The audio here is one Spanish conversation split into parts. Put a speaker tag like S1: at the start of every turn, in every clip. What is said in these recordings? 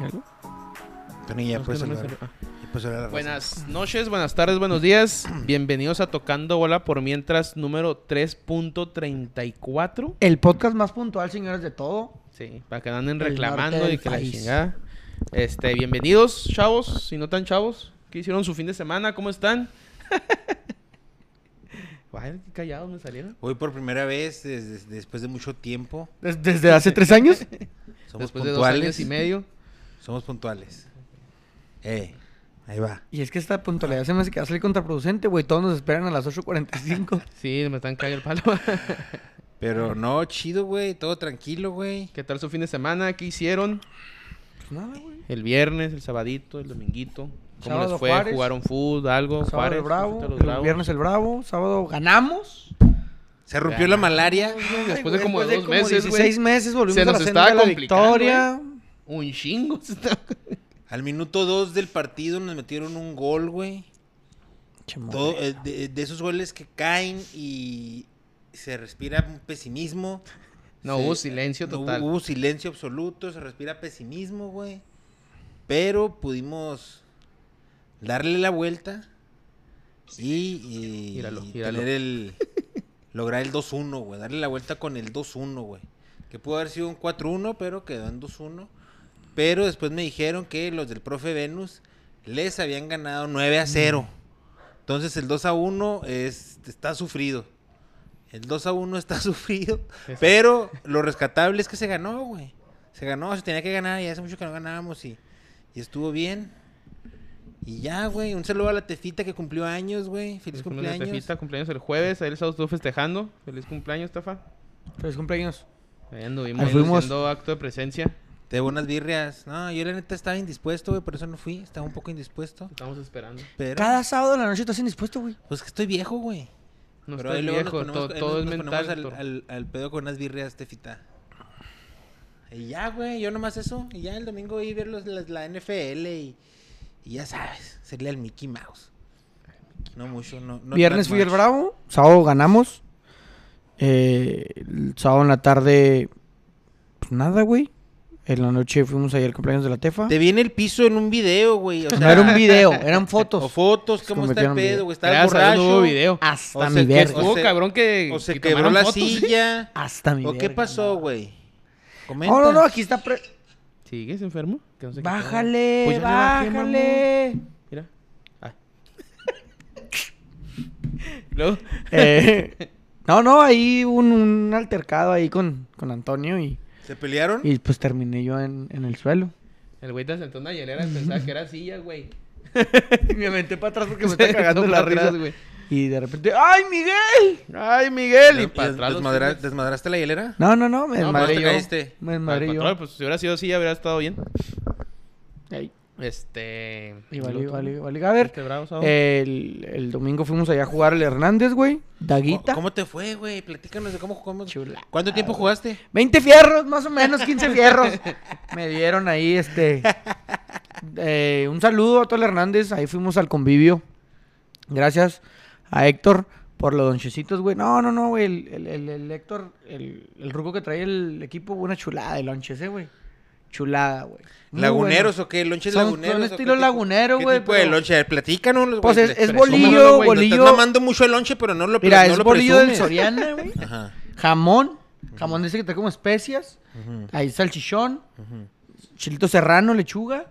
S1: ¿Algo?
S2: Tony, ya
S1: No,
S2: puedes
S1: es que no me
S2: saludar.
S1: salió. Ah.
S2: Ya puedes saludar a la raza.
S1: Buenas noches, buenas tardes, buenos días. Bienvenidos a Tocando Bola por Mientras número 3.34.
S3: El podcast más puntual, señores, de todo.
S1: Sí, para que no anden
S3: El norte
S1: reclamando
S3: del
S1: y que la
S3: país.
S1: chingada. Este, bienvenidos, chavos, si no tan chavos. ¿Qué hicieron su fin de semana? ¿Cómo están? Ay, qué callados me salieron.
S2: Hoy por primera vez, desde- después de mucho tiempo,
S3: Des- ¿Desde hace tres años?
S2: somos
S1: Después de dos
S2: puntuales.
S1: años y medio.
S2: Somos puntuales. Eh, ahí va.
S3: Y es que esta puntualidad se me hace que va a salir contraproducente, güey. Todos nos esperan a las 8.45.
S1: Sí, me están cayendo el palo. Ah.
S2: Pero no, chido, güey. Todo tranquilo, güey.
S1: ¿Qué tal su fin de semana? ¿Qué hicieron?
S3: Pues nada, güey.
S1: El viernes, el sabadito, el dominguito. ¿Cómo
S3: Sábado
S1: les fue?
S3: Juárez.
S1: ¿Jugaron fútbol, algo?
S3: Sábado
S1: Juárez,
S3: el Bravo,
S1: Conjunto de los
S3: el
S1: Bravos.
S3: viernes el Bravo, sábado ganamos.
S2: Se rompió la malaria.
S3: Pues,
S1: Después de como dos meses, güey.
S3: 16 meses volvimos
S1: Se
S3: a la
S1: nos
S3: senda
S1: estaba
S3: de la
S1: complicando,
S3: victoria.
S1: Un chingo. se está-
S2: Al minuto 2 del partido nos metieron un gol, güey.
S3: Chimón.
S2: Todo, eh, de, de esos goles que caen y se respira un pesimismo.
S1: No,
S2: Se-
S1: hubo silencio
S2: no
S1: total.
S2: hubo silencio absoluto, se respira pesimismo, güey. Pero pudimos darle la vuelta y, y-
S1: Gíralo,
S2: y
S1: gíralo.
S2: tener el lograr el 2-1, güey, darle la vuelta con el 2-1, güey. Que pudo haber sido un 4-1, pero quedó en 2-1. Pero después me dijeron que los del profe Venus les habían ganado 9
S1: Mm.
S2: a 0. Entonces el 2 a 1 es, está sufrido. El 2 a 1 está sufrido.
S1: Eso.
S2: Pero lo rescatable es que se ganó, güey. Se ganó, se tenía que ganar. Y hace mucho que no ganábamos y, y estuvo bien. Y ya, güey. Un saludo a la tefita que cumplió años, güey. Feliz
S1: Fuimos a la
S2: cumpleaños.
S1: Tefita, cumpleaños el jueves. Ahí el sábado estuvo festejando. Feliz cumpleaños, Tafa.
S3: Feliz cumpleaños.
S1: Ahí anduvimos
S3: Ahí fuimos.
S1: haciendo acto de presencia.
S2: Te debo unas birrias. No, yo la neta estaba indispuesto, güey. Por eso no fui. Estaba un poco indispuesto.
S1: Estamos esperando.
S2: Pero.
S3: Cada sábado en la noche estás indispuesto, güey.
S2: Pues que estoy viejo, güey.
S1: No
S2: Pero
S1: estás
S2: ahí luego nos
S1: viejo,
S2: ponemos-
S1: todo,
S2: ahí
S1: todo es
S2: nos ponemos
S1: mental.
S2: Al,
S1: Héctor.
S2: al- al pedo con unas birrias, Tefita. Y ya, güey, yo nomás eso. Y ya el domingo ir a ver los- las- la NFL y, y ya sabes, sería el Mickey Mouse. No mucho, no. no
S3: Viernes
S2: not
S3: fui el
S2: much.
S3: Bravo, sábado ganamos. Eh, el sábado en la tarde, pues nada, güey. En la noche fuimos ayer al cumpleaños de la Tefa.
S2: Te viene el piso en un video, güey. O sea,
S3: No era un video, eran
S2: O
S3: fotos.
S2: fotos, ¿cómo está el
S3: convirtieron en video.
S2: pedo, güey? Estaba
S1: Gracias a Dios no hubo
S2: borracho.
S1: video.
S3: Hasta
S2: O sea,
S3: mi
S2: que
S3: verga.
S2: estuvo-
S1: Hubo
S2: se-
S1: cabrón que.
S2: O se
S1: que
S2: quebró
S1: tomaron
S2: la
S1: fotos, ¿sí?
S2: silla.
S3: Hasta mi
S2: ¿O qué
S3: verga.
S2: pasó, güey? Comenta.
S3: No, no, no, aquí está. pre-
S1: ¿Sigues enfermo? Que no sé qué pedo.
S3: Bájale,
S1: Pues ya le bajé,
S3: bájale.
S1: Mira. Ah. Ay. Luego,
S3: Eh, no, no, ahí hubo un, un altercado ahí con, con Antonio y,
S2: ¿Se pelearon?
S3: y pues terminé yo en, en el suelo.
S1: el güey te sentó en una hielera pensaba que era silla, güey.
S3: me aventé para atrás porque
S1: Se sentó para atrás, güey.
S3: Y de repente, ¡ay, Miguel!
S1: Ay, Miguel. Y
S2: ¿Des-
S1: para atrás. los
S2: desmadra-
S1: suyos.
S2: ¿Desmadraste la hielera?
S3: No, no, no, me
S1: No,
S3: desmadré
S2: pues, te
S3: yo.
S2: caíste.
S3: Me
S1: Al
S3: desmadré yo.
S1: contrario, pues si hubiera sido así, ya hubiera estado bien.
S3: Ey,
S1: Este.
S3: y
S1: el
S3: vale,
S1: otro,
S3: vale,
S1: ¿no?
S3: vale. A ver, eh,
S1: Este bravo sábado.
S3: el, el domingo fuimos allá a jugar al Hernández, güey. Daguita.
S2: ¿Cómo te fue, güey? Platícanos de cómo jugamos.
S3: Chulada,
S2: ¿Cuánto tiempo
S3: güey.
S2: jugaste?
S3: 20 fierros, más o menos, 15 fierros. Me dieron ahí, este. eh, un saludo a Tol Hernández. Ahí fuimos al convivio. Gracias a Héctor por los lonchecitos, güey. No, no, no, güey. El, el- el- el Héctor, el, el ruco que trae el equipo, una chulada de lonches, eh, güey. Chulada, güey. Muy
S2: ¿Laguneros
S3: bueno.
S2: o qué? ¿Lonches
S3: Son- son
S2: laguneros? o qué
S3: estilo
S2: tipo-
S3: lagunero, güey,
S2: ¿Qué tipo de
S3: pero-
S2: lonche? A ver, Platícanos. güey,
S3: Pues es-
S2: pre-
S3: es
S2: presúmelo,
S3: bolillo,
S2: güey. No
S3: bolillo.
S2: Estás mamando mucho el lonche, pero no lo pre-
S3: Mira,
S2: no
S3: es
S2: lo
S3: bolillo del
S2: presumes.
S3: Soriana, güey.
S2: Ajá.
S3: Jamón. Jamón dice que trae como especias.
S2: Ujú,
S3: Ahí salchichón.
S2: ujú.
S3: Chilito serrano, lechuga.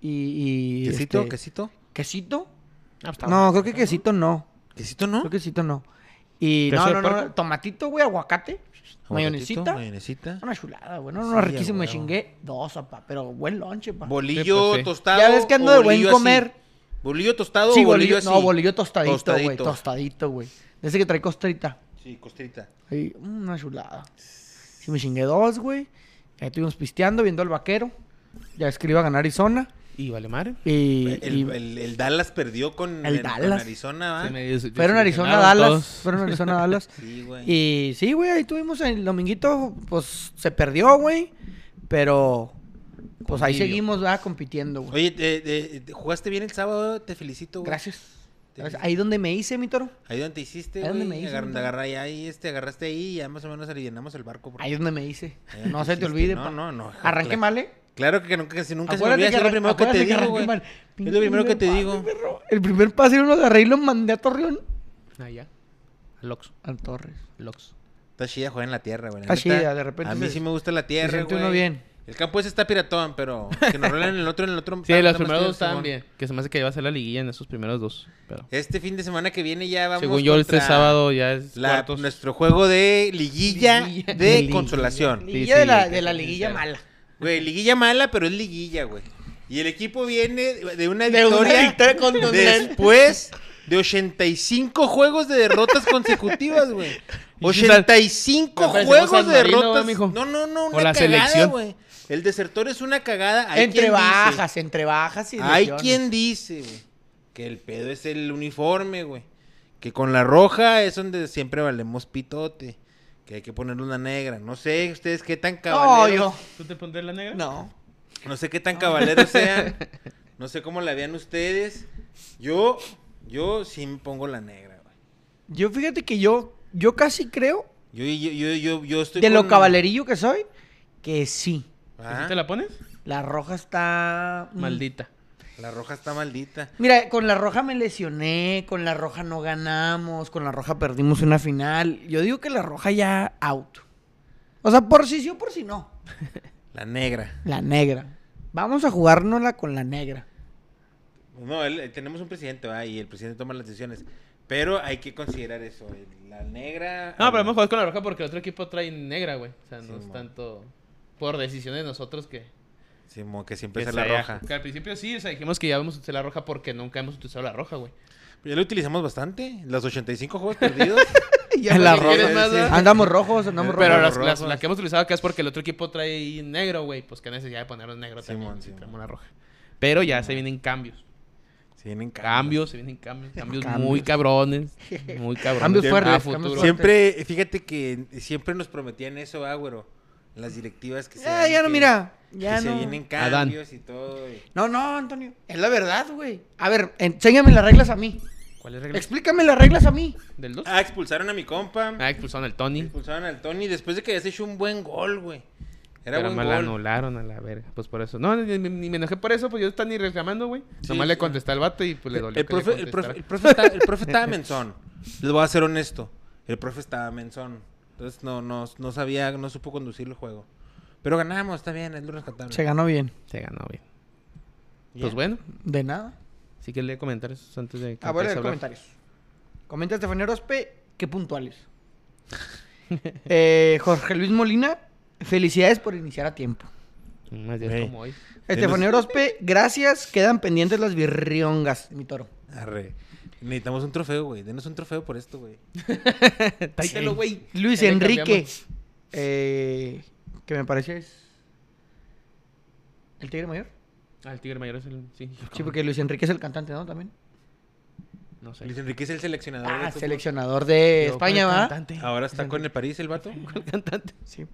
S3: Y. y,
S2: ¿Quesito?
S3: este,
S2: ¿Quesito?
S3: ¿Quesito?
S1: Ah, pues,
S3: No, creo que quesito no.
S2: ¿Quesito no?
S3: Creo que quesito no. Y
S1: ¿Queso
S3: no,
S1: de
S3: no, no,
S1: puerco?
S3: no, Tomatito, güey, aguacate.
S2: Aguacatito,
S3: Mayonesita.
S2: Mayonesita.
S3: Una chulada, güey. No, no,
S2: Sí,
S3: no,
S2: a
S3: riquísimo. Me
S2: huevo.
S3: chingué dos, papá. Pero buen lonche, pa.
S2: Bolillo
S1: Sí, pues, sí.
S2: tostado.
S3: Ya ves que ando
S2: o
S3: de buen
S2: bolillo así.
S3: comer.
S2: ¿Bolillo tostado
S3: Sí,
S2: o bolillo
S3: bolillo.
S2: así?
S3: No, bolillo tostadito, güey.
S2: Tostadito.
S3: Tostadito, güey. De ese que trae costrita.
S2: Sí, costrita.
S3: Ahí, mm, una chulada. Sí, me chingué dos, güey. Ahí estuvimos pisteando, viendo al vaquero. Ya es que le iba a ganar Arizona.
S1: Y vale, madre.
S3: Y, y-
S2: El, el- el Dallas perdió con,
S3: El
S2: con
S3: Dallas.
S2: Arizona, ¿va?
S1: Se me des-
S3: Ah, fueron a Arizona,
S1: desilusionaron
S3: Dallas.
S1: todos.
S3: Fueron a Arizona, Dallas.
S2: Sí, güey.
S3: Y sí, güey, ahí tuvimos el dominguito, pues se perdió, güey. Pero pues ahí
S1: Convivio.
S3: seguimos, ¿verdad? Compitiendo, güey.
S2: Oye, te- te- te- jugaste bien el sábado, te felicito, güey.
S3: Gracias.
S2: Te
S3: Gracias.
S2: felicito.
S3: Ahí donde me hice, mi toro.
S2: Ahí donde te hiciste,
S3: Ahí donde me
S2: güey.
S3: hice,
S2: Agar
S3: ¿no?
S2: te agarra- ahí, ahí, este, agarraste ahí y ya más o menos alivianamos el barco. porque-
S3: Ahí donde me hice.
S2: Ahí donde
S3: No se te
S2: hiciste.
S3: olvide,
S2: No,
S3: pa.
S2: no, no.
S3: Arranque
S2: Cla-
S3: mal, ¿eh?
S2: Claro que nunca, si nunca se me
S3: Acuérdate que
S2: olvida, es lo
S3: arran-
S2: primero que te
S3: acuérdate que
S2: digo, güey.
S3: arranqué mal.
S2: Es lo primero que te
S3: Pinche
S2: digo.
S3: perro. El primer pase yo lo agarré y lo mandé a Torreón.
S1: Allá. Lox.
S3: Al Torres.
S1: Lox.
S2: Está chida jugar en la tierra, güey. la
S3: Está
S2: neta,
S3: chida, de repente
S2: A mí
S3: se-
S2: sí me gusta la tierra,
S3: siente uno
S2: güey.
S3: bien.
S2: El campo ese está piratón, pero que nos rolen el otro en el otro.
S1: Sí,
S2: está-
S1: los
S2: está más
S1: primeros
S2: chido,
S1: dos estaban
S2: Simón.
S1: bien. Que se me hace que iba a ser la liguilla en esos primeros dos. Pero
S2: Este fin de semana que viene ya vamos
S1: según yo, este
S2: contra
S1: sábado ya es
S2: la-
S1: cuartos.
S2: nuestro juego de liguilla,
S1: Liguilla.
S2: de
S1: Liguilla.
S2: consolación.
S3: Liguilla
S1: sí,
S3: de, la,
S1: que
S3: de la
S1: sí,
S3: liguilla
S1: sí.
S3: mala.
S2: Güey, liguilla mala, pero es liguilla, güey. Y el equipo viene de una
S3: De una
S2: victoria,
S3: victoria contundente.
S2: después de 85 juegos de derrotas consecutivas, güey.
S1: Y si sal-
S2: 85
S1: Me parece
S2: juegos
S1: San
S2: de
S1: Marino,
S2: derrotas.
S1: ¿va, mijo?
S2: No, no, no, una
S1: la
S2: cagada,
S1: selección.
S2: güey. El desertor es una cagada. Hay
S3: entre
S2: quien dice-
S3: bajas, entre bajas y
S2: Hay
S3: lesiones.
S2: quien dice, güey, que el pedo es el uniforme, güey. Que con la roja es donde siempre valemos pitote. Que hay que ponerle una negra. No sé ustedes qué tan
S3: No,
S2: caballeros.
S3: yo.
S1: ¿Tú te pondrías la negra?
S3: No.
S2: No sé qué tan caballeros sean. No sé cómo la vean ustedes. Yo, yo sí me pongo la negra, güey.
S3: Yo fíjate que yo, yo casi creo,
S2: Yo, yo, yo, yo, yo estoy
S3: de lo
S2: con- Ah,
S3: cabalerillo que soy, que sí.
S2: Ajá,
S1: ¿Te la pones?
S3: La roja está. Ah. mm,
S1: Maldita.
S2: La roja está maldita.
S3: Mira, con la roja me lesioné, con la roja no ganamos, con la roja perdimos una final. Yo digo que la roja ya out. O sea, por si sí o por si no.
S2: La negra.
S3: La negra. Vamos a jugárnosla con la negra.
S2: No, él- eh, tenemos un presidente, ¿va? Y el presidente toma las decisiones. Pero hay que considerar eso. eh, La negra.
S1: No, pero vamos a jugar con la roja porque el otro equipo trae negra, güey. O sea, no
S2: Sí,
S1: es
S2: mo.
S1: tanto por decisiones de nosotros que...
S2: Sí, mo, que siempre
S1: que
S2: es la
S1: se haya-
S2: roja.
S1: Que al principio sí, o sea, dijimos que ya vamos a utilizar la roja porque nunca hemos utilizado la roja, güey.
S2: Ya lo utilizamos bastante. Los 85 juegos perdidos.
S3: la
S1: no le quieres
S3: roja.
S1: más, ¿verdad?
S3: Andamos rojos, andamos
S1: Pero
S3: rojos.
S1: las,
S2: rojas.
S1: las- la que hemos utilizado acá es porque el otro equipo trae ahí negro, güey. Pues que necesidad de ponerlo negro
S2: Simón,
S1: también. si
S2: Simón.
S1: traemos una roja. Pero ya se vienen cambios.
S2: Se vienen cambios.
S1: Cambios, se vienen cambios. Cambios,
S3: Cambios.
S1: muy cabrones. Muy cabrones.
S3: Cambios
S1: A
S3: fuertes,
S1: futuro.
S3: cambios fuertes.
S2: Siempre, fíjate que siempre nos prometían eso, ah, güero. Las directivas que se.
S3: Ya,
S2: dan
S3: Ah, ya no,
S2: que-
S3: mira.
S2: que
S3: Ya
S2: se
S3: no.
S2: vienen
S1: Adán.
S2: cambios y todo. y-
S3: No, no, Antonio. Es la verdad, güey. A ver, enséñame las reglas a mí.
S1: ¿Cuál es la regla?
S3: Explícame las reglas a mí.
S1: ¿Del 2?
S2: Ah, expulsaron a mi compa.
S1: Ah, expulsaron al Tony.
S2: Expulsaron al Tony después de que habías hecho un buen gol, güey. Era
S1: pero
S2: buen
S1: me
S2: gol.
S1: la anularon a la verga. Pues por eso. No, ni, ni- ni me enojé por eso, pues yo estaba ni reclamando, güey.
S2: Sí,
S1: Nomás
S2: sí.
S1: le contesté al vato y pues le dolió.
S2: El
S1: que le
S2: profe, el, profe,
S1: contestara.
S2: el, profe está- el profe estaba menzón. Les voy a ser honesto. El profe estaba menzón. Entonces no, no, no sabía, no supo conducir el juego. Pero ganamos, está bien, es lo rescatable.
S3: Se ganó bien.
S1: Se ganó bien.
S2: Ya.
S1: Pues bueno,
S3: De nada.
S1: sí que lee comentarios antes de que.
S3: Ah, voy a
S1: empiece
S3: leer
S1: hablar.
S3: comentarios. Comenta Estefanía Orozpe, qué puntuales. Eh, Jorge Luis Molina, felicidades por iniciar a tiempo.
S1: Mm, Más días
S2: Ey.
S1: como hoy.
S3: Estefanía Orozpe, gracias. Quedan pendientes las virriongas, mi toro.
S2: Arre. Necesitamos un trofeo, güey. Denos un trofeo por esto, güey.
S1: Táitelo, güey.
S3: Luis
S1: Ya le
S3: Enrique,
S1: cambiamos.
S3: eh, que me parece es. ¿El Tigre Mayor?
S1: Ah, el Tigre Mayor es el. Sí,
S3: Sí, porque Luis Enrique es el cantante, ¿no? También.
S1: No sé.
S2: Luis Enrique es el seleccionador. de
S3: Ah,
S2: fútbol.
S3: seleccionador de
S1: Yo,
S3: España,
S1: ¿cuál
S3: ¿va?
S1: cantante?
S2: Ahora está con el París el vato.
S1: ¿Cuál cantante?
S3: Sí.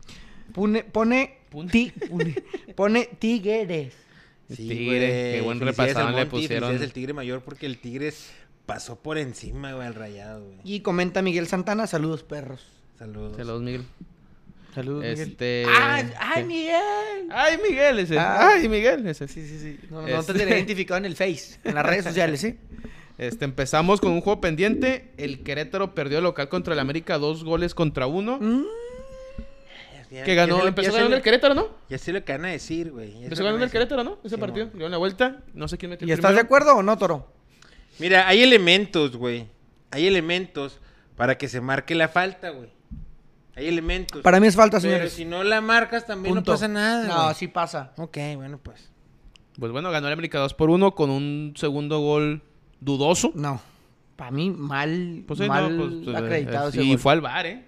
S3: Pone, pone,
S1: Pune.
S3: ti- pone, pone tigres.
S1: Tigre, qué buen
S2: Felicidades
S1: repasado
S2: al
S1: le
S2: Monty,
S1: pusieron.
S2: felicidades al Tigre Mayor porque el Tigre pasó por encima, güey, al rayado, güey.
S3: Y comenta Miguel Santana, saludos perros.
S2: Saludos.
S1: Saludos, Miguel.
S3: Saludos, Miguel.
S1: Este.
S3: ¡Ah, ¡Ay,
S1: ¿qué?
S3: Miguel!
S1: ¡Ay, Miguel! Ese.
S3: Ah.
S1: ¡Ay, Miguel! Ese.
S3: Sí, sí, sí. No, no
S1: Este-
S3: te tenía identificado en el Face, en las redes sociales, ¿sí?
S1: Este, empezamos con un juego pendiente. El Querétaro perdió el local contra el América dos goles contra uno.
S3: Mm,
S2: Ya-
S1: Que
S2: ya
S1: ganó,
S2: se le-
S1: empezó
S2: ya se
S1: ganando
S2: le-
S1: el Querétaro, ¿no?
S2: Ya sé lo que van a decir, güey. Ya sé
S1: Empezó
S2: lo que van
S1: ganando
S2: a
S1: el Querétaro, ¿no? Ese
S2: Sí,
S1: partido.
S2: mon.
S1: Le dio la vuelta. No sé quién metió
S3: ¿Y
S1: el
S3: estás de
S1: primero.
S3: acuerdo o no, Toro?
S2: Mira, hay elementos, güey. Hay elementos para que se marque la falta, güey. Hay elementos.
S3: Para mí es falta,
S2: Pero
S3: señores.
S2: si no la marcas también
S3: Punto.
S2: no pasa nada.
S3: No,
S2: güey.
S3: sí pasa.
S2: Ok, bueno, pues.
S1: Pues bueno, ganó el América 2 por 1 con un segundo gol dudoso.
S3: No. Para mí, mal,
S1: Pues sí,
S3: mal
S1: no, pues, eh,
S3: acreditado
S1: eh,
S3: ese
S1: sí,
S3: gol.
S1: fue al bar, ¿eh?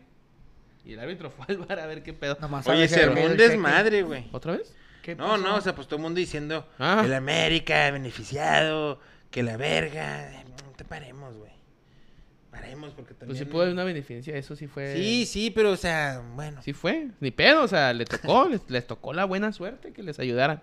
S1: Y el árbitro fue al bar a ver qué pedo.
S3: Nomás
S2: Oye,
S3: sabe
S2: se armó
S3: que-
S2: un desmadre, güey.
S1: ¿Otra vez?
S3: ¿Qué
S2: No,
S3: pasó?
S2: no, o sea, pues todo el mundo diciendo
S1: Ah.
S2: el América beneficiado, que la verga. No te paremos, güey. Paremos porque también.
S1: Pues sí pudo haber una beneficencia, eso sí fue.
S2: Sí, sí, pero o sea, bueno.
S1: Sí fue, ni pedo, o sea, le tocó, les, les tocó la buena suerte que les ayudaran.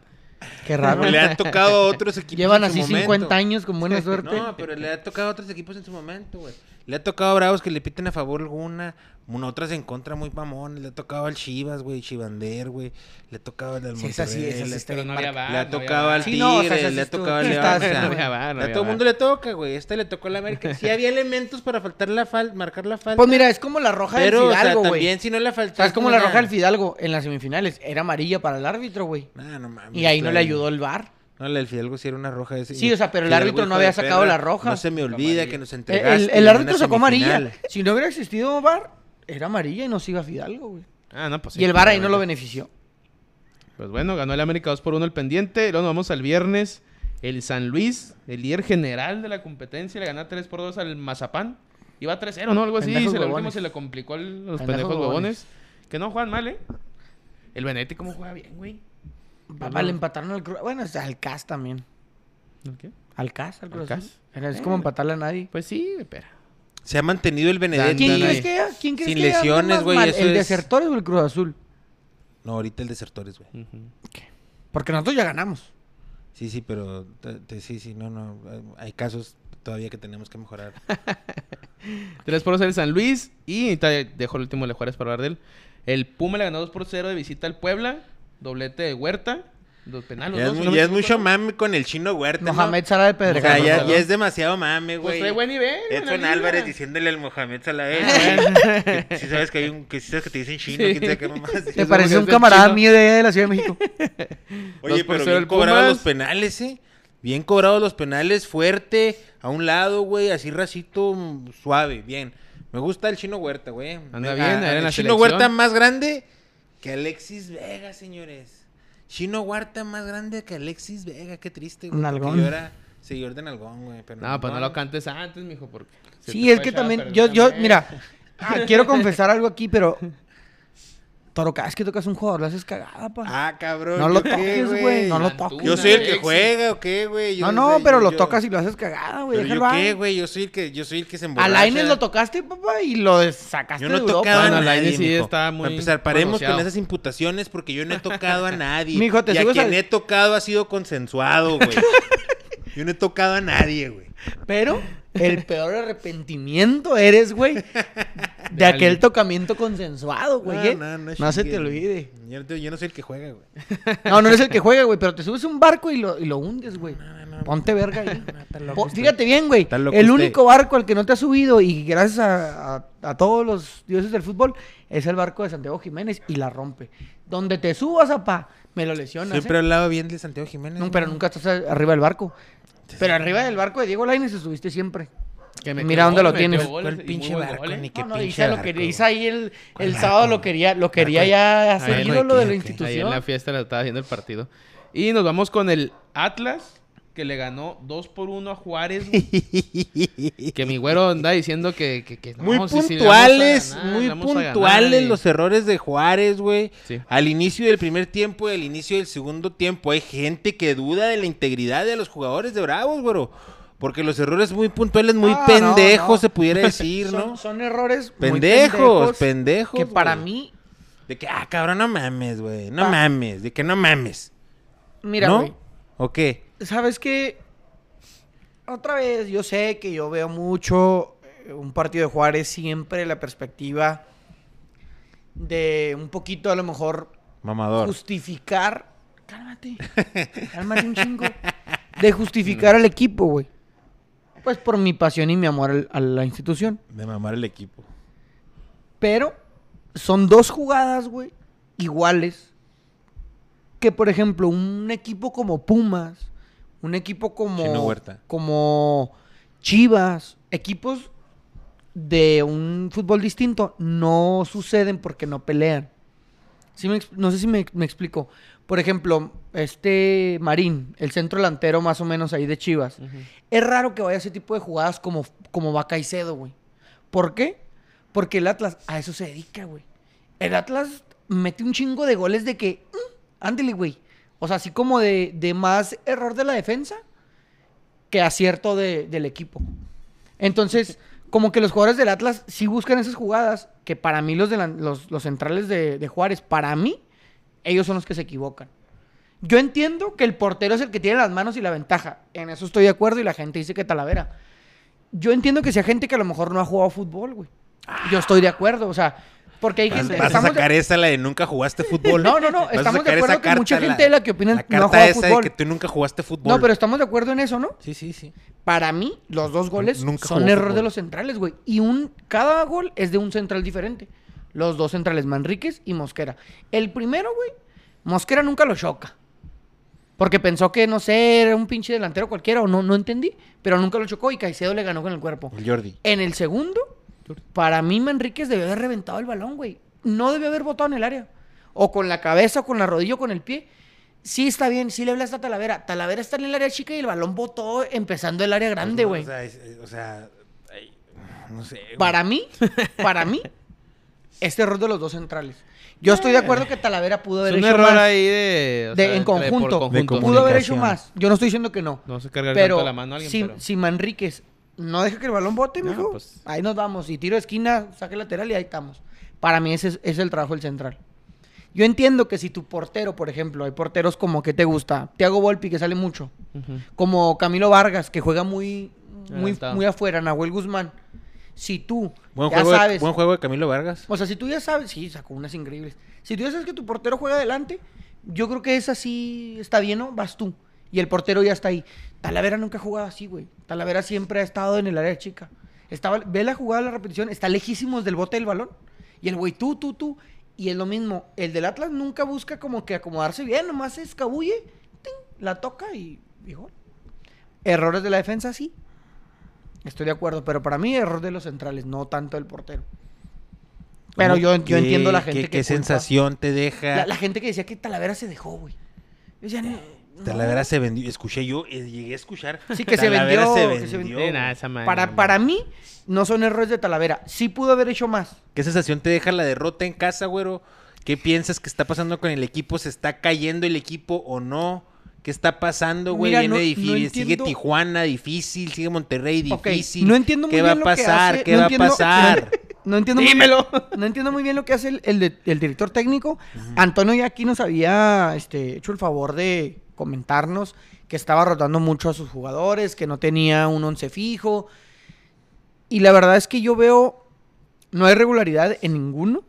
S3: Qué raro.
S2: Le han tocado a otros equipos.
S3: Llevan
S2: en
S3: así
S2: su momento. pues,
S3: 50 años con buena suerte.
S2: No, pero le ha tocado a otros equipos en su momento, güey. Le ha tocado a Bravos que le piten a favor alguna, una otras en contra muy mamón. Le ha tocado al Chivas, güey, Chivander, güey. Le ha tocado al
S3: Sí,
S2: Monterrey.
S3: esa sí, esa sí
S2: le-
S3: está
S1: Pero
S3: bien
S1: no había
S3: marcada.
S1: bar,
S2: le ha
S1: no había
S2: tocado
S1: bar.
S2: al
S3: Sí,
S2: Tigre,
S3: no, o sea, esa sí
S2: le ha
S3: estuvo-
S2: tocado al
S3: sí está-
S2: León. o sea,
S3: no
S1: había bar, no
S2: a
S1: había
S2: todo el
S1: bar.
S2: mundo le toca, güey. Este le tocó la marca. Sí había elementos para faltar la fal marcar la falta.
S3: Pues mira, es como la roja
S2: pero,
S3: del
S2: o sea,
S3: Fidalgo, güey.
S2: también si no le faltó.
S3: O sea, es como la roja del Fidalgo en las semifinales. Era amarilla para el árbitro, güey.
S2: Nah, Ah, no mames,
S3: Y ahí no le
S2: claro.
S3: ayudó el VAR.
S2: No, la del Fidalgo sí era una roja. ese-
S3: Sí, o sea, pero el
S2: Fidalgo,
S3: árbitro
S2: hijo
S3: no había
S2: de
S3: sacado
S2: perra,
S3: la roja.
S2: No se me
S1: Sacó
S2: olvida
S1: amarilla.
S2: que nos
S3: El,
S2: entregaste.
S3: el- el
S2: en una
S3: árbitro sacó amarilla.
S2: semifinal.
S3: Si no hubiera existido VAR, era amarilla y no se iba a Fidalgo, güey.
S1: Ah, no, pues sí,
S3: Y el VAR ahí no
S1: claramente.
S3: lo benefició.
S1: Pues bueno, ganó el América 2 por 1 el pendiente. Luego nos vamos al viernes. El San Luis, el líder general de la competencia, le ganó 3 por 2 al Mazapán. Iba 3-0, ¿no? Algo así.
S3: Pendejos
S1: Se le,
S3: huevones.
S1: último se le complicó al- a los
S3: Pendejos
S1: pendejos
S3: huevones.
S1: huevones. Que no juegan mal, ¿eh? El Benete, ¿cómo juega bien, güey?
S3: Papá, le empataron al Cruz. Bueno, es al CAS también.
S1: ¿No qué?
S3: Al CAS, al Cruz
S1: Al
S3: Azul.
S1: CAS.
S3: Era- Es
S2: Eh.
S3: como empatarle a nadie.
S1: Pues sí, espera.
S2: Se ha mantenido el Benedetto.
S3: ¿Quién
S1: Andan
S3: crees
S1: ahí.
S3: que haya- ¿Quién crees
S2: Sin
S3: que haya andado
S2: lesiones,
S3: más
S2: güey,
S3: mal,
S2: eso
S3: ¿El
S2: es-
S3: Desertores o el Cruz Azul?
S2: No, ahorita el desertores, güey.
S3: Porque nosotros ya ganamos.
S2: Sí, sí, pero te- te- sí, sí, no, no. hay- Hay casos todavía que tenemos que mejorar.
S1: 3 por 2 el San Luis. Y ahorita dejo el último de Juárez para hablar de él. El Puma le ganó 2 por 0 de visita al Puebla. Doblete de Huerta. Dos penales.
S2: ya es,
S1: ¿no?
S2: mu-
S1: Si no me
S2: ya es
S1: equivoco.
S2: mucho mame con el chino Huerta. ¿no?
S3: Mohamed Salah de
S2: O sea,
S3: Pedregal.
S2: ya,
S1: Mohamed.
S2: ya es demasiado mame,
S1: Pues
S2: güey.
S1: trae buen nivel. güey, la
S2: Edson
S1: liga.
S2: Álvarez diciéndole al Mohamed Salah, eh, güey, que si sabes que hay un, que si sabes que te dicen chino,
S1: Sí.
S2: quién sabe qué mamás.
S3: ¿Te parece
S1: es como
S3: un
S1: que es el
S3: camarada
S1: chino.
S3: mío de allá de la Ciudad de México?
S2: Oye,
S1: Dos por
S2: pero
S1: cero
S2: bien
S1: el
S2: cobrados
S1: Pumas.
S2: los penales, ¿eh? Bien cobrados los penales, fuerte, a un lado, güey, así racito, mm, suave, bien. Me gusta el chino Huerta, güey. Me-
S1: bien, era en
S2: el
S1: la
S2: chino
S1: selección.
S2: Huerta más grande que Alexis Vega, señores. Chino Huerta más grande que Alexis Vega, qué triste, güey. porque
S3: Nalgón.
S2: Yo era seguidor de Nalgón, güey. pero
S1: No, pues no
S2: Nalgón-
S1: lo cantes antes, mijo, porque... se
S3: Sí,
S1: te
S3: es
S1: puede
S3: que
S1: echar a
S3: también,
S1: perder
S3: yo, yo,
S1: también.
S3: mira, ah, quiero confesar algo aquí, pero Toro, cada vez que tocas un jugador lo haces cagada, pa.
S2: Ah, cabrón.
S3: no lo
S2: ¿yo qué,
S3: toques, güey, no lo toques.
S1: Antuna,
S2: Yo soy el que
S1: Alexis.
S2: juega, ¿o qué, güey? Yo
S3: No, no,
S2: soy-
S3: pero
S2: yo-
S3: lo
S2: yo-
S3: tocas y lo haces cagada, güey,
S2: ¿Pero
S3: déjalo
S2: yo
S3: ahí.
S2: qué, güey? Yo soy el que, yo soy el que se
S3: A
S2: emborracha.
S3: Lainez lo tocaste, papá, y lo des- sacaste
S2: Yo no he
S3: de Europa.
S2: tocado a
S1: Bueno,
S2: nadie.
S1: Lainez sí
S2: mijo.
S1: está muy
S2: Para empezar, paremos con
S1: manoseado.
S2: esas imputaciones porque yo no he tocado a nadie.
S3: Mijo, te
S2: y a
S3: subes
S2: quien
S3: al-
S2: he tocado ha sido consensuado, güey. yo no he tocado a nadie, güey.
S3: Pero el peor arrepentimiento eres, güey, de aquel tocamiento consensuado, güey. ¿eh? No, se te
S2: chinguen.
S3: olvide.
S2: Yo no, te- yo no soy el que juega, güey.
S3: No, no eres el que juega, güey, pero te subes a un barco y lo, y lo hundes, güey.
S2: No, no, no.
S3: Ponte verga ahí.
S2: está loco
S3: Po-
S2: usted.
S3: fíjate bien, güey.
S2: Está loco
S3: El
S2: usted.
S3: único barco al que no te has subido y gracias a, a- a todos los dioses del fútbol es el barco de Santiago Jiménez y la rompe. Donde te subas, apá, me lo lesionas.
S2: Siempre
S3: ¿eh?
S2: he hablado bien de Santiago Jiménez.
S3: No,
S2: güey.
S3: pero nunca estás a- arriba del barco. Pero arriba del barco de Diego Lainez estuviste siempre.
S1: Que metió
S3: Mira dónde lo
S1: metió
S3: tienes.
S1: goles
S2: ¿Cuál
S1: y
S2: pinche
S1: muy buen
S2: barco,
S1: gol, eh?
S2: ni qué
S3: No, no,
S2: pinche
S3: Isa, lo
S2: barco,
S3: quería,
S2: güey.
S3: Isa ahí el,
S2: ¿Cuál
S3: el
S2: barco?
S3: sábado lo quería, lo quería
S2: de-
S3: ya
S2: barco
S3: hacer
S2: de
S3: ídolo de la
S2: qué, o qué?
S1: Ahí en
S3: institución.
S1: la fiesta le estaba haciendo el partido. Y nos vamos con el Atlas, que le ganó 2 por 1 a Juárez. güey. que mi güero anda diciendo que... que, que no,
S2: Muy
S1: sí, sí, le vamos a
S2: puntuales,
S1: ganar, le
S2: muy
S1: vamos a ganar,
S2: puntuales
S1: y-
S2: los errores de Juárez, güey.
S1: eh. Sí.
S2: Al inicio del primer tiempo y al inicio del segundo tiempo hay gente que duda de la integridad de los jugadores de Bravos, güero. Porque los errores muy puntuales, muy
S3: Ah, no,
S2: pendejos,
S3: no.
S2: se pudiera decir,
S3: son,
S2: ¿no?
S3: son errores muy
S2: Pendejos, pendejos.
S3: que para
S2: güey.
S3: mí,
S2: De que, ah, cabrón, no mames, güey. No
S3: Pa-
S2: mames, de que no mames.
S3: mira,
S2: ¿No?
S3: güey.
S2: ¿O qué?
S3: ¿Sabes qué? Otra vez, yo sé que yo veo mucho eh, un partido de Juárez siempre la perspectiva de un poquito a lo mejor
S2: Mamador.
S3: justificar. Cálmate. Cálmate un chingo. De justificar al equipo, güey. Pues por mi pasión y mi amor al- a la institución.
S2: De mamar el equipo.
S3: Pero son dos jugadas, güey, iguales. Que, por ejemplo, un equipo como Pumas, un equipo
S2: Chino
S3: como,
S2: Huerta.
S3: como Chivas, equipos de un fútbol distinto, no suceden porque no pelean. Sí me ex- no sé si me, me explico. Por ejemplo, este Marín, el centro delantero más o menos ahí de Chivas.
S1: Ujú.
S3: Es raro que vaya a ese tipo de jugadas como, como va Caicedo, güey. ¿Por qué? Porque el Atlas a eso se dedica, güey. El Atlas mete un chingo de goles de que, mm, ándele, güey. O sea, así como de, de más error de la defensa que acierto de- del equipo. Entonces, como que los jugadores del Atlas sí buscan esas jugadas, que para mí los, delan- los, los centrales de, de Juárez, para mí, ellos son los que se equivocan. Yo entiendo que el portero es el que tiene las manos y la ventaja. En eso estoy de acuerdo y la gente dice que Talavera. yo entiendo que sea gente que a lo mejor no ha jugado fútbol, güey. Yo estoy de acuerdo, o sea, porque hay
S2: Vas,
S3: gente...
S2: vas a
S3: estamos de-
S2: sacar esa la de nunca jugaste fútbol.
S3: No, no, no,
S2: Vas a
S3: estamos de
S2: sacar esa
S3: acuerdo que mucha
S2: carta,
S3: gente de la que opina
S2: la
S3: no ha
S2: carta
S3: jugado
S2: esa de
S3: fútbol.
S2: que tú nunca jugaste fútbol.
S3: No, pero estamos de acuerdo en eso, ¿no?
S2: Sí, sí, sí.
S3: Para mí, los dos goles
S2: Nunca
S3: son
S2: jugó
S3: error
S2: fútbol.
S3: de los centrales, güey. Y un, cada gol es de un central diferente. Los dos centrales, Manríquez y Mosquera. El primero, güey, Mosquera nunca lo choca. Porque pensó que, no sé, era un pinche delantero cualquiera o no, no entendí. Pero nunca lo chocó y Caicedo le ganó con el cuerpo.
S2: El Jordi.
S3: En el segundo, para mí Manríquez debió haber reventado el balón, güey. No debió haber botado en el área. O con la cabeza, o con la rodilla, o con el pie. Sí está bien, sí le hablas a Talavera. Talavera está en el área chica y el balón botó empezando el área grande, güey.
S2: Pues, O sea, es- es- o sea, ay, no sé. güey.
S3: para mí, para mí, este error de los dos centrales. Yo estoy de acuerdo que Talavera pudo
S1: Es
S3: haber
S1: un
S3: hecho
S1: error
S3: más.
S1: ahí de...
S3: de-
S1: o sea,
S3: en
S1: entre- por
S3: conjunto.
S1: conjunto.
S2: De
S3: Pudo haber hecho
S2: Comunicación.
S3: más. Yo no estoy diciendo que no.
S1: No se carga
S3: pero,
S1: la mano a alguien,
S3: si,
S1: pero...
S3: si Manríquez no deja que el balón bote,
S1: No,
S3: mijo,
S1: pues.
S3: ahí nos vamos. Y tiro de esquina, saque lateral y ahí estamos. Para mí ese es, es el trabajo del central. Yo entiendo que si tu portero, por ejemplo, hay porteros como que te gusta, Thiago Volpi, que sale mucho,
S1: Ujú.
S3: como Camilo Vargas, que juega muy, muy,
S1: Adelantado.
S3: muy afuera, Nahuel Guzmán. Si tú
S2: Buen
S3: ya
S2: juego, de,
S3: sabes,
S2: buen juego de Camilo Vargas.
S3: o sea, si tú ya sabes, sí, sacó unas increíbles. Si tú ya sabes que tu portero juega adelante, yo creo que es así, está bien, ¿no? Vas tú. Y el portero ya está ahí. Talavera nunca ha jugado así, güey. Talavera siempre ha estado en el área chica. Estaba, ve la jugada, la repetición, está lejísimos del bote del balón. Y el güey, tú, tú, tú. Y es lo mismo, el del Atlas nunca busca como que acomodarse bien, nomás se escabulle, ting, la toca y, y gol. Errores de la defensa, sí. Estoy de acuerdo, pero para mí error de los centrales, no tanto del portero. Pero
S2: ¿Cómo
S3: yo, yo
S2: qué-
S3: entiendo la gente
S2: qué-
S3: que.
S2: ¿Qué
S3: culpa-
S2: sensación te deja?
S3: La, la gente que decía que Talavera se dejó, güey. Yo decía, no,
S2: Talavera
S3: no.
S2: se vendió. Escuché yo, eh, llegué a escuchar.
S3: Sí, que se
S2: Talavera
S3: vendió,
S2: se
S3: que se
S2: vendió,
S1: Sí, nada,
S2: güey.
S1: esa madre,
S3: Para,
S1: no.
S3: para mí, no son errores de Talavera. Sí pudo haber hecho más.
S2: ¿Qué sensación te deja la derrota en casa, güero? ¿Qué piensas que está pasando con el equipo? ¿Se está cayendo el equipo o no? ¿Qué está pasando, güey?
S3: Mira,
S2: Viene
S3: no-
S2: difícil.
S3: no
S2: Sigue
S3: entiendo-
S2: Tijuana difícil, sigue Monterrey
S3: Ok,
S2: difícil.
S3: No entiendo muy
S2: ¿Qué
S3: bien
S2: va
S3: lo
S2: a
S3: que
S2: pasar?
S3: hace-
S2: ¿Qué
S3: no
S2: va
S3: entiendo-
S2: a pasar?
S3: No entiendo muy-
S1: ¡Dímelo!
S3: No entiendo muy bien lo que hace el, el de- el director técnico. Antonio ya aquí nos había este, hecho el favor de comentarnos que estaba rotando mucho a sus jugadores, que no tenía un once fijo. Y la verdad es que yo veo, no hay regularidad en ninguno.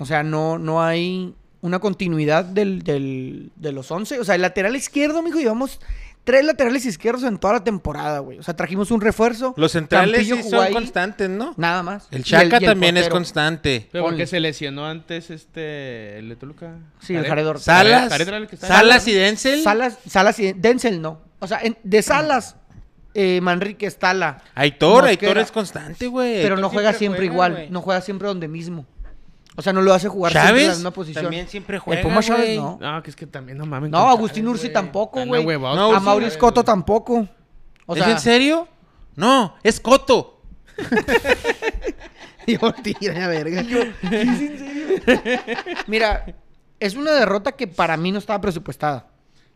S3: O sea, no, no hay una continuidad del, del- de los once. O sea, el lateral izquierdo, mijo, llevamos tres laterales izquierdos en toda la temporada, güey. O sea, trajimos un refuerzo.
S2: Los centrales
S3: Campillo
S2: sí
S3: jugó
S2: son
S3: ahí,
S2: constantes, ¿no?
S3: Nada más. Y
S2: El Chaca
S3: y el
S2: también es
S3: portero.
S2: constante.
S1: Pero porque
S3: Ponle.
S1: se lesionó antes este... ¿El de Toluca?
S3: Sí, el
S1: Jared.
S3: Jared Ortega.
S2: Salas,
S1: Jared era el que estaba-
S2: Salas y Denzel.
S3: Salas, Salas y Denzel no. O sea, en- de Salas, eh, Manrique, Tala.
S2: Aitor,
S3: Mosquera.
S2: Aitor es constante, güey.
S3: Pero no
S2: Aitor
S3: juega siempre
S2: juega,
S3: igual,
S2: güey.
S3: no juega siempre donde mismo. O sea, no lo hace jugar siempre en la
S2: Chávez
S3: misma posición.
S2: también siempre
S3: el
S2: juega,
S3: Puma Chávez
S2: güey.
S3: no.
S1: No, que es que también no mames.
S3: No,
S1: con
S3: Agustín
S1: Chávez,
S3: Ursi
S1: güey.
S3: tampoco,
S1: Están
S3: güey.
S1: ahuevados
S2: No,
S1: con
S3: A
S2: Ursi,
S1: Chávez,
S3: Mauricio Coto
S1: güey.
S3: tampoco. O sea,
S2: ¿Es en serio? No, es Coto.
S3: Yo tira la verga. Mira, es una derrota que para mí no estaba presupuestada.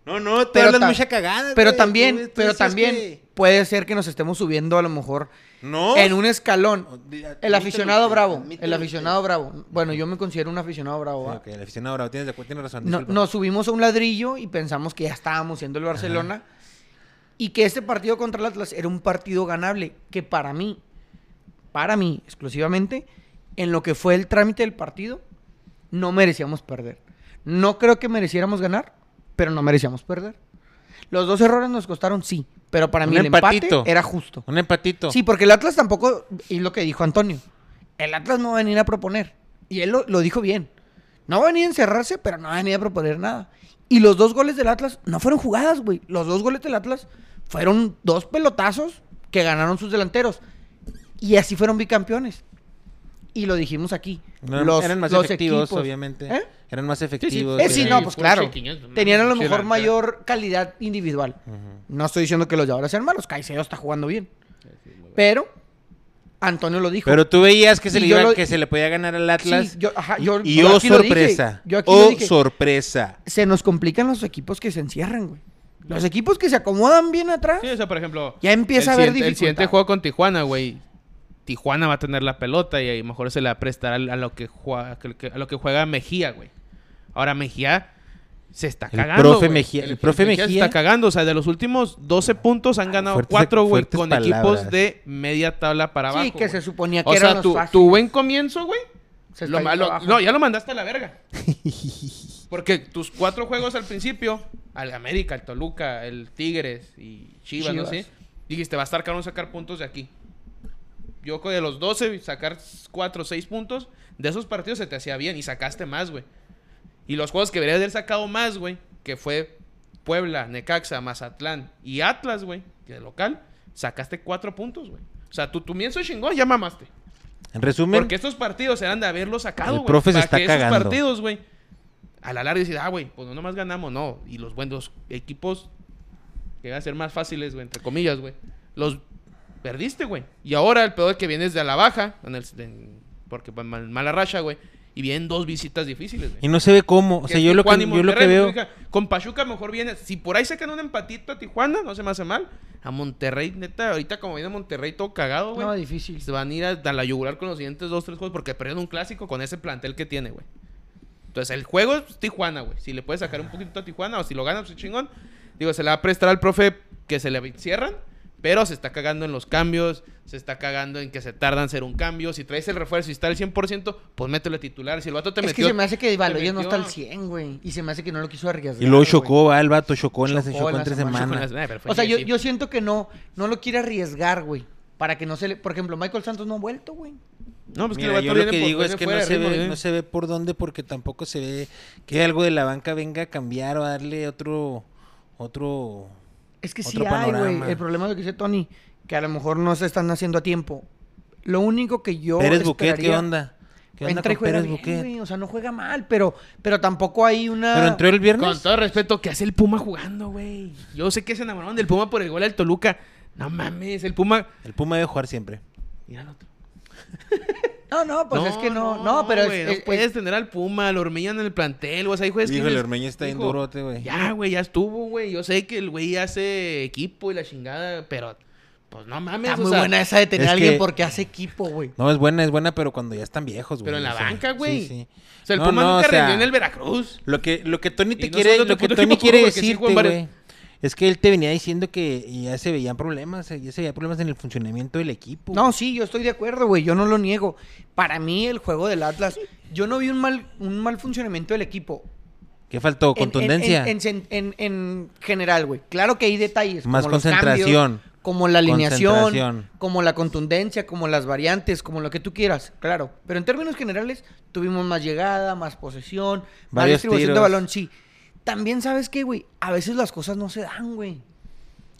S2: No, no, te
S3: Pero
S2: hablas
S3: ta-
S2: mucha cagada.
S3: Pero
S2: güey.
S3: también,
S2: Tú- tú
S3: pero
S2: decías
S3: también
S2: pues, que-
S3: puede ser que nos estemos subiendo a lo mejor
S2: No. Oh,
S3: en un escalón.
S2: Admítelo
S3: El aficionado
S2: usted,
S3: bravo.
S2: admítelo
S3: El
S2: usted.
S3: aficionado bravo. Bueno, yo me considero un aficionado bravo.
S2: Sí,
S3: ¿va?
S2: ok, el aficionado bravo, tienes, de acu- tienes razón.
S3: No-
S2: disculpa.
S3: nos subimos a un ladrillo y pensamos que ya estábamos siendo el Barcelona. Y que este partido contra el Atlas era un partido ganable. Que para mí, para mí exclusivamente, en lo que fue el trámite del partido, no merecíamos perder. No creo que mereciéramos ganar, pero no merecíamos perder. Los dos errores nos costaron, sí. Pero para
S2: Un
S3: mí el empate
S2: empatito.
S3: era justo.
S2: Un empatito.
S3: Sí, porque el Atlas tampoco, y lo que dijo Antonio, el Atlas no va a venir a proponer. Y él lo, lo dijo bien. No va a venir a encerrarse, pero no va a venir a proponer nada. Y los dos goles del Atlas no fueron jugadas, güey. Los dos goles del Atlas fueron dos pelotazos que ganaron sus delanteros. Y así fueron bicampeones. Y lo dijimos aquí.
S2: No,
S3: los,
S2: eran más
S3: los
S2: efectivos,
S3: equipos-
S2: obviamente.
S3: ¿Eh?
S2: Eran más efectivos.
S3: Eh, sí,
S1: Sí,
S3: no, pues
S1: puro
S3: claro.
S1: chiquiños, no mames,
S3: Tenían a lo
S1: pinche
S3: mejor
S1: delantero.
S3: mayor calidad individual. No estoy diciendo que los de ahora sean malos. Caicedo está jugando bien. Pero Antonio lo dijo.
S2: Pero tú veías que se,
S3: Y
S2: le,
S3: yo
S2: iba-
S3: lo-
S2: que se le podía ganar al
S3: Sí,
S2: Atlas.
S3: yo, ajá, yo-
S2: y
S3: yo
S2: oh,
S3: aquí lo dije,
S2: sorpresa.
S3: yo aquí lo
S2: oh,
S3: dije.
S2: sorpresa.
S3: se nos complican los equipos que se encierran, güey. Los equipos que se acomodan bien atrás.
S1: Sí, o sea, por ejemplo.
S3: Ya empieza
S1: el
S3: a haber
S1: siguiente- El
S3: dificultad.
S1: siguiente juego con Tijuana, güey. Tijuana va a tener la pelota y a lo mejor se la prestará a lo que juega, a lo que juega Mejía, güey. Ahora Mejía se está
S2: El
S1: cagando.
S2: profe
S1: güey.
S2: Mejía- el profe
S1: se
S2: Mejía-
S1: está cagando. O sea, de los últimos 12 puntos han ganado
S2: fuertes-
S1: 4, güey,
S2: fuertes
S1: con
S2: palabras.
S1: equipos de media tabla para abajo.
S3: sí, que
S1: güey.
S3: se suponía que
S1: O
S3: eran
S1: sea,
S3: los
S1: tu,
S3: fáciles.
S1: tu buen comienzo, güey.
S3: Se
S1: lo
S3: está
S1: malo-
S3: yendo abajo.
S1: no, ya lo mandaste a la verga. Porque tus cuatro juegos al principio, al América, al Toluca, el Tigres y Chivas, no
S3: Chivas.
S1: sé, dijiste, va a estar caro sacar puntos de aquí. Yo co- de los 12, sacar 4 o 6 puntos, de esos partidos se te hacía bien y sacaste más, güey. Y los juegos que deberías haber sacado más, güey, que fue Puebla, Necaxa, Mazatlán y Atlas, güey, que de local, sacaste 4 puntos, güey. O sea, tu tu comienzo chingón ya mamaste.
S2: En resumen,
S1: Porque estos partidos eran de haberlos sacado,
S2: El
S1: güey.
S2: profe se
S1: para
S2: está
S1: que
S2: cagando.
S1: Esos partidos, güey. A la larga decir, ah, güey, pues no nomás ganamos, no. Y los buenos equipos que van a ser más fáciles, güey, entre comillas, güey. Los perdiste, güey. Y ahora el peor es que vienes de a la baja, en el- en- porque van mal- mala racha, güey. Y vienen dos visitas difíciles, güey.
S2: y no se ve cómo. O sea,
S1: es
S2: yo lo que,
S1: Tijuana y
S2: yo lo que
S1: Monterrey,
S2: veo.
S1: güey, hija, Con Pachuca mejor viene. Si por ahí sacan un empatito a Tijuana, no se me hace mal. A Monterrey, neta, ahorita como viene Monterrey todo cagado, güey.
S3: No, difícil.
S1: Se van a ir a, a la yugular con los siguientes dos, tres juegos porque perdieron un clásico con ese plantel que tiene, güey. Entonces, el juego es Tijuana, güey. Si le puedes sacar un poquito a Tijuana o si lo ganas, pues chingón. Digo, se le va a prestar al profe que se le cierran, pero se está cagando en los cambios, se está cagando en que se tardan en hacer un cambio. Si traes el refuerzo y está al 100%, pues mételo a titular. Si el vato te
S3: Es que
S1: metió...
S3: se me hace que Divaloya
S1: te
S3: no
S1: metió-
S3: está al 100, güey. Y se me hace que no lo quiso arriesgar.
S2: Y luego
S3: güey.
S2: chocó, va, el vato chocó en las
S3: Chocó
S2: chocó
S3: en
S2: en
S3: la
S2: tres
S3: semana.
S2: semanas.
S1: Eh, pero fue
S3: O sea,
S1: en
S3: yo,
S1: el-
S3: yo siento que no, no lo quiere arriesgar, güey. Para que no se le. Por ejemplo, Michael Santos no ha vuelto, güey.
S1: No, pues
S2: Mira,
S1: que el
S2: yo lo
S1: vato viene
S2: que
S1: por-
S2: digo es
S1: viene
S2: que no
S1: fuera de
S2: se,
S1: ritmo,
S2: ve,
S1: viene-
S2: no se ve por dónde porque tampoco se ve que algo de la banca venga a cambiar o a darle otro otro
S3: Es que sí
S2: Otro
S3: hay, güey.
S2: panorama.
S3: El problema es lo que dice Tony, que a lo mejor no se están haciendo a tiempo. Lo único que yo.
S2: Pérez Buquet, ¿qué
S3: esperaría-
S2: onda? ¿Qué onda
S3: Entra y
S2: con
S3: juega
S2: Pérez
S3: bien,
S2: Buquet?
S3: güey. O sea, no juega mal, pero, pero tampoco hay una.
S2: Pero entró el
S1: Con
S2: viernes.
S1: todo respeto, ¿qué hace el Puma jugando, güey? Yo sé que se enamoraron del Puma por el gol al Toluca. No mames, el Puma.
S2: El Puma debe jugar siempre.
S1: Mira el otro.
S3: No, no, pues es que no. No, pero es-
S1: güey,
S3: es,
S1: no
S3: es-
S1: puedes tener al Puma, al Ormeño en el plantel, güey. O sea, hijo, es que
S2: Híjole,
S1: dices,
S2: Ormeño está bien
S1: hijo,
S2: durote, güey.
S1: Ya, güey, ya estuvo, güey. Yo sé que el güey hace equipo y la chingada, pero pues no mames.
S3: está
S1: o
S3: muy
S1: sea,
S3: buena esa de tener
S2: es
S3: a alguien
S2: que-
S3: porque hace equipo, güey.
S2: No, es buena, es buena, pero cuando ya están viejos, güey.
S1: Pero en la
S2: o sea,
S1: banca,
S2: sí,
S1: güey.
S2: sí.
S1: O sea, el
S2: No,
S1: Puma
S2: no,
S1: nunca
S2: o sea,
S1: rindió en el Veracruz.
S2: Lo que, lo que Tony te
S1: Y no
S2: quiere,
S1: son de otro
S2: lo que
S1: puto
S2: Tony
S1: equipo,
S2: quiere
S1: porque sí
S2: decirte,
S1: juegan varios.
S2: güey, es que él te venía diciendo que ya se veían problemas, eh, ya se veían problemas en el funcionamiento del equipo.
S3: No,
S2: güey.
S3: sí, yo estoy de acuerdo, güey. Yo no lo niego. Para mí, el juego del Atlas, yo no vi un mal, un mal funcionamiento del equipo.
S2: ¿Qué faltó?
S3: En- en-
S2: Contundencia.
S3: En, en- en- en general, güey. Claro que hay detalles.
S2: Más
S3: como los
S2: concentración.
S3: cambios, como la alineación.
S2: Concentración.
S3: Como la contundencia, como las variantes, como lo que tú quieras. Claro. Pero en términos generales, tuvimos más llegada, más posesión, más
S2: Varios
S3: distribución de
S2: tiros.
S3: balón, sí. También, ¿sabes qué, güey? A veces las cosas no se dan, güey.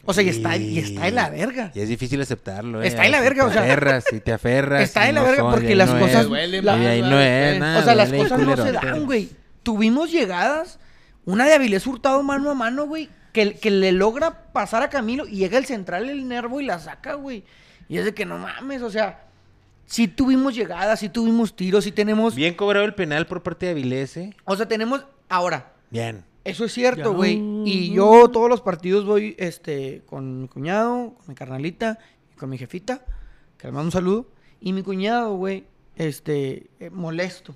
S3: O sea, y está, y está en la verga.
S2: Y es difícil aceptarlo, eh,
S3: Está de
S2: a
S3: la
S2: veces
S3: verga,
S2: te
S3: o sea.
S2: aferras y te aferras.
S3: Está
S2: y
S3: de la
S2: no
S3: verga
S2: son, y
S3: porque
S2: ahí
S3: las
S2: no
S3: cosas-
S2: es.
S1: Duele
S2: Y
S1: más,
S2: ahí
S1: güey.
S2: no es,
S1: O
S2: nada,
S3: Eh, o sea, las
S2: duele,
S3: cosas no se
S2: culerote.
S3: dan, güey. Tuvimos llegadas, una de Avilés Hurtado mano a mano, güey, que, que le logra pasar a Camilo y llega el central, el nervo y la saca, güey. Y es de que no mames, o sea, sí tuvimos llegadas, sí tuvimos tiros, sí tenemos...
S2: Bien cobrado el penal por parte de Avilés, eh.
S3: O sea, tenemos... Ahora,
S2: Bien.
S3: eso es cierto,
S1: Ya.
S3: güey. Y yo todos los partidos voy este, con mi cuñado, con mi carnalita, con mi jefita, que le mando un saludo. Y mi cuñado, güey, este, eh, molesto.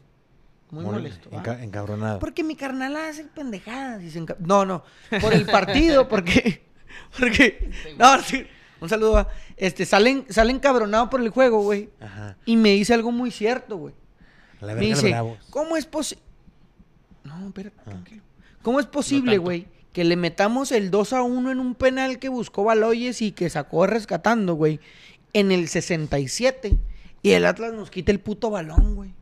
S3: Muy
S2: Mol-
S3: molesto. ¿va?
S2: enca- encabronado.
S3: Porque mi carnal hace pendejadas. y se enca- No, no. Por el partido, porque. Porque. No, sí. Un saludo. va. Este, salen, salen cabronado por el juego, güey.
S2: Ajá.
S3: Y me dice algo muy cierto, güey.
S2: La
S3: Me
S2: Ah. verga los
S3: dice,
S2: bravos.
S3: ¿cómo es posible? No, espérate, tranquilo. ¿Cómo es posible,
S1: tanto.
S3: güey, que le metamos el 2 a 1 en un penal que buscó Baloyes y que sacó rescatando, güey, en el 67 y el Atlas nos quita el puto balón, güey?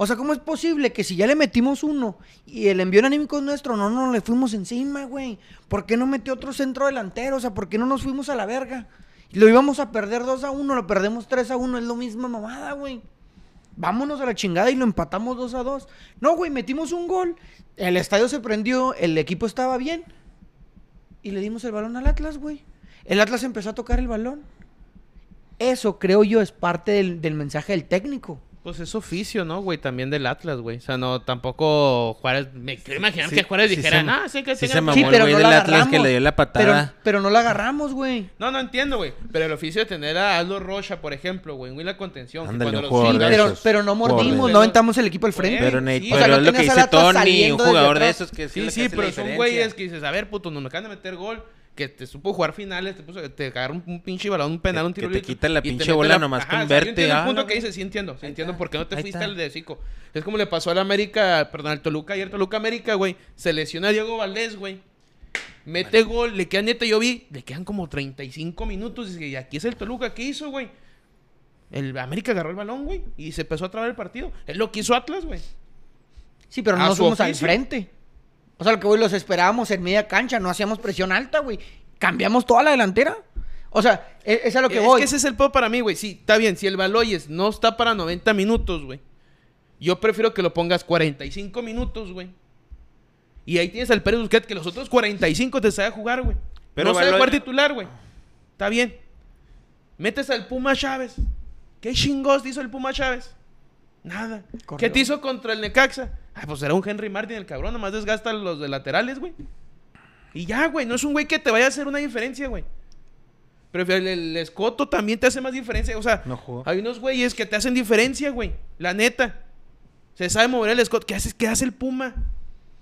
S3: O sea, ¿cómo es posible que si ya le metimos uno y el envío anímico es nuestro, no nos le fuimos encima, güey? ¿Por qué no metió otro centro delantero? O sea, ¿por qué no nos fuimos a la verga? Lo íbamos a perder 2 a 1, lo perdemos 3 a 1, es lo misma mamada, güey. Vámonos a la chingada y lo empatamos 2 a 2. No, güey, metimos un gol. El estadio se prendió, el equipo estaba bien. Y le dimos el balón al Atlas, güey. El Atlas empezó a tocar el balón. Eso, creo yo, es parte del, del mensaje del técnico.
S1: Pues es oficio, ¿no, güey? También del Atlas, güey. O sea, no, tampoco Juárez. Me quiero imaginar
S2: Sí,
S1: que Juárez
S2: sí
S1: dijera,
S2: se-
S1: ah, sí que
S2: sí
S1: tengan-
S2: se mamó el güey del Atlas que le dio la
S3: Pero,
S2: patada.
S3: pero no la agarramos, güey.
S1: No, no entiendo, güey. Pero el oficio de tener a Aldo Rocha, por ejemplo, güey, muy la contención. que
S2: Ándale,
S1: cuando
S2: un
S1: los-
S2: jugador
S3: Sí,
S2: de
S3: pero,
S2: esos.
S3: pero no mordimos,
S1: Pobre.
S3: no aventamos el equipo al frente.
S1: Güey,
S2: Pero, Nate-
S1: sí, o
S2: pero
S1: sea,
S3: no
S2: es lo que
S3: tenías al
S2: dice
S3: Atlas
S2: Tony, un
S3: saliendo desde
S2: jugador de
S3: atrás.
S2: esos que es
S1: Sí,
S2: el que
S1: sí,
S2: hace la
S1: pero son
S2: diferencia.
S1: güeyes que dices, a ver, puto, nos me acaban de meter gol, que te supo jugar finales, te puso, te cagaron un pinche balón, un penal,
S2: Que-
S1: un tiro
S2: que te
S1: libre,
S2: quita la
S1: y te
S2: pinche
S1: mete
S2: bola nomás
S1: Ajá,
S2: con
S1: o sea, yo
S2: verte,
S1: entiendo el
S2: ah,
S1: punto
S2: la
S1: que dices, sí entiendo, sí
S2: Ahí
S1: entiendo
S2: está,
S1: por qué no te
S2: ahí
S1: fuiste
S2: está.
S1: al de Zico. Es como le pasó al América, perdón, al Toluca, ayer Toluca América, güey, se lesiona a Diego Valdés, güey. Mete gol, le quedan neta, yo vi, le quedan como 35 minutos, y dije, y aquí es el Toluca, ¿qué hizo, güey? El América agarró el balón, güey, y se empezó a trabar el partido. Es lo que hizo Atlas, güey.
S3: Sí, pero
S1: A
S3: no
S1: su
S3: fuimos al
S1: oficio.
S3: frente. O sea, lo que voy, los esperábamos en media cancha, no hacíamos presión alta, güey. Cambiamos toda la delantera. O sea, e- es a lo que
S1: Eh, es
S3: voy.
S1: que ese es el pedo para mí, güey. Sí, está bien. Si el Baloyes no está para 90 minutos, güey. Yo prefiero que lo pongas 45 minutos, güey. Y ahí tienes al Pérez Busquets que los otros 45 te sabe jugar, güey.
S2: Pero
S1: Pero no sabe
S2: Baloy-
S1: jugar titular, güey. Está bien. Metes al Puma Chávez. ¿Qué chingos te hizo el Puma Chávez? Nada.
S3: Corrió.
S1: ¿Qué te hizo contra el Necaxa? Ah, pues era un Henry Martin el cabrón. Nomás desgasta los de laterales, güey. Y ya, güey. No es un güey que te vaya a hacer una diferencia, güey. Pero el, el escoto también te hace más diferencia. O sea,
S2: No jugó.
S1: hay unos güeyes que te hacen diferencia, güey. La neta. Se sabe mover el escoto. ¿Qué, haces? ¿Qué hace el Puma?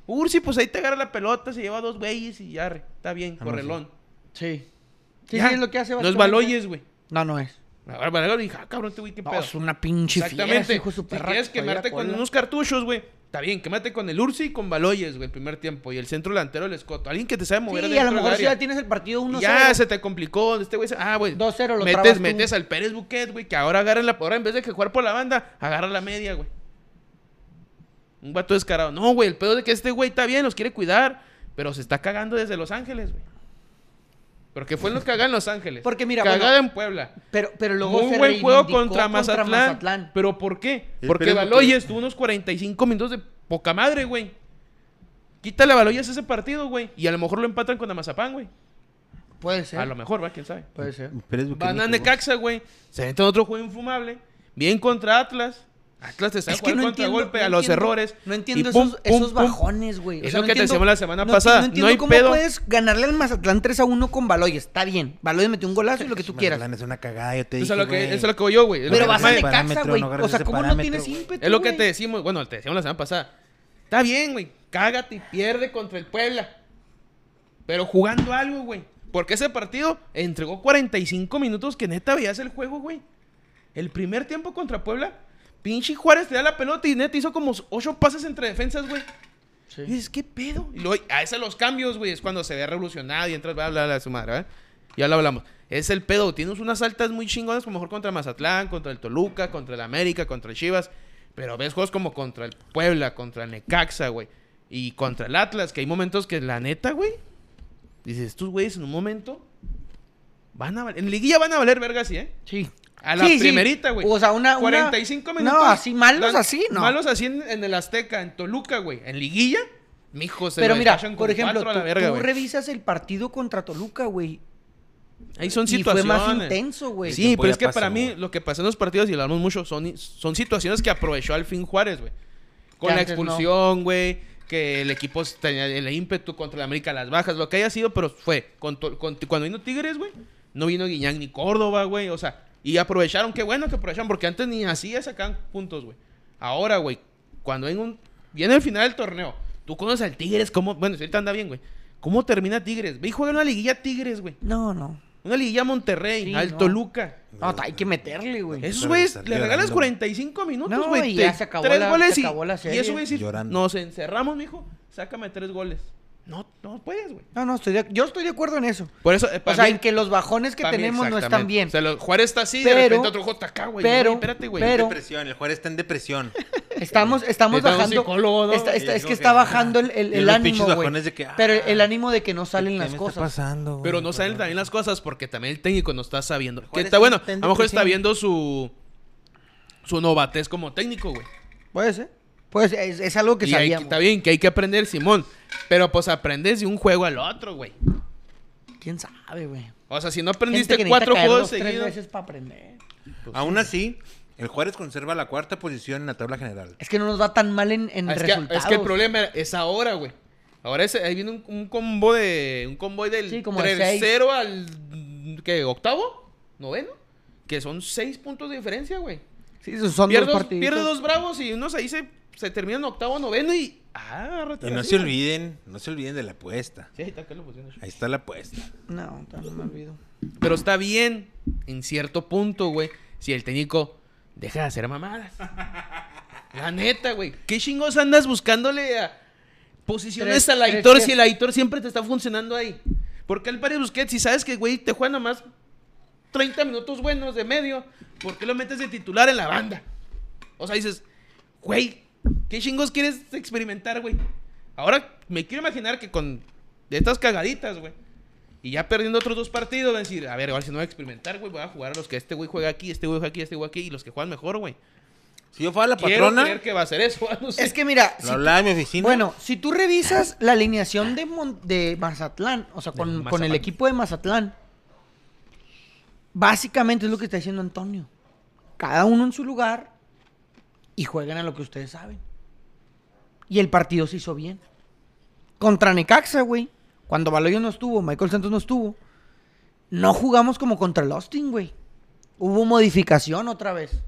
S1: Ursi, pues ahí te agarra la pelota, se lleva a dos güeyes y ya, está bien,
S2: Vamos,
S1: correlón.
S3: Ah, Sí. Sí,
S1: Ya.
S3: sí, es lo que hace
S1: No es
S3: básicamente.
S1: Baloyes, güey.
S3: No, no es.
S1: Ahora Baloyes dije, ah, cabrón, este güey, qué
S3: No,
S1: pedo.
S3: es una pinche fiera,
S1: Exactamente.
S3: ese hijo de su
S1: si
S3: perra
S1: quieres
S3: que traía
S1: quemarte
S3: la
S1: con
S3: cola.
S1: unos cartuchos, güey. Está bien, quémate con el Ursi y con Baloyes, güey, el primer tiempo. Y el centro delantero, el escoto. Alguien que te sabe mover
S3: Sí, a
S1: adentro
S3: lo
S1: del
S3: mejor si
S1: área.
S3: ya tienes el partido 1-0.
S1: Ya se te complicó. Este güey se- Ah, güey.
S3: 2-0 lo trabas
S1: Metes,
S3: tú.
S1: metes al Pérez Buquet, güey, que ahora agarra la. Ahora en vez de que jugar por la banda, agarra la media, güey. Un vato descarado. No, güey, el pedo de que este güey está bien, los quiere cuidar, pero se está cagando desde Los Ángeles, güey. Porque fue lo que haga en Los Ángeles.
S3: Porque mira,
S1: Cagada
S3: bueno,
S1: en Puebla.
S3: Pero, pero luego
S1: Muy
S3: se
S1: buen juego
S3: reivindicó
S1: contra Mazatlán,
S3: Mazatlán.
S1: ¿Pero por qué?
S2: El
S1: Porque
S2: Pérez
S1: Baloyes
S2: Buquet.
S1: tuvo unos 45 minutos de poca madre, güey. Quítale a Baloyes ese partido, güey. Y a lo mejor lo empatan con Amazapán, güey.
S3: Puede ser.
S1: A lo mejor, va, quién sabe.
S3: Puede ser.
S2: Pérez Buquet
S1: Van
S2: no
S1: a
S2: jugó.
S1: Pues, Necaxa, güey. Se mete otro juego infumable. Bien contra Atlas. Atlas te sabe
S3: Es que
S1: jugar
S3: no
S1: contra
S3: entiendo,
S1: golpe
S3: no
S1: a los
S3: entiendo-
S1: errores.
S3: No entiendo
S1: y pum,
S3: esos,
S1: pum,
S3: esos
S1: pum.
S3: bajones, güey. O
S1: Es
S3: sea,
S1: lo
S3: no
S1: que te
S3: entiendo-
S1: decíamos la semana
S3: no enti-
S1: pasada.
S3: No
S1: No,
S3: entiendo
S1: hay
S3: cómo
S1: pedo.
S3: puedes ganarle al Mazatlán 3 a 1 con Baloyes. Está bien. Baloyes metió un golazo y lo que tú quieras.
S2: Mazatlán Es una cagada, yo te
S1: Eso
S2: dije,
S1: es lo que,
S2: güey.
S1: eso es lo que voy yo, güey. Es lo
S3: Pero
S1: que
S3: vas
S1: me-
S3: a
S2: agarras ese
S3: Necaxa,
S2: parámetro,
S3: güey.
S2: no
S3: O
S2: agarras
S3: sea,
S2: ese
S3: ¿cómo no
S2: parámetro,
S3: tienes
S2: güey.
S3: ímpetu,
S1: Es lo que
S3: güey?
S1: te decimos, bueno, te decíamos la semana pasada. Está bien, güey. Cágate y pierde contra el Puebla. Pero jugando algo, güey. Porque ese partido entregó 45 minutos que neta veías el juego, güey. El primer tiempo contra Puebla, pinche Juárez te da la pelota y neta hizo como 8 pases entre defensas, güey.
S3: Sí.
S1: Y dices, ¿qué pedo? Y luego, a ese los cambios, güey, es cuando se ve revolucionado y entras, bla, bla, bla, su madre, ¿verdad? Ya lo hablamos. Es el pedo. Tienes unas altas muy chingonas, como mejor contra Mazatlán, contra el Toluca, contra el América, contra el Chivas. Pero ves juegos como contra el Puebla, contra el Necaxa, güey. Y contra el Atlas, que hay momentos que la neta, güey. Dices, estos güeyes en un momento van a valer. En liguilla van a valer verga, sí, ¿eh?
S3: Sí.
S1: A la
S3: Sí, sí.
S1: primerita, güey.
S3: O sea, una. una-
S1: 45 minutos.
S3: No, así malos,
S1: Dan-
S3: así, no.
S1: Malos así en, en el Azteca, en Toluca, güey. En Liguilla, mijo, se
S3: Pero
S1: lo
S3: mira,
S1: despachan con
S3: por ejemplo,
S1: cuatro
S3: tú,
S1: a la verga,
S3: tú
S1: güey.
S3: revisas el partido contra Toluca, güey.
S1: Ahí son
S3: Y fue
S1: situaciones.
S3: más intenso, güey.
S1: Sí,
S2: tiempo
S1: pero
S2: ya
S1: es que
S2: pasó,
S1: para mí
S2: güey.
S1: lo que pasa en los partidos, y lo hablamos mucho, son, son situaciones que aprovechó al fin Juárez, güey. Con
S3: Que
S1: la
S3: antes no.
S1: expulsión, güey. Que el equipo tenía el ímpetu contra el América, las bajas, lo que haya sido, pero fue. con to- con- cuando vino Tigres, güey, no vino Guiñán ni Córdoba, güey. O sea, y aprovecharon, qué bueno que aprovecharon, porque antes ni así ya sacaban puntos, güey. Ahora, güey, cuando en un, viene el final del torneo, tú conoces al Tigres, ¿cómo? Bueno, si ahorita anda bien, güey. ¿Cómo termina Tigres? Ve y juega una liguilla Tigres, güey.
S3: No, no.
S1: Una liguilla Monterrey,
S3: Sí,
S1: al
S3: no.
S1: Toluca.
S3: No, hay que meterle, güey.
S1: Esos
S2: Pero
S1: güeyes
S2: estás
S1: le regalas
S2: llorando.
S1: 45 minutos,
S3: No,
S1: güey.
S3: y
S1: te-
S3: ya se acabó
S1: tres
S3: la-
S1: goles
S3: se
S1: y,
S3: acabó la
S1: y
S3: serie.
S1: eso, güey, decir,
S2: Llorando.
S1: nos encerramos, mijo. Sácame tres goles. No, no puedes, güey.
S3: No, no, estoy de- yo estoy de acuerdo en eso.
S1: Por eso, eh,
S3: O
S1: para
S3: sea,
S1: mí-
S3: en que los bajones que
S1: para mí,
S3: tenemos no están
S1: exactamente.
S3: bien.
S1: O sea, lo- Juárez está así,
S3: Pero-
S1: de repente otro juego está acá, güey.
S3: pero-
S1: Oye, espérate, güey.
S3: pero-
S2: Depresión, el Juárez está en depresión.
S3: Estamos, estamos
S1: Necesitamos
S3: bajando.
S1: psicólogo, ¿no?
S3: está- está-
S2: Y
S3: es que
S2: como
S3: está
S2: que-
S3: bajando el, el-
S2: Y
S3: el
S2: los pinches
S3: ánimo, güey.
S2: bajones de que, ah,
S3: Pero el, el ánimo de que no salen
S2: ¿Qué
S3: las
S2: me está
S3: cosas.
S2: pasando, güey?
S1: Pero no salen también las cosas porque también el técnico no está sabiendo. Que
S2: Juárez
S1: está bueno,
S2: está
S1: a
S2: en
S1: lo mejor está
S2: depresión.
S1: viendo su su novatez como técnico, güey.
S3: Puede ser. Puede ser. Es, es algo que
S1: Y hay que-
S3: sabíamos.
S1: está bien que hay que aprender, Simón. Pero pues aprendes de un juego al otro, güey.
S3: ¿Quién sabe, güey?
S1: O sea, si no
S3: Gente que
S1: aprendiste
S3: necesita
S1: cuatro
S3: caer
S1: juegos
S3: dos, tres
S1: seguidos.
S2: Pues
S3: veces para aprender.
S2: Aún así, El Juárez conserva la cuarta posición en la tabla general.
S3: Es que no nos va tan mal en, en
S1: Ah, es, que,
S3: resultados.
S1: es que el problema era- es ahora, güey. Ahora es- ahí viene un, un combo de. Un convoy del
S3: Sí, como de seis.
S1: tercero al. ¿Qué? ¿Octavo? ¿Noveno? Que son seis puntos de diferencia, güey.
S3: Sí, son
S1: Pierde
S3: dos
S1: dos,
S3: partiditos.
S1: pierde dos bravos y unos ahí se, se terminan octavo, noveno y. Ah, agárrate
S2: Y
S1: la
S2: no se
S1: vida.
S2: olviden, no se olviden de la apuesta.
S1: Sí, ahí está, acá lo pusieron.
S2: Ahí está la apuesta.
S3: No, t- no me olvido.
S1: Pero está bien, en cierto punto, güey, si el técnico deja de hacer mamadas. La neta, güey. ¿Qué chingos andas buscándole a posiciones
S3: Tres-
S1: al
S3: tres
S1: editor si
S3: que-
S1: el editor siempre te está funcionando ahí? ¿Por qué el Pari Busquets, si sabes que, güey, te juega nada más 30 minutos buenos de medio, ¿por qué lo metes de titular en la banda? O sea, dices, güey, ¿qué chingos quieres experimentar, güey? Ahora me quiero imaginar que con estas cagaditas, güey, y ya perdiendo otros dos partidos, van a decir, a ver, ahora si no voy a experimentar, güey, voy a jugar a los que este güey juega aquí, este güey juega aquí, este güey aquí, y los que juegan mejor, güey.
S2: Si yo fuera la
S1: Quiero
S2: patrona,
S1: creer que va a ser eso, no sé.
S3: Es que mira, si
S2: lo hablaba en mi oficina.
S3: Bueno, si tú revisas la alineación de, Mon- de Mazatlán, o sea,
S1: De
S3: con, con
S1: Mazapán.
S3: el equipo de Mazatlán, básicamente es lo que está diciendo Antonio. Cada uno en su lugar y juegan a lo que ustedes saben. Y el partido se hizo bien. Contra Necaxa, güey, cuando Baloyo no estuvo, Michael Santos no estuvo, no jugamos como contra el Austin, güey. Hubo modificación otra vez.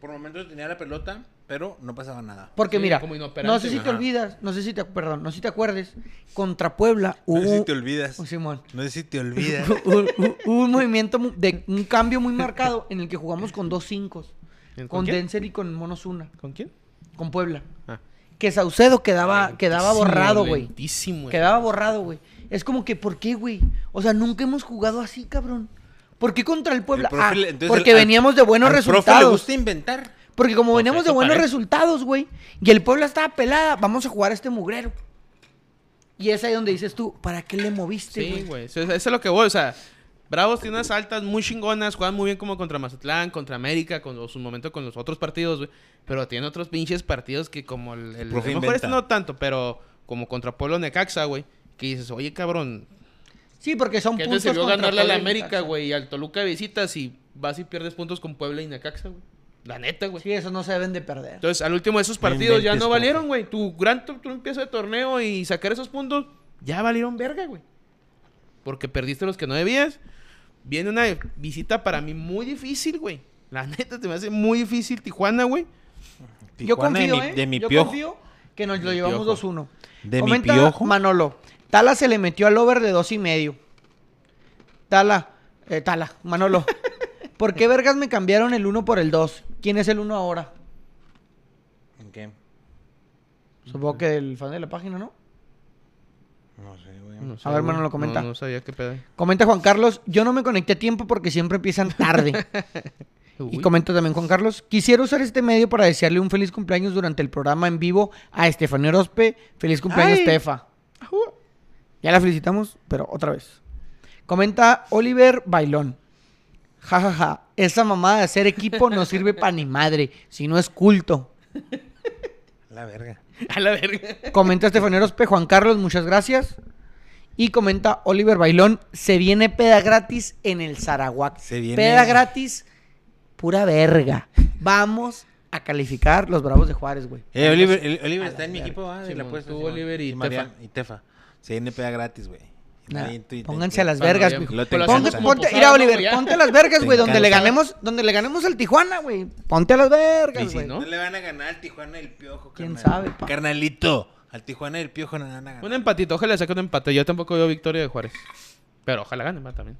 S2: por momentos tenía la pelota, pero no pasaba nada.
S3: Porque
S1: Sí,
S3: mira,
S1: como inoperante.
S3: no sé si te
S2: Ajá.
S3: olvidas, no sé si te, perdón, no sé si te acuerdes, contra Puebla hubo,
S2: No sé si te olvidas.
S3: Oh, Simón.
S2: No sé si te olvidas.
S3: Hubo- hubo- hubo un movimiento mu- de un cambio muy marcado en el que jugamos con dos cincos,
S1: ¿Con
S3: con
S1: quién?
S3: Denzel y con Monosuna,
S1: ¿Con quién?
S3: con Puebla.
S1: Ah.
S3: Que Saucedo quedaba, quedaba
S1: Lentísimo,
S3: borrado, güey.
S1: lentísimo, güey.
S3: Quedaba borrado, güey. Es como que, ¿por qué, güey? O sea, nunca hemos jugado así, cabrón. ¿por qué contra el Puebla?
S2: El profe
S3: Ah,
S2: le- entonces
S3: porque
S2: al-
S3: veníamos de buenos
S2: al
S3: resultados.
S2: Profe le gusta inventar.
S3: Porque como
S1: Pues
S3: veníamos de
S1: eso
S3: buenos
S1: parece.
S3: resultados, güey, y el Puebla estaba pelada, vamos a jugar a este mugrero. Y es ahí donde dices tú, ¿para qué le moviste,
S1: Sí,
S3: güey?
S1: güey. Eso, eso es lo que voy. O sea, Bravos tiene unas altas muy chingonas. Juegan muy bien como contra Mazatlán, contra América, con los- su momento con los otros partidos, güey. Pero tiene otros pinches partidos que como el... el- a lo
S2: Profe
S1: mejor este
S2: inventa.
S1: no tanto, pero como contra Pueblo Necaxa, güey. Que dices, oye, cabrón,
S3: sí, porque son
S1: ¿qué te
S3: puntos
S1: sirvió
S3: contra
S1: ganarle a la
S3: Puebla y
S1: América,
S3: Necaxa.
S1: güey? Y al Toluca de visitas y vas y pierdes puntos con Puebla y Necaxa, güey. La neta, güey.
S3: Sí, eso no se deben de perder.
S1: Entonces, al último de esos
S2: No
S1: partidos ya
S2: inventes,
S1: no
S2: profe.
S1: valieron, güey. Tu gran tu, tu empiezo de torneo y sacar esos puntos ya valieron verga, güey. Porque perdiste los que no debías. Viene una visita para mí muy difícil, güey. La neta, te me hace muy difícil Tijuana, güey.
S3: Yo
S2: Tijuana
S3: confío,
S2: de mi,
S3: ¿eh?
S2: de mi
S3: Yo
S2: piojo.
S3: confío que nos lo
S1: Mi
S3: llevamos
S1: piojo.
S3: 2-1.
S2: De mi
S3: Comenta
S2: piojo.
S3: Manolo, Tala se le metió al over de dos y medio. Tala, eh, Tala, Manolo. ¿Por qué vergas me cambiaron el 1 por el 2? ¿Quién es el 1 ahora?
S2: ¿Qué?
S3: Supongo que el fan de la página, ¿no?
S2: No sé, güey.
S1: No
S3: A ver,
S1: güey.
S3: Manolo, comenta.
S1: No, no sabía qué pedo.
S3: Comenta Juan Carlos, yo no me conecté a tiempo porque siempre empiezan tarde. y
S1: Uy.
S3: comenta también Juan Carlos, quisiera usar este medio para desearle un feliz cumpleaños durante el programa en vivo a Estefanía Orozpe. Feliz cumpleaños,
S1: Ay.
S3: Tefa.
S1: Ajú.
S3: Ya la felicitamos, pero otra vez. Comenta Oliver Bailón. Ja, ja, ja. Esa mamada de hacer equipo no sirve para ni madre, si no es culto.
S2: La verga.
S1: A la verga.
S3: Comenta Estefanía Orozpe, Juan Carlos, muchas gracias. Y comenta Oliver Bailón, se viene peda gratis en el Sarawak.
S2: Se viene-
S3: Peda gratis, pura verga. Vamos a calificar los Bravos de Juárez, güey.
S2: Eh, Oliver, el- Oliver
S3: a
S2: está
S3: la
S2: en mi
S3: verga.
S2: equipo, ¿ah? de
S1: Simón,
S2: la apuesta,
S1: tú,
S2: Simón.
S1: Oliver y
S2: Marian- y Tefa. Se viene peda gratis, güey.
S3: Nah,
S2: Ahí en Twitter.
S3: pónganse a las
S1: Para
S3: vergas,
S1: noviembre.
S3: mijo.
S2: Lo tengo
S3: Ponte,
S2: como
S3: ponte,
S1: posada,
S3: mira,
S1: ¿no,
S3: Oliver,
S1: güey? Ya.
S3: ponte a las vergas,
S2: Te
S3: güey, donde le
S2: encanta.
S3: ganemos, donde le ganemos al Tijuana, güey. Ponte a las
S1: Y
S3: vergas,
S1: si
S3: güey.
S1: no,
S2: No le van a ganar al Tijuana del Piojo,
S3: ¿Quién
S2: carnal.
S3: sabe, pa?
S2: Carnalito. Al Tijuana del Piojo no le van a ganar.
S1: Un empatito, ojalá saque un empate. Yo tampoco veo victoria de Juárez. Pero ojalá gane más también.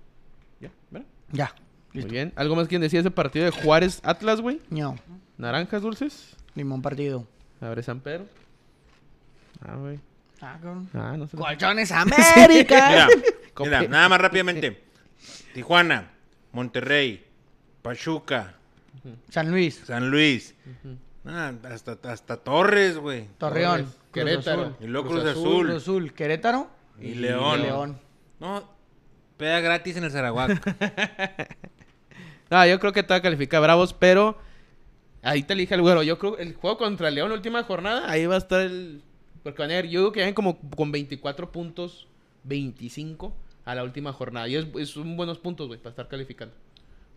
S1: Ya, ¿verdad?
S3: Ya.
S1: Muy bien. ¿Algo más quien decía ese partido de Juárez Atlas, güey?
S3: No,
S1: Naranjas dulces.
S3: limón partido.
S1: Abre San Pedro. Ah, güey.
S3: Ah, cabrón.
S1: Ah, no sé.
S3: Colchones América.
S2: Mira, mira, nada más rápidamente. Tijuana, Monterrey, Pachuca,
S3: San Luis,
S2: San Luis. Ah, hasta, hasta Torres, güey.
S3: Torreón, Cruz
S1: Querétaro.
S3: Azul.
S2: Y luego
S1: Cruz
S2: Cruz
S1: Azul,
S2: Azul.
S3: Cruz Azul, Querétaro
S2: Y,
S1: Y
S2: León.
S3: León.
S2: No, peda gratis en el Zaraguac.
S1: Ah, yo creo que te califica Bravos, pero ahí te elige el güero. Yo creo el juego contra León, última jornada, ahí va a estar el. Porque van a ver, yo digo que llegan como con 24 puntos, 25 a la última jornada. Y es, es un buenos puntos, güey, para estar calificando.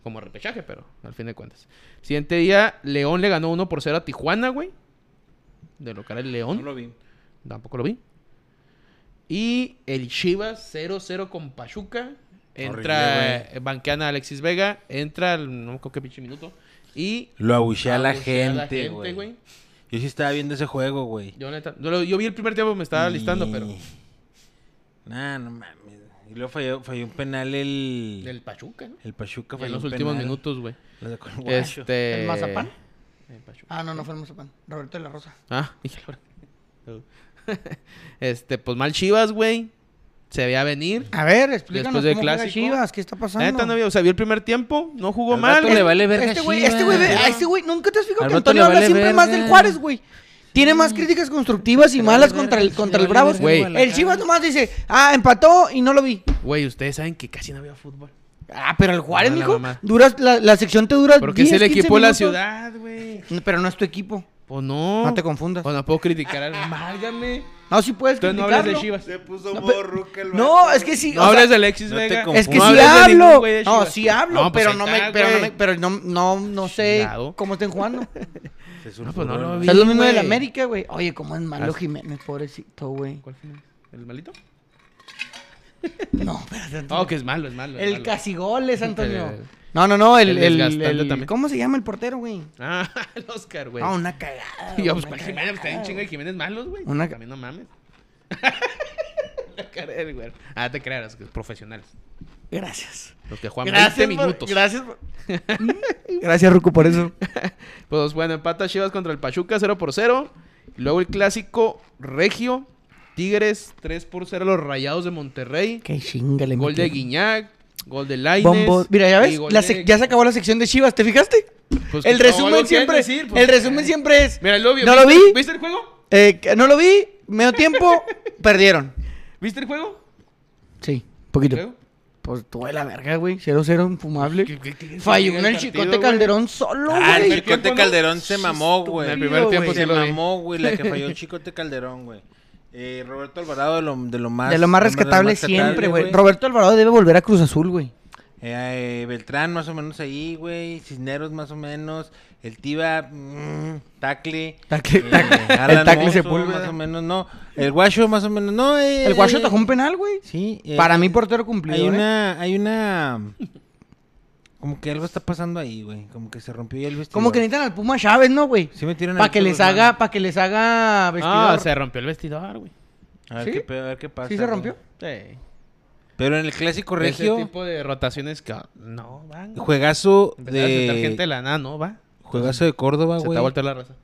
S1: Como repechaje, pero al fin de cuentas. Siguiente día, León le ganó 1 por 0 a Tijuana, güey. De local el León.
S2: No lo vi.
S1: Tampoco lo vi. Y el Chivas 0-0 con Pachuca. Entra,
S2: Horrible,
S1: eh, banquean a Alexis Vega. Entra, al- no me acuerdo qué pinche minuto. Y.
S2: Lo abuché a la
S1: abuchea a la
S2: gente,
S1: gente,
S2: güey.
S1: güey.
S2: Yo sí estaba viendo ese juego, güey.
S1: Yo, neta, yo, lo- yo vi el primer tiempo, me estaba listando, pero.
S2: Nah, no mames. Y luego falló, falló un penal el.
S1: Del Pachuca, ¿no?
S2: El Pachuca falló
S1: En los
S2: un
S1: últimos
S2: penal.
S1: minutos, güey.
S2: Lo sacó el guacho.
S1: Este...
S3: ¿El Mazapán?
S1: El Pachuca.
S3: Ah, no, no fue el Mazapan. Roberto de la Rosa.
S1: Ah, dije la verdad. Este, pues mal Chivas, güey. Se veía venir.
S3: A ver, explícanos
S1: Después del
S3: cómo juega
S1: clásico.
S3: Chivas, ¿qué está
S1: La
S3: pasando?
S1: neta no había, o sea, vio el primer tiempo, no jugó
S2: Al
S1: mal.
S2: vato
S1: güey.
S2: le vale verga
S3: Este güey, este güey, ve- a este güey, nunca te has fijado
S2: Al
S3: que
S2: vato le
S3: Antonio habla
S2: vale
S3: siempre más
S2: verga.
S3: del Juárez, güey. Tiene más críticas constructivas y
S2: Le
S3: malas
S2: vale
S3: contra
S2: verga,
S3: el, contra
S2: le
S3: el
S2: vale
S3: Bravos.
S1: verga el
S3: el
S2: Guadalajara.
S3: Chivas nomás dice, ah, empató y no lo vi.
S1: Güey, ustedes saben que casi no había fútbol.
S3: Ah, pero el Juárez,
S1: No, la
S3: mijo,
S1: mamá.
S3: duras, la, la sección te dura
S1: Porque es el
S3: 10, 15
S1: equipo de la
S3: minutos.
S1: ciudad, güey.
S3: No, Pero no es tu equipo,
S1: Pues no.
S3: no te confundas.
S1: Pues no puedo criticar al Málgame.
S3: No, sí puedes
S1: Entonces no hablas de
S3: criticarlo.
S1: Chivas.
S4: Se puso
S3: No, pe-
S4: morruca el
S3: No,
S4: vato,
S3: es que sí,
S1: No
S3: o sea,
S1: hables de Alexis
S2: no te
S1: Vega.
S2: confundas.
S3: es que
S1: No
S3: sí
S1: hables de ningún
S3: hablo.
S1: güey de
S3: No,
S1: Chivas.
S3: sí hablo,
S1: No, pues
S3: pero,
S1: ahí
S3: no me,
S1: está,
S3: pero no
S1: güey.
S3: me, pero no, no, no sé
S1: Chingado.
S3: cómo estén jugando.
S2: Se
S1: No, pues no
S2: sulfuró,
S1: lo
S2: ¿no?
S1: vi.
S3: O sea, es lo mismo
S1: güey.
S3: del América, güey. Oye, cómo es malo
S1: As-
S3: Jiménez, pobrecito, güey.
S1: ¿Cuál fue? ¿El malito?
S3: No, espérate.
S1: Oh, que es malo, es malo. es
S3: El
S1: malo.
S3: casigoles, Antonio.
S1: El-
S3: No, no, no, el,
S1: el
S3: el,
S1: desgastante
S3: el-
S1: también.
S3: ¿cómo se llama el portero, güey?
S1: Ah, el Oscar, güey.
S3: Ah, una cagada.
S1: Y yo, pues,
S3: una
S1: ¿cuál Jiménez? Está bien
S3: cagada,
S1: chingo de Jiménez malos, güey.
S3: Una-
S1: También no mames. La cara del güey. Ah, te creas, los profesionales.
S3: güey. Gracias.
S1: Los que juegan
S3: gracias
S1: 20
S3: por-
S1: minutos.
S3: gracias. por- Mm. gracias, Ruco, por eso.
S1: Pues bueno, empata Chivas contra el Pachuca 0 por 0. Y luego el clásico Regio, Tigres 3 por 0 los Rayados de Monterrey.
S3: Qué chinga le
S1: Gol de
S3: metieron.
S1: Guiñac, gol de Lainez.
S3: Bombo. Mira, ya
S1: y
S3: ves,
S1: gol
S3: la
S1: de-
S3: sec- ya se acabó la sección de Chivas, ¿te fijaste?
S1: Pues,
S3: el
S1: no, algo
S3: resumen
S1: que
S3: siempre,
S1: decir, pues.
S3: el resumen siempre es,
S1: Mira, lo vi.
S3: ¿No lo
S1: ¿viste-
S3: vi?
S1: ¿Viste el juego?
S3: eh, que no lo vi, medio tiempo, perdieron.
S1: ¿Viste el juego?
S3: Sí, poquito.
S1: Luego,
S3: Pues tuve la verga, güey, 0-0 infumable.
S1: ¿qué- qué- qué-
S3: Falló
S1: qué-
S3: en el
S1: partido,
S3: Chicote
S1: güey?
S3: Calderón solo,
S2: Ah, el
S3: güey.
S1: primer
S2: Chicote
S1: tiempo, ¿no?
S2: Calderón se mamó,
S1: En el
S2: güey.
S1: primer
S3: güey.
S1: tiempo sí
S2: Se
S1: lo vi.
S2: mamó, güey, la que falló Chicote Calderón, güey. Eh, Roberto Alvarado de lo, de lo más...
S3: De lo más rescatable siempre, güey. Roberto Alvarado debe volver a Cruz Azul, güey.
S2: Eh, eh, Beltrán más o menos ahí, güey. Cisneros más o menos. El Tiba, mm, Tacle.
S3: Tacle-
S2: eh,
S3: Tacle-
S2: Alan
S3: el Tacle
S2: Mozo,
S3: Sepúlveda.
S2: Más o menos, no. El Guacho más o menos, no. eh,
S3: El guacho
S2: eh,
S3: tajó un penal, güey.
S2: Sí. eh,
S3: Para mí, portero
S2: Hay
S3: cumplidor. ¿eh?
S2: una, hay una... Como que algo está pasando ahí, güey. Como que se rompió ya el vestido.
S3: Como que necesitan al Puma Chávez, ¿no, güey?
S2: Sí metieron a
S3: Para que
S2: Víctor
S3: les
S2: Guzmán.
S3: haga, para que les haga
S1: Ah,
S3: vestidor.
S1: se rompió el vestidor, güey.
S2: A ver,
S3: ¿Sí?
S2: qué, pe- a ver qué pasa.
S3: ¿Sí se
S2: güey.
S3: rompió?
S1: Sí.
S2: Pero en el clásico regio,
S1: Ese tipo de rotaciones que ah, no van. güey.
S2: juegazo
S1: Empezar a sentar gente de
S2: de...
S1: la nada, no va.
S2: Juegazo de Córdoba,
S1: Se te va a
S2: güey.
S1: voltear la raza.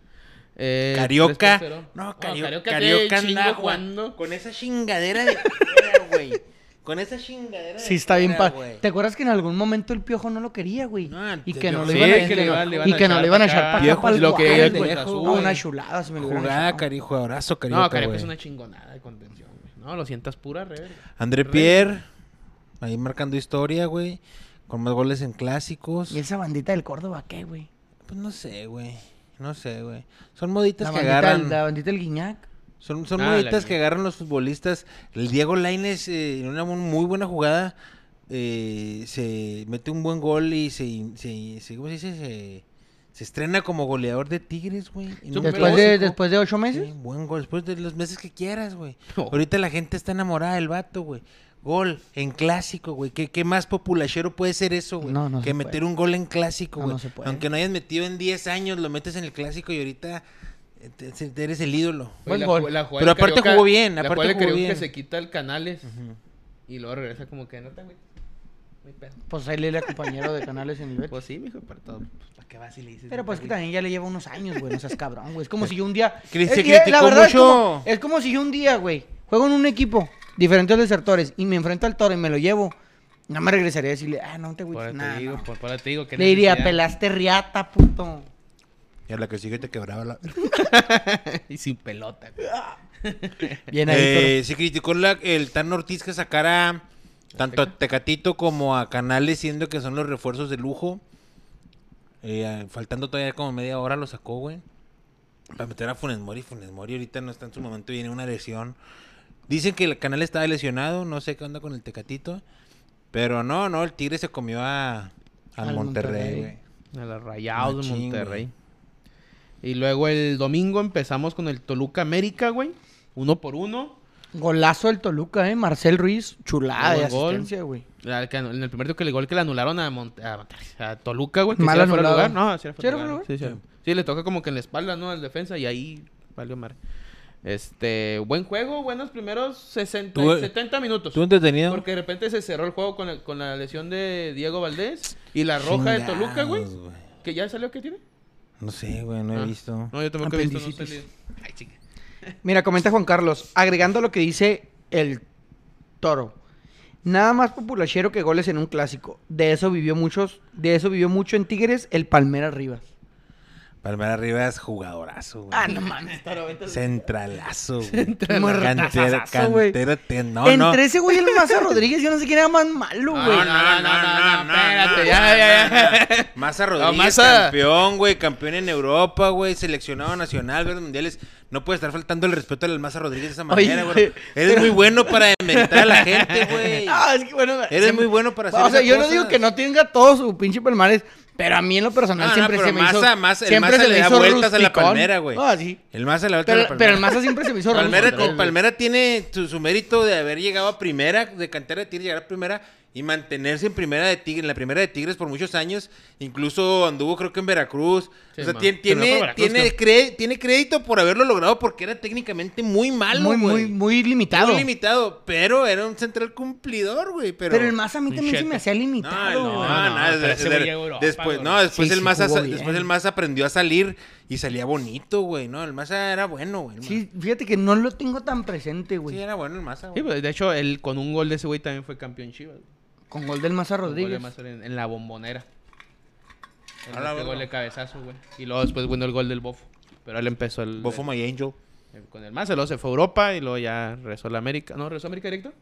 S1: Eh,
S2: Carioca.
S1: 3-0.
S2: No, Cario- Carioca,
S1: Carioca
S2: anda,
S1: anda
S2: güey,
S1: jugando.
S2: Con esa chingadera de fuera, güey. Con esa chingadera.
S3: Sí, está bien.
S2: fuera,
S3: pa-
S2: güey.
S3: ¿Te acuerdas que en algún momento el piojo no lo quería, güey?
S2: Ah,
S3: y
S2: el
S3: que no
S2: Piojo.
S3: lo
S2: Sí,
S3: iban a
S2: que le iban-
S3: y
S1: le iban a
S3: que no
S1: echar
S3: lo iban a
S1: pa'
S3: echar
S1: acá.
S3: para acá.
S2: Piojo,
S3: pa'l
S2: y lo que
S3: Juárez,
S2: el
S3: güey.
S2: Contra Azul,
S3: Ah,
S2: güey.
S3: una chulada. Se me lo hubieran
S2: Jugada,
S3: echado.
S2: cari, jugadorazo, Carioca.
S1: No, Carioca es
S2: güey.
S1: una chingonada de contención, güey. No, lo sientas pura, re.
S2: André Pierre. Ahí marcando historia, güey. Con más goles en clásicos.
S3: ¿Y esa bandita del Córdoba qué, güey?
S2: Pues no sé, güey. No sé, güey. Son moditas
S3: La
S2: que
S3: bandita,
S2: agarran.
S3: la bandita del Guiñac.
S2: Son, son
S1: Ah, la
S2: moditas que
S1: Guiñac.
S2: agarran los futbolistas. El Diego Lainez, eh, en una mu- muy buena jugada, eh, se mete un buen gol y se, se, se- ¿cómo se dice? Se, se estrena como goleador de Tigres, güey. en un
S1: Pero
S3: Después de,
S2: clásico.
S3: después de ocho
S2: Sí,
S3: meses.
S2: buen gol. Después de los meses que quieras, güey.
S1: Oh.
S2: Ahorita la gente está enamorada del vato, güey. Gol en clásico, güey. ¿Qué, qué más populachero puede ser eso, güey?
S3: No, no
S2: que
S3: se
S2: meter
S3: puede.
S2: un gol en clásico,
S3: No,
S2: güey.
S3: no se puede.
S2: Aunque no hayas metido en 10 años, lo metes en el clásico y ahorita eh, te- te- eres el ídolo.
S3: Buen
S1: la
S3: gol.
S1: ju- la
S2: Pero
S1: jugada del
S2: aparte
S1: Carioca-
S2: jugó bien,
S1: la
S2: aparte
S1: jugada del
S2: jugó
S1: Carioca
S2: bien.
S1: que se quita el canales y luego regresa como que nota, güey. Muy pedo.
S3: Pues él era compañero de canales en el Betis.
S1: Pues sí, mijo, para todo. Pues, ¿Para qué vas y le dices?
S3: Pero
S1: neta,
S3: pues que
S1: güey?
S3: también ya le lleva unos años, güey. No seas cabrón, güey. Es como si yo un día.
S2: Cri-
S3: Es-
S2: se
S3: y, eh,
S2: criticó
S3: Es como,
S2: mucho.
S3: es como si yo un día, güey, juego en un equipo diferente al de Sertores y me enfrento al toro y me lo llevo. No me regresaría a decirle, ah, no te
S1: Por
S3: güey.
S1: eso
S3: Nada.
S1: te digo,
S3: no.
S1: por, por eso te digo que
S3: Le diría,
S1: necesidad.
S3: pelaste riata, puto.
S2: Y a la que sigue te quebraba la...
S1: Y sin pelota, güey.
S2: Ah.
S3: Bien ahí,
S2: Eh, se criticó la- el Tan Ortiz que sacara tanto a Tecatito como a Canales, siendo que son los refuerzos de lujo. Eh, faltando todavía como media hora lo sacó, güey. Para meter a Funes Mori. Funes Mori ahorita no está en su momento, viene una lesión. Dicen que el Canales estaba lesionado, no sé qué onda con el Tecatito. Pero no, no, el Tigre se comió a, Al,
S4: Al
S2: Monterrey,
S4: Monterrey.
S2: güey.
S1: A los Rayados de
S2: Machín,
S1: Monterrey. Y luego el domingo empezamos con el Toluca América, güey. Uno por uno.
S3: Golazo del Toluca, ¿eh? Marcel Ruiz, chulada
S1: Muy
S3: de
S1: buen gol.
S3: asistencia, güey.
S1: La que- en el primer tiro que le gol que le anularon a, Mon- a Monterrey, a Toluca, güey. que
S3: Mal
S1: sí era fuera de
S3: anulado.
S1: lugar. No, sí era fuera de
S3: ¿Sí era
S1: lugar,
S3: fuera de
S1: sí, sí era. Sí, le toca como que en la espalda, ¿no? Al defensa y ahí valió madre. Este, buen juego, buenos primeros 60,
S2: Tú, eh,
S1: 70 minutos.
S2: ¿Tú entretenido?
S1: Pues Porque de repente se cerró el juego con la, con la lesión de Diego Valdés y la roja de Toluca, güey.
S2: Chingados,
S1: Que ya salió, ¿qué tiene?
S2: No sé, güey, no he
S1: Ah.
S2: visto.
S1: No, yo tampoco he visto, no
S3: Apendicitis.
S1: salió. Ay, chica.
S3: Mira, comenta Juan Carlos, agregando lo que dice el toro. Nada más populachero que goles en un clásico. De eso vivió muchos, de eso vivió mucho en Tigres el Palmera Rivas.
S2: Palmera Rivas, jugadorazo, güey.
S3: Ah, no mames, toro, vete. al-
S2: Centralazo, güey. Cantera,
S3: Muertazazazo, güey.
S2: cantera, te- no, no.
S3: Entre ese güey y el Maza Rodríguez, yo no sé quién era más malo,
S1: No,
S3: güey.
S1: no, no, no, no, no, espérate, ya, ya, ya.
S2: Maza Rodríguez,
S1: Maza-
S2: campeón, güey, campeón en Europa, güey, seleccionado nacional, güey, mundiales. No puede estar faltando el respeto al Maza Rodríguez de esa
S3: Oye,
S2: manera,
S3: güey,
S2: güey. Eres muy bueno para inventar a la gente, güey.
S3: Ah, es que bueno.
S2: Eres
S3: se-
S2: muy bueno para hacer
S3: O sea,
S2: esas
S3: yo no
S2: cosas.
S3: digo que no tenga todo su pinche palmares, pero a mí en lo personal
S2: No, no,
S3: siempre
S2: pero
S3: se me
S2: Maza-
S3: hizo.
S2: Maza- el
S3: siempre
S2: Maza
S3: se
S2: le
S3: me
S2: da
S3: hizo
S2: vueltas a la
S3: rusticón.
S2: palmera, güey.
S3: Ah, sí.
S2: El Maza la vuelta a
S3: Pero,
S2: la palmera.
S3: pero el Maza siempre se me hizo
S2: Palmera,
S3: rústico.
S2: con- Palmera tiene su, su mérito de haber llegado a primera, de cantera de Tigres, llegar a primera y mantenerse en primera de Tigres, en la primera de Tigres por muchos años. Incluso anduvo creo que en Veracruz.
S1: Sí,
S2: o sea,
S1: ma.
S2: tiene,
S1: Terminó
S2: tiene,
S1: por Veracruz,
S2: tiene cre- tiene crédito por haberlo logrado porque era técnicamente muy malo,
S3: Muy,
S2: güey.
S3: muy, muy limitado.
S2: Muy limitado, pero era un central cumplidor, güey. Pero,
S3: Pero el Maza a mí también se
S1: Pinchete.
S3: me hacía
S2: no,
S3: limitado.
S2: no,
S3: güey.
S2: no,
S1: no,
S2: es-
S1: pero
S2: es-
S1: ese güey llegó a Europa,
S2: después,
S1: güey.
S2: no, después
S3: Sí,
S2: el
S3: sí,
S2: Maza,
S3: jugó
S2: sa-
S3: bien.
S2: después el Maza aprendió a salir y salía bonito, güey, ¿no? El Maza era bueno, güey. el Maza.
S3: Sí, fíjate que no lo tengo tan presente, güey.
S2: Sí, era bueno el Maza,
S1: Sí,
S2: güey.
S1: pues, de hecho, él con un gol de ese güey también fue campeón Chivas. güey.
S3: Con gol del Maza
S1: Un gol de
S3: Rodríguez.
S1: más en, en la bombonera. En
S2: A la
S1: este
S2: verga.
S1: gol de cabezazo, güey. Y luego después, bueno, el gol del Bofo. Pero él empezó el,
S2: Bofo My Angel.
S1: el- con el más, luego se fue a Europa y luego ya regresó a la América. No, regresó a América directo.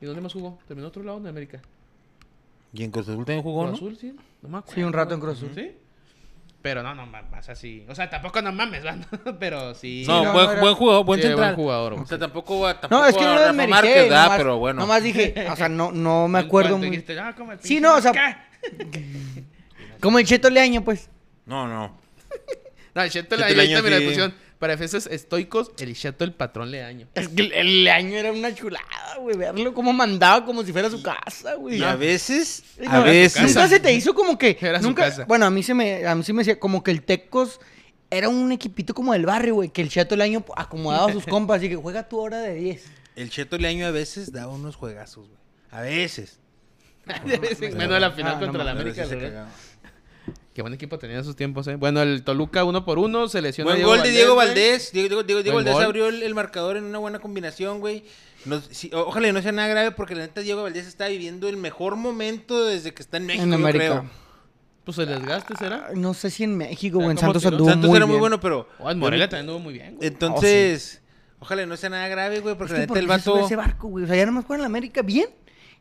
S1: ¿Y dónde más jugó? ¿Terminó otro lado de América?
S2: Y en Cruz Azul también jugó,
S1: Cruz
S2: ¿no?
S1: Azul, sí. No me acuerdo.
S3: Sí, un rato en
S1: güey.
S3: Cruz Azul.
S1: Sí. Pero no, no mames, así. O sea, tampoco no mames, ¿verdad? Pero sí.
S2: No,
S3: Sí, no,
S2: buen,
S3: no era-
S2: buen jugador, buen
S1: Sí, buen
S2: central.
S1: jugador, güey.
S2: O sea, tampoco va tampoco
S3: No, es que
S2: a
S3: no
S2: Rafa
S3: lo merité.
S2: Márquez, da,
S3: nomás-
S2: pero bueno.
S3: Nomás dije, o sea, no, no me
S1: En
S3: acuerdo
S1: cuanto
S3: muy
S1: dijiste, "Ah, como el
S3: Sí,
S1: pinche
S3: no, o sea-
S1: Vasca".
S3: Como el Cheto Leaño, pues.
S2: No, no.
S1: No, el Cheto
S2: Cheto
S1: le
S2: Leaño,
S1: año, mira,
S2: sí.
S1: le pusieron, para efectos estoicos, el Cheto el patrón le año.
S3: Es que el- el Leaño era una chulada, güey. Verlo como mandaba, como si fuera su casa, güey.
S2: Y a veces,
S3: No,
S2: a veces.
S3: Nunca se te hizo como que.
S1: Era su
S3: nunca,
S1: casa.
S3: Bueno, a mí se me, a mí se me decía como que el Tecos era un equipito como del barrio, güey. Que el Cheto Leaño acomodaba a sus compas. Así que juega tu hora de 10.
S2: El Cheto Leaño a veces daba unos juegazos, güey. A veces.
S1: De vez en cuando la final
S3: Ah, no
S1: contra la
S2: Pero
S1: América.
S2: sí se
S1: ¿verdad?
S2: cagaba.
S1: Qué buen equipo tenía en sus tiempos, eh. Bueno, el Toluca uno por uno, se lesionó
S2: Buen
S1: Diego
S2: gol de Diego
S1: güey.
S2: Valdés. Diego, Diego- Diego- Diego
S1: Buen
S2: Valdés
S1: gol.
S2: abrió el, el marcador en una buena combinación, güey. No- sí, o- ojalá y no sea nada grave porque la neta Diego Valdés está viviendo el mejor momento desde que está en México,
S3: En
S2: yo
S3: América.
S2: creo.
S1: Pues el desgaste será.
S3: No sé si en México,
S1: O sea,
S3: güey. En
S1: ¿cómo
S3: Santos
S1: tiró?
S3: anduvo
S2: Santos
S3: muy
S2: era muy
S3: bien.
S2: bueno, pero...
S1: O en Morelia también anduvo muy bien, güey.
S2: Entonces, ojalá y no sea nada grave, güey, porque
S3: Oh, Es
S2: la
S3: que
S2: neta
S3: ¿por
S2: el
S3: qué se sube
S2: vato...
S3: ese barco, güey. O sea, ya nomás juega en la América bien.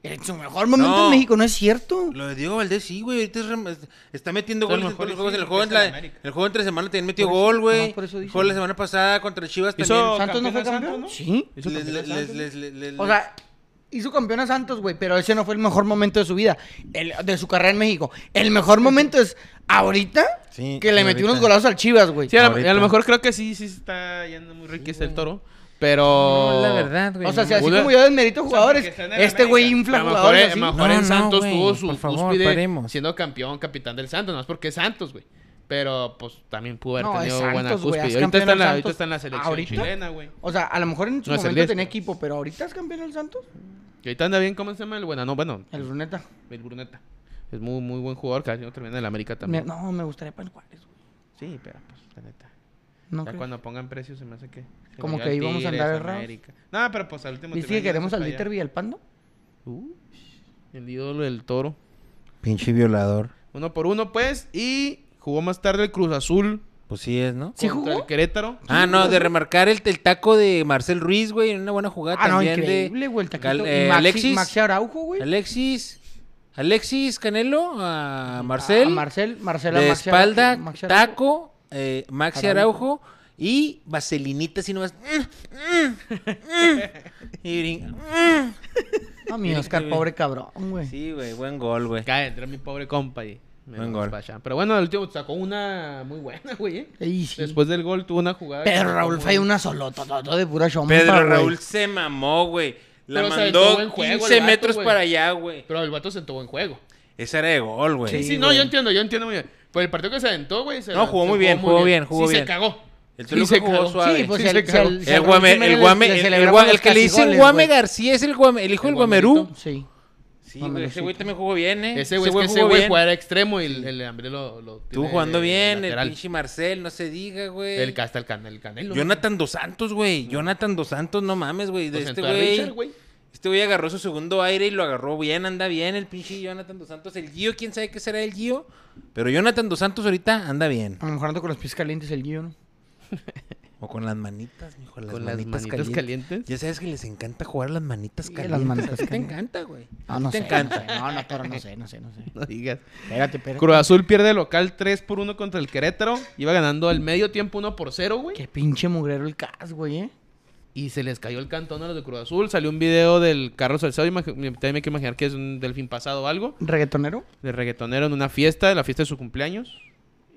S3: En su mejor momento
S2: No.
S3: en México, ¿no es cierto?
S2: Lo de Diego Valdés, sí, güey. Ahorita es rem- es- está metiendo
S1: Es el
S2: goles en todos los
S1: mejor,
S2: juegos. En el,
S1: sí,
S2: juego, en
S1: empieza
S2: la-
S1: en América.
S2: el juego entre semana también metió
S3: Por eso-
S2: gol, güey.
S3: nomás por eso
S2: El
S3: dice.
S2: juego la semana pasada contra Chivas
S1: Hizo
S3: ¿Santos no fue
S1: campeón a
S3: campeón?
S1: Santos,
S3: Sí.
S1: Hizo
S2: también.
S1: campeón a
S2: Les-
S1: Santos,
S2: les-
S1: ¿no?
S2: les- les- les-
S3: O sea, hizo campeón a Santos, güey, pero ese no fue el mejor momento de su vida, el- de su carrera en México. El mejor momento es ahorita
S2: Sí,
S3: que le
S2: y
S3: metió
S2: ahorita.
S3: unos golazos al Chivas, güey.
S1: Sí, a, la-
S2: Ahorita.
S1: a lo mejor creo que sí, sí está yendo muy rico el toro. Pero.
S2: No, la verdad, güey.
S3: o sea, si así
S1: Una-
S3: como yo desmerito
S1: O sea, porque
S3: jugadores,
S1: está en el
S3: este güey
S1: América.
S3: infla
S1: A lo mejor,
S3: jugadores.
S1: a
S3: así.
S1: lo mejor
S2: No,
S1: en
S2: no,
S1: Santos
S2: güey,
S1: tuvo su
S2: por favor,
S1: cúspide
S2: paremos.
S1: siendo campeón, capitán del Santos, no es porque es Santos, güey. Pero pues también pudo haber
S3: No, es
S1: tenido
S3: Santos,
S1: buena
S3: güey,
S1: cúspide.
S3: es
S1: ahorita,
S3: campeón
S1: está en la,
S3: del
S1: ahorita
S3: Santos.
S1: está en la selección
S3: ¿Ahorita?
S1: chilena, güey.
S3: O sea, a lo mejor en su
S1: No es el
S3: momento
S1: este.
S3: tenía equipo, pero ahorita es campeón el Santos.
S1: Y ahorita anda bien, ¿cómo se llama el bueno? No, bueno,
S3: El Bruneta.
S1: el Bruneta. Es muy, muy buen jugador, que no termina en la América también.
S3: Me- no, me gustaría para el Juárez, güey.
S1: Sí, pero pues, la neta.
S3: No
S1: ya
S3: creo.
S1: cuando pongan precios se me hace que. se
S3: Como
S1: vaya
S3: que
S1: al
S3: íbamos a
S1: Tigres,
S3: andar errados.
S1: América. No, pero pues al último.
S3: ¿Viste
S1: terminan
S3: que queremos
S1: yéndose
S3: al
S1: para
S3: Dieter
S1: allá.
S3: Villalpando?
S1: Uy, el ídolo del toro.
S2: Pinche violador.
S1: Uno por uno, pues. Y jugó más tarde el Cruz Azul
S2: Pues sí es, ¿no?
S3: ¿Sí
S1: contra
S3: jugó?
S1: el Querétaro.
S2: Ah, no, de remarcar el, el taco de Marcel Ruiz, güey. en Una buena jugada
S3: Ah, no,
S2: también
S3: increíble,
S2: de
S3: güey. El taquito.
S2: Gal-
S3: Y
S2: eh,
S3: Maxi-
S2: Alexis.
S3: Maxi Araujo, güey.
S2: Alexis. Alexis Canelo a Marcel.
S3: A Marcel, Marcel a
S2: de
S3: Maxi Araujo,
S2: espalda,
S3: Maxi Araujo.
S2: taco, eh, Maxi Araujo. y vaselinita así nomás. Mm, mm, mm. y brinca. Mm.
S3: No, mi Oscar, pobre cabrón, güey.
S2: Sí, güey, buen gol, güey.
S1: Cae entre mi pobre compa y me
S2: Buen
S1: lo
S2: gol.
S1: despachan. Pero bueno, el último sacó una muy buena, güey. ¿eh?
S3: Ey, sí.
S1: Después del gol tuvo una jugada.
S3: Pedro
S1: que-
S3: Raúl falló una solo, todo, todo de pura chompa,
S2: Pedro
S3: güey.
S2: Raúl se mamó, güey. La
S1: Pero se aventó buen
S2: mandó
S1: juego el
S2: 15
S1: vato,
S2: metros
S1: güey.
S2: para allá, güey.
S1: Pero el vato se tuvo en juego.
S2: Esa era de gol, güey.
S1: Sí, sí,
S3: Sí,
S1: no,
S3: güey.
S1: yo entiendo, yo entiendo muy bien. Pero el partido que se aventó, güey. se
S2: No,
S1: la-
S2: jugó
S1: se
S2: muy bien, jugó bien, jugó
S1: sí,
S2: bien.
S1: se cagó.
S2: El
S1: Sí,
S2: Toluca
S1: se
S2: jugó
S1: cagó.
S2: suave.
S3: Sí, pues
S1: Sí,
S3: el,
S1: se
S3: el-
S1: cagó.
S3: el-
S2: El,
S3: Raúl
S2: guame,
S3: Jiménez
S2: el,
S3: le-
S2: guame,
S3: le
S2: el, el,
S3: celebramos
S2: guame- el
S3: los
S2: que le dicen
S3: cachigoles,
S2: Guame
S3: güey.
S2: García es el guame, el hijo
S1: El
S2: del guamerú.
S1: guamerito.
S3: Sí.
S2: Sí,
S3: Guamerú,
S2: güey, ese
S3: sí.
S2: güey también jugó bien, eh.
S1: Ese güey, es que ese
S2: jugó
S1: güey
S2: bien.
S1: jugaba era extremo y el, el hambre lo, lo
S2: Tú
S1: tiene
S2: jugando
S1: de
S2: bien, el
S1: lateral.
S2: pinche Marcel, no se diga, güey.
S1: El, hasta el, can, el canelo.
S2: Jonathan Dos Santos, güey. Jonathan Dos Santos, no mames,
S3: Pues
S2: güey. De
S1: Lo
S2: este
S1: sentó Pues a Richard,
S2: güey.
S1: güey.
S2: Este güey agarró su segundo aire y lo agarró bien, anda bien el pinche Jonathan Dos Santos. El Gio, quién sabe qué será el Gio. Pero Jonathan Dos Santos ahorita anda bien.
S3: A lo mejor ando con los pies calientes el guión.
S2: O con las manitas, mijo. Las
S1: Con las
S2: manitas,
S1: manitas
S2: calientes.
S1: calientes.
S2: Ya sabes que les encanta jugar a las manitas
S3: Sí, las
S2: calientes.
S3: manitas
S2: A ti te
S3: calientes.
S2: encanta, güey.
S3: No, no
S2: Te
S3: sé.
S2: encanta.
S3: No, sé. no, no, pero no sé, no sé, no sé.
S1: No digas.
S3: Espérate, espérate.
S1: Cruz Azul pierde local 3 por 1 contra el Querétaro. Iba ganando al medio tiempo 1 por 0, güey.
S3: Qué pinche mugrero el cas, güey, eh.
S1: Y se les cayó el cantón a los de Cruz Azul. Salió un video del Carlos Salcedo. imagi- me- También hay que imaginar que es un delfín pasado o algo.
S3: ¿Reggaetonero?
S1: De reggaetonero en una fiesta, la fiesta de su cumpleaños.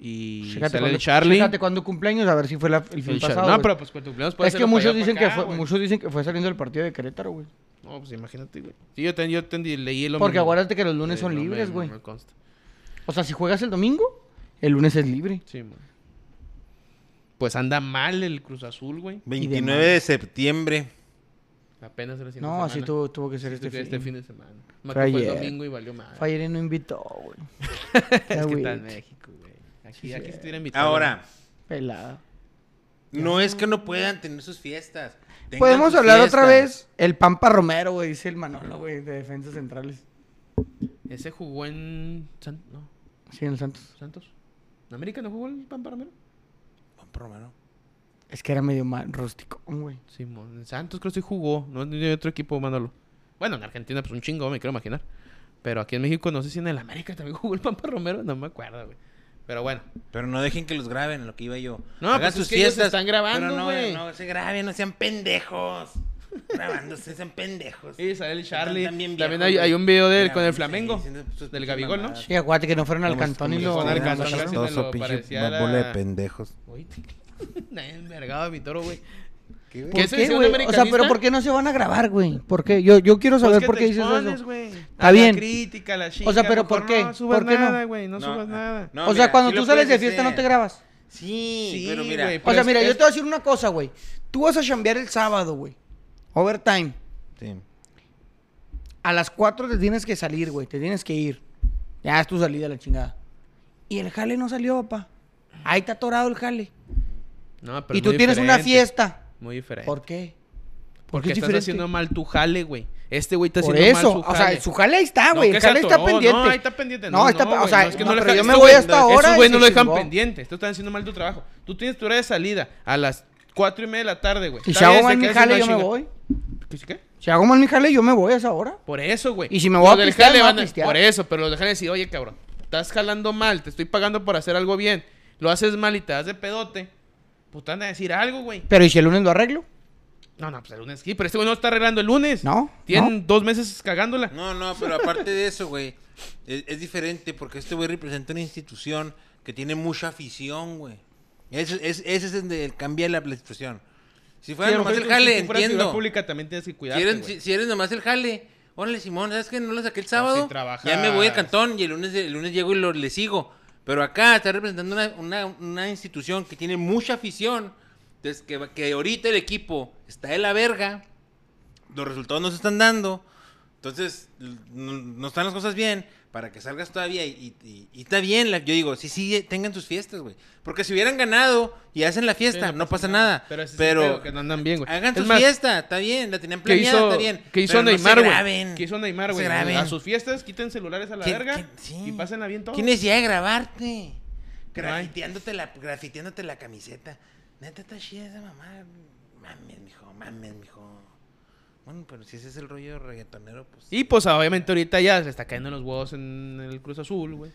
S1: Y
S3: Fíjate
S1: sale
S3: cuándo-
S1: el Charlie.
S3: Fíjate cuando cumpleaños, a ver si fue la- el
S1: El
S3: fin
S1: Char-
S3: pasado.
S1: no,
S3: güey.
S1: pero pues con tu cumpleaños puede
S3: es
S1: ser
S3: que
S1: para
S3: muchos
S1: allá,
S3: dicen,
S1: para
S3: que
S1: acá,
S3: fue,
S1: ah, güey.
S3: muchos dicen que fue saliendo del partido de Querétaro, güey.
S1: No, pues imagínate, güey. Sí, yo, ten- yo ten- leí lo
S3: Porque
S1: mismo.
S3: acuérdate que los lunes
S1: Sí,
S3: son
S1: no me-
S3: libres,
S1: no
S3: güey.
S1: me consta.
S3: O sea, si juegas el domingo, el lunes es libre.
S1: Sí, man. Pues anda mal el Cruz Azul, güey.
S2: 29 de septiembre.
S1: Apenas recién.
S3: No, así tuvo, tuvo que ser
S1: este,
S3: este fin.
S1: fin de semana. Me
S3: Fue
S1: acuerdo fue el
S3: ayer.
S1: domingo y valió mal.
S3: Fue ayer y no invitó, güey. Qué
S1: Es que está en
S3: agüite,
S1: México, güey. Aquí,
S3: Sí,
S1: aquí
S3: sí.
S1: estuviera invitado.
S2: Ahora,
S3: Pelada.
S2: no es que no puedan tener sus fiestas. Tengan
S3: Podemos
S2: sus
S3: hablar otra
S2: fiestas.
S3: vez. El Pampa Romero, güey, dice el Manolo, güey, de Defensas Centrales.
S1: güey. Ese jugó en. San- No,
S3: Sí, en el Santos.
S1: Santos. ¿En América no jugó el Pampa Romero?
S2: Juan Romero.
S3: Es que era medio mal rústico, güey.
S1: Simón. En Santos creo que sí jugó. No en otro equipo, Manolo. Bueno, en Argentina, pues un chingo, me quiero imaginar. Pero aquí en México, no sé si en el América también jugó el Pampa Romero. No me acuerdo, güey. Pero bueno.
S2: Pero no dejen que los graben, a lo que iba yo.
S1: No, pues es que ellos están grabando,
S2: pero no,
S1: güey.
S2: no se graben, no sean pendejos. Grabándose, sean pendejos.
S1: Y sale el Charlie.
S2: Están bien
S1: También,
S2: viejos,
S1: hay,
S2: güey.
S1: hay un video de él
S2: Mira,
S1: con el
S2: sí,
S1: Flamengo.
S2: diciendo sus
S1: Del
S2: pinches
S1: Gabigol, ¿no?
S2: mamadas.
S3: Sí, acuérdate que no fueron al
S2: Nomás
S3: cantón
S2: como
S3: y
S2: que
S3: lo...
S1: Con
S2: son
S1: al
S2: unos
S1: cantón casi me
S2: chistosos,
S1: lo
S2: pinche
S1: parecía la-
S2: bola de pendejos.
S1: Uy, Está envergado mi toro, güey.
S2: ¿Qué, güey?
S1: ¿Qué
S3: ¿Por
S1: es
S3: qué, güey? O sea, pero ¿por qué no se van a grabar, güey? ¿Por qué? Yo, yo quiero
S1: Pues
S3: saber por qué dices eso. Está
S1: Está bien.
S3: bien.
S1: La crítica, la chica.
S3: O sea, pero
S1: mejor
S3: ¿por qué?
S1: No subas
S3: ¿Por qué no?
S1: nada, güey. No,
S2: No,
S1: subas
S2: ah,
S1: nada.
S2: no,
S3: o sea,
S2: mira,
S3: cuando
S2: sí
S3: tú
S2: lo
S3: sales de
S2: puedes
S3: fiesta no
S2: hacer.
S3: te grabas.
S2: Sí,
S1: Sí,
S2: pero mira.
S1: güey,
S3: O
S1: Pero
S3: sea,
S1: es-
S3: mira, yo
S1: es-
S3: te voy a decir una cosa, güey. Tú vas a chambear el sábado, güey. Overtime.
S2: Sí.
S3: A las 4 te tienes que salir, güey. Te tienes que ir. Ya es tu salida, la chingada. Y el jale no salió, papá. Ahí está atorado el jale.
S1: No, pero
S3: Y
S1: es
S3: tú
S1: muy
S3: tienes una
S1: diferente.
S3: fiesta.
S1: Muy diferente.
S3: ¿Por qué?
S1: Porque
S3: es
S1: estás
S3: diferente?
S1: haciendo mal tu jale, güey. Este güey está
S3: Por
S1: haciendo mal
S3: eso,
S1: su
S3: o
S1: jale.
S3: sea, su jale ahí está,
S1: No,
S3: güey.
S1: que
S3: el
S1: se
S3: jale está
S1: atoró.
S3: pendiente.
S1: No, ahí está pendiente. No,
S3: No, está,
S1: no,
S3: pe- o
S1: güey,
S3: sea,
S1: no, es que
S3: no,
S1: no le
S3: pero yo
S1: dejan-
S3: me
S1: este
S3: voy
S1: güey-
S3: hasta ahora
S1: Estos
S3: y
S1: güey no
S3: se
S1: lo dejan
S3: chingó.
S1: pendiente. Estos están haciendo mal tu trabajo. Tú tienes tu hora de salida a las cuatro y media de la tarde, güey.
S3: Y
S1: Está
S3: si hago
S1: bien,
S3: mal
S1: se
S3: mi
S1: queda haciendo
S3: jale, yo
S1: una
S3: me
S1: chinga-
S3: voy.
S1: ¿Qué, sí, qué?
S3: Si hago mal mi jale, yo me voy a esa hora.
S1: Por eso, güey.
S3: Y si me voy a
S1: Los del
S3: pistear,
S1: jale
S3: me voy a
S1: van
S3: pistear.
S1: Por eso, pero los dejan decir, oye, cabrón, estás jalando mal, te estoy pagando por hacer algo bien. Lo haces mal y te das de pedote. Pues te van a decir algo, güey.
S3: Pero ¿y si el lunes lo arreglo?
S1: No, no, pues el lunes sí, pero este güey no está arreglando el lunes.
S3: No,
S1: Tienen dos meses cagándola.
S2: No, no, pero aparte de eso, güey, es, es diferente porque este güey representa una institución que tiene mucha afición, güey. Ese es, ese es donde cambia la expresión. Si
S1: Sí, a
S2: fuera
S1: lo
S2: nomás
S1: mejor
S2: el
S1: tú-
S2: jale,
S1: si fueras figura
S2: entiendo.
S1: pública también tienes que
S2: Si
S1: cuidarte,
S2: eres,
S1: güey.
S2: si- si eres nomás el jale, órale, Simón, ¿sabes que no lo saqué el sábado?
S1: trabajas.
S2: ya me voy al cantón y el lunes, el lunes llego y lo, le sigo. Pero acá está representando una, una- una institución que tiene mucha afición. Entonces, que, va- que ahorita el equipo está de la verga. Los resultados no se están dando. Entonces, l- no, no están las cosas bien para que salgas todavía. Y, y- y está bien, la- yo digo, sí, sí, tengan sus fiestas, güey. Porque si hubieran ganado y hacen la
S1: Sí,
S2: fiesta, no, pasa nada.
S1: Pero,
S2: Pero,
S1: ese es el pedo, que no andan bien, güey.
S2: Hagan
S1: Es
S2: su
S1: más,
S2: fiesta, está bien, la tenían
S1: ¿Qué
S2: planeada,
S1: hizo,
S2: está bien.
S1: ¿qué hizo
S2: pero no se
S1: Neymar, güey?
S2: graben.
S1: ¿Qué hizo Neymar,
S2: No se
S1: güey?
S2: graben.
S1: a sus fiestas quiten celulares a la
S2: ¿Quién-
S1: verga
S2: quién- sí.
S1: y pásenla bien todo.
S2: ¿Quién es ya grabarte?
S1: No hay.
S2: Grafiteándote la, grafiteándote la camiseta. Neta está chida esa mamá. Mames, mijo, mames, mijo. Bueno, pero si ese es el rollo reggaetonero, pues.
S1: Y pues obviamente ahorita ya se está cayendo los huevos en el Cruz Azul, güey.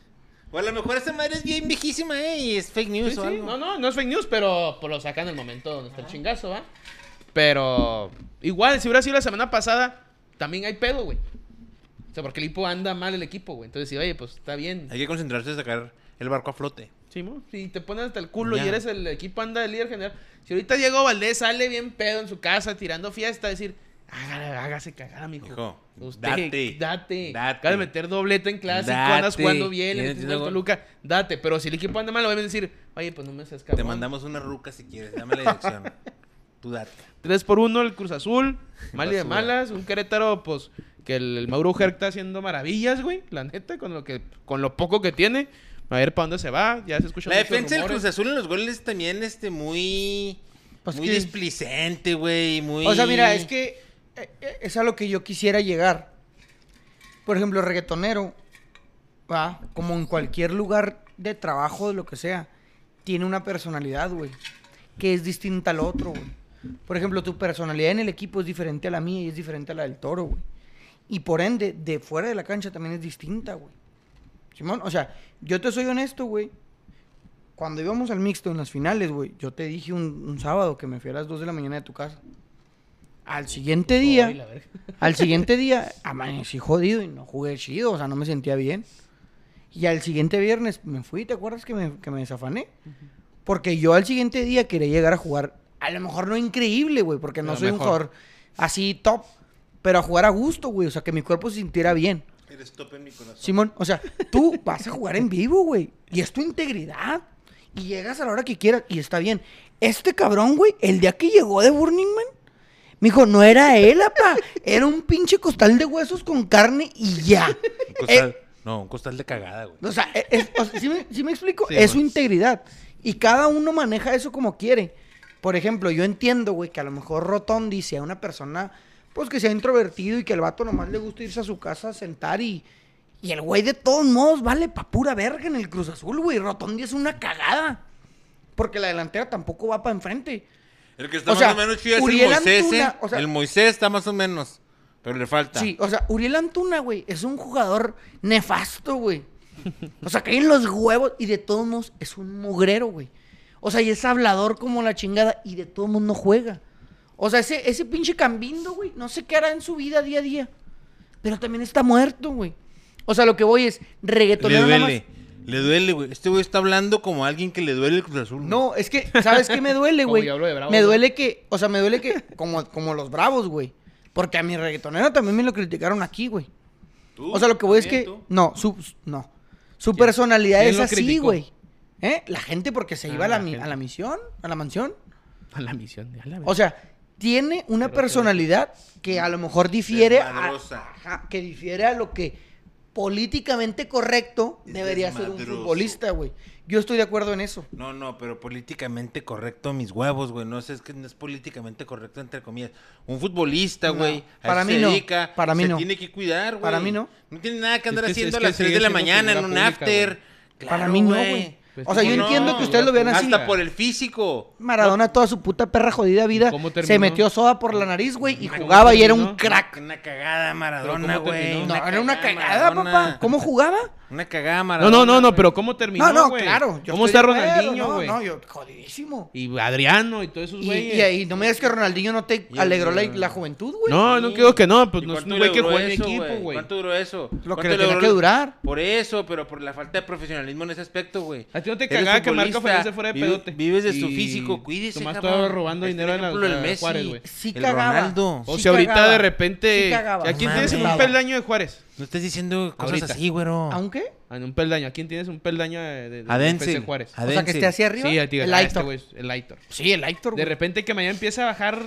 S2: O a lo mejor esa madre es bien viejísima, ¿eh? Y es fake news
S1: Sí,
S2: o
S1: sí.
S2: algo.
S1: No, no, no es fake news, pero pues, lo sacan en el momento donde está el chingazo, ¿va? Pero igual, si hubiera sido la semana pasada, también hay pedo, güey. O sea, porque el equipo anda mal el equipo, güey. Entonces, sí, oye, pues está bien.
S2: Hay que concentrarse en sacar el barco a flote.
S1: Sí, mo, si te pones hasta el culo
S2: Ya.
S1: y eres el equipo anda de líder general. Si ahorita Diego Valdés sale bien pedo en su casa tirando fiesta, decir, "Hágale, hágase cagada, mijo.
S2: Hijo,
S1: Usted,
S2: date,
S1: date. Date.
S2: date.
S1: Acabas de meter doblete en clásico,
S2: Date.
S1: andas jugando bien,
S2: Ya
S1: le metiste
S2: entiendo,
S1: gol a Toluca, date. Pero si el equipo anda mal, lo van a decir, oye, pues no me seas cabrón.
S2: Te mandamos una ruca si quieres. Dame la dirección. Tú date.
S1: 3 por 1 el Cruz Azul, mal y de
S2: Basura.
S1: malas, un Querétaro, pues, que el, el Mauro Ger está haciendo maravillas, güey, la neta, con lo que, con lo poco que tiene, a ver para dónde se va, ya se escucha
S2: La defensa del Cruz Azul en los goles también este muy
S3: Pues
S2: muy
S3: que-
S2: displicente, güey, muy
S3: O sea, mira, es que eh, eh, es a lo que yo quisiera llegar. Por ejemplo, reggaetonero, va, como en cualquier lugar de trabajo, de lo que sea, tiene una personalidad, güey, que es distinta al otro, güey. Por ejemplo, tu personalidad en el equipo es diferente a la mía y es diferente a la del toro, güey. Y por ende, de fuera de la cancha también es distinta, güey. Simón, o sea, yo te soy honesto, güey. Cuando íbamos al mixto en las finales, güey, yo te dije un, un sábado que me fui a las 2 de la mañana de tu casa. Al siguiente día, al siguiente día, amanecí jodido y no jugué chido, o sea, no me sentía bien. Y al siguiente viernes me fui, ¿te acuerdas que me, que me desafané? Porque yo al siguiente día quería llegar a jugar, a lo mejor no increíble, güey, porque no
S1: Pero
S3: soy un
S1: mejor.
S3: jugador así top, pero a jugar a gusto, güey, o sea, que mi cuerpo se sintiera bien.
S2: Eres top en mi corazón.
S3: Simón, o sea, tú vas a jugar en vivo, güey. Y es tu integridad. Y llegas a la hora que quieras y está bien. Este cabrón, güey, el día que llegó de Burning Man, me dijo, no era él, apa. Era un pinche costal de huesos con carne y ya.
S2: Un costal,
S3: Eh,
S2: no, un costal de cagada, güey.
S3: O sea, e- es- o sea, ¿sí, me, sí me explico?
S2: Sí,
S3: es su
S2: güey.
S3: integridad. Y cada uno maneja eso como quiere. Por ejemplo, yo entiendo, güey, que a lo mejor Rotondi sea una persona, pues que sea introvertido y que al vato nomás le gusta irse a su casa a sentar y. Y el güey de todos modos vale pa' pura verga en el Cruz Azul, güey. Rotondi es una cagada. Porque la delantera tampoco va para enfrente.
S2: El que está
S3: O
S2: más
S3: sea,
S2: o menos chido es el
S3: Uriel
S2: Moisés,
S3: Antuna,
S2: ¿eh?
S3: o sea-
S2: el Moisés está más o menos, pero le falta.
S3: Sí, o sea, Uriel Antuna, güey, es un jugador nefasto, güey. O sea, cae en los huevos y de todos modos es un mugrero, güey. O sea, y es hablador como la chingada y de todos modos no juega. O sea, ese, ese pinche cambindo, güey, no sé qué hará en su vida día a día. Pero también está muerto, güey. O sea, lo que voy es
S2: le
S3: reggaetonero nada más.
S2: duele. Le duele, güey. Este güey está hablando como alguien que le duele el Cruz Azul. güey.
S3: No, es que, ¿sabes qué me duele,
S1: Como
S3: güey?
S1: Diablo de Bravos,
S3: Me
S1: ¿no?
S3: duele que, o sea, me duele que, como, como los bravos, güey. Porque a mi reggaetonero también me lo criticaron aquí, güey.
S2: Tú,
S3: O sea, lo que voy es
S2: también
S3: que.
S2: tú.
S3: No, su, su- no. Su personalidad
S1: quién
S3: es
S1: lo
S3: así,
S1: criticó?
S3: güey. ¿Eh? La gente porque se
S1: Ah,
S3: iba a la,
S1: la
S3: mi- a
S1: gente.
S3: la misión, a la mansión.
S1: A la misión, a la
S3: O
S1: verga.
S3: sea, tiene una personalidad que a lo mejor difiere a,
S2: Desmadrosa.
S3: ajá, que difiere a lo que políticamente correcto
S2: Es
S3: debería ser un
S2: desmadroso.
S3: futbolista, güey. Yo estoy de acuerdo en eso.
S2: No, no, pero políticamente correcto mis huevos, güey. No sé, es que no es políticamente correcto entre comillas. Un futbolista,
S3: No,
S2: güey, a
S3: para
S2: eso
S3: mí
S2: se
S3: no,
S2: dedica,
S3: para mí
S2: se
S3: no.
S2: tiene que cuidar, güey.
S3: Para mí no.
S2: No tiene nada que andar
S1: Es que-
S2: haciendo
S1: es
S2: a
S1: que
S2: las 3
S1: sigue
S2: de la
S1: siendo
S2: mañana en
S1: figura
S2: un
S1: pública,
S2: after.
S1: güey.
S3: Para
S2: Claro,
S3: mí no, güey.
S1: Pues,
S3: o sea, yo
S1: ¿cómo no?
S3: entiendo que ustedes lo vean así.
S2: Hasta por el físico.
S3: Maradona toda su puta perra jodida vida
S1: ¿Cómo
S3: se
S1: terminó?
S3: metió soda por la nariz, güey, y
S1: ¿Cómo
S3: jugaba y era un
S1: terminó?
S3: crack.
S2: Una cagada Maradona,
S1: ¿Pero cómo
S2: güey.
S1: terminó?
S3: No, era una cagada,
S2: Maradona.
S3: papá. ¿Cómo jugaba?
S2: Una cagada
S1: No,
S2: Maradona.
S1: no, no, no,
S2: güey.
S1: pero ¿cómo terminó,
S3: no, no,
S1: güey?
S3: claro. yo
S1: ¿Cómo
S3: estoy
S1: está
S3: de acuerdo,
S1: Ronaldinho,
S3: no,
S1: güey?
S3: No, yo jodidísimo.
S1: Y Adriano y todos esos
S3: Y,
S1: güeyes.
S3: y ahí, no me digas que Ronaldinho no te
S2: Y-
S3: alegró la, la juventud, güey.
S1: No, no creo que no, pues
S2: ¿Y
S1: no es
S2: cuánto
S1: un güey
S2: le
S1: que
S2: duró
S1: juega en
S2: eso,
S1: equipo, güey.
S2: ¿Cuánto duró eso?
S3: Lo que
S2: ¿Cuánto
S3: le
S2: le
S3: tenía
S2: duró-
S3: que durar.
S2: Por eso, pero por la falta de profesionalismo en ese aspecto, güey.
S1: A ti no te
S2: Eres
S1: cagaba que
S2: futbolista,
S1: Marco Fabián se fuera de
S2: vive-
S1: pedote.
S2: Vives de su
S1: Y
S2: físico, cuídese,
S1: nomás
S2: cabrón.
S1: estaba robando
S2: Ahí está el
S1: dinero a la-
S2: ejemplo del
S1: a
S2: Messi,
S1: Juárez, güey.
S3: Sí
S2: el
S3: cagaba.
S2: Ronaldo.
S1: O
S3: Sí
S1: sea, ahorita
S3: cagaba.
S1: de repente.
S3: Sí cagaba.
S1: ¿A quién
S2: No
S1: tienes en un
S2: mames.
S1: peldaño de Juárez?
S2: No estés diciendo cosas
S1: Ahorita.
S2: así, güero.
S3: ¿Aunque?
S1: En un peldaño. ¿A quién tienes un peldaño de, de, de
S2: A
S1: FC
S2: Denzel.
S1: Juárez?
S2: A
S3: O sea, que
S2: Denzel.
S3: esté hacia arriba.
S1: Sí, a ti,
S3: el
S1: ah, este
S3: Aitor.
S1: güey es el Aitor.
S3: Sí, el Aitor,
S1: De
S3: güey.
S1: repente que mañana empieza a bajar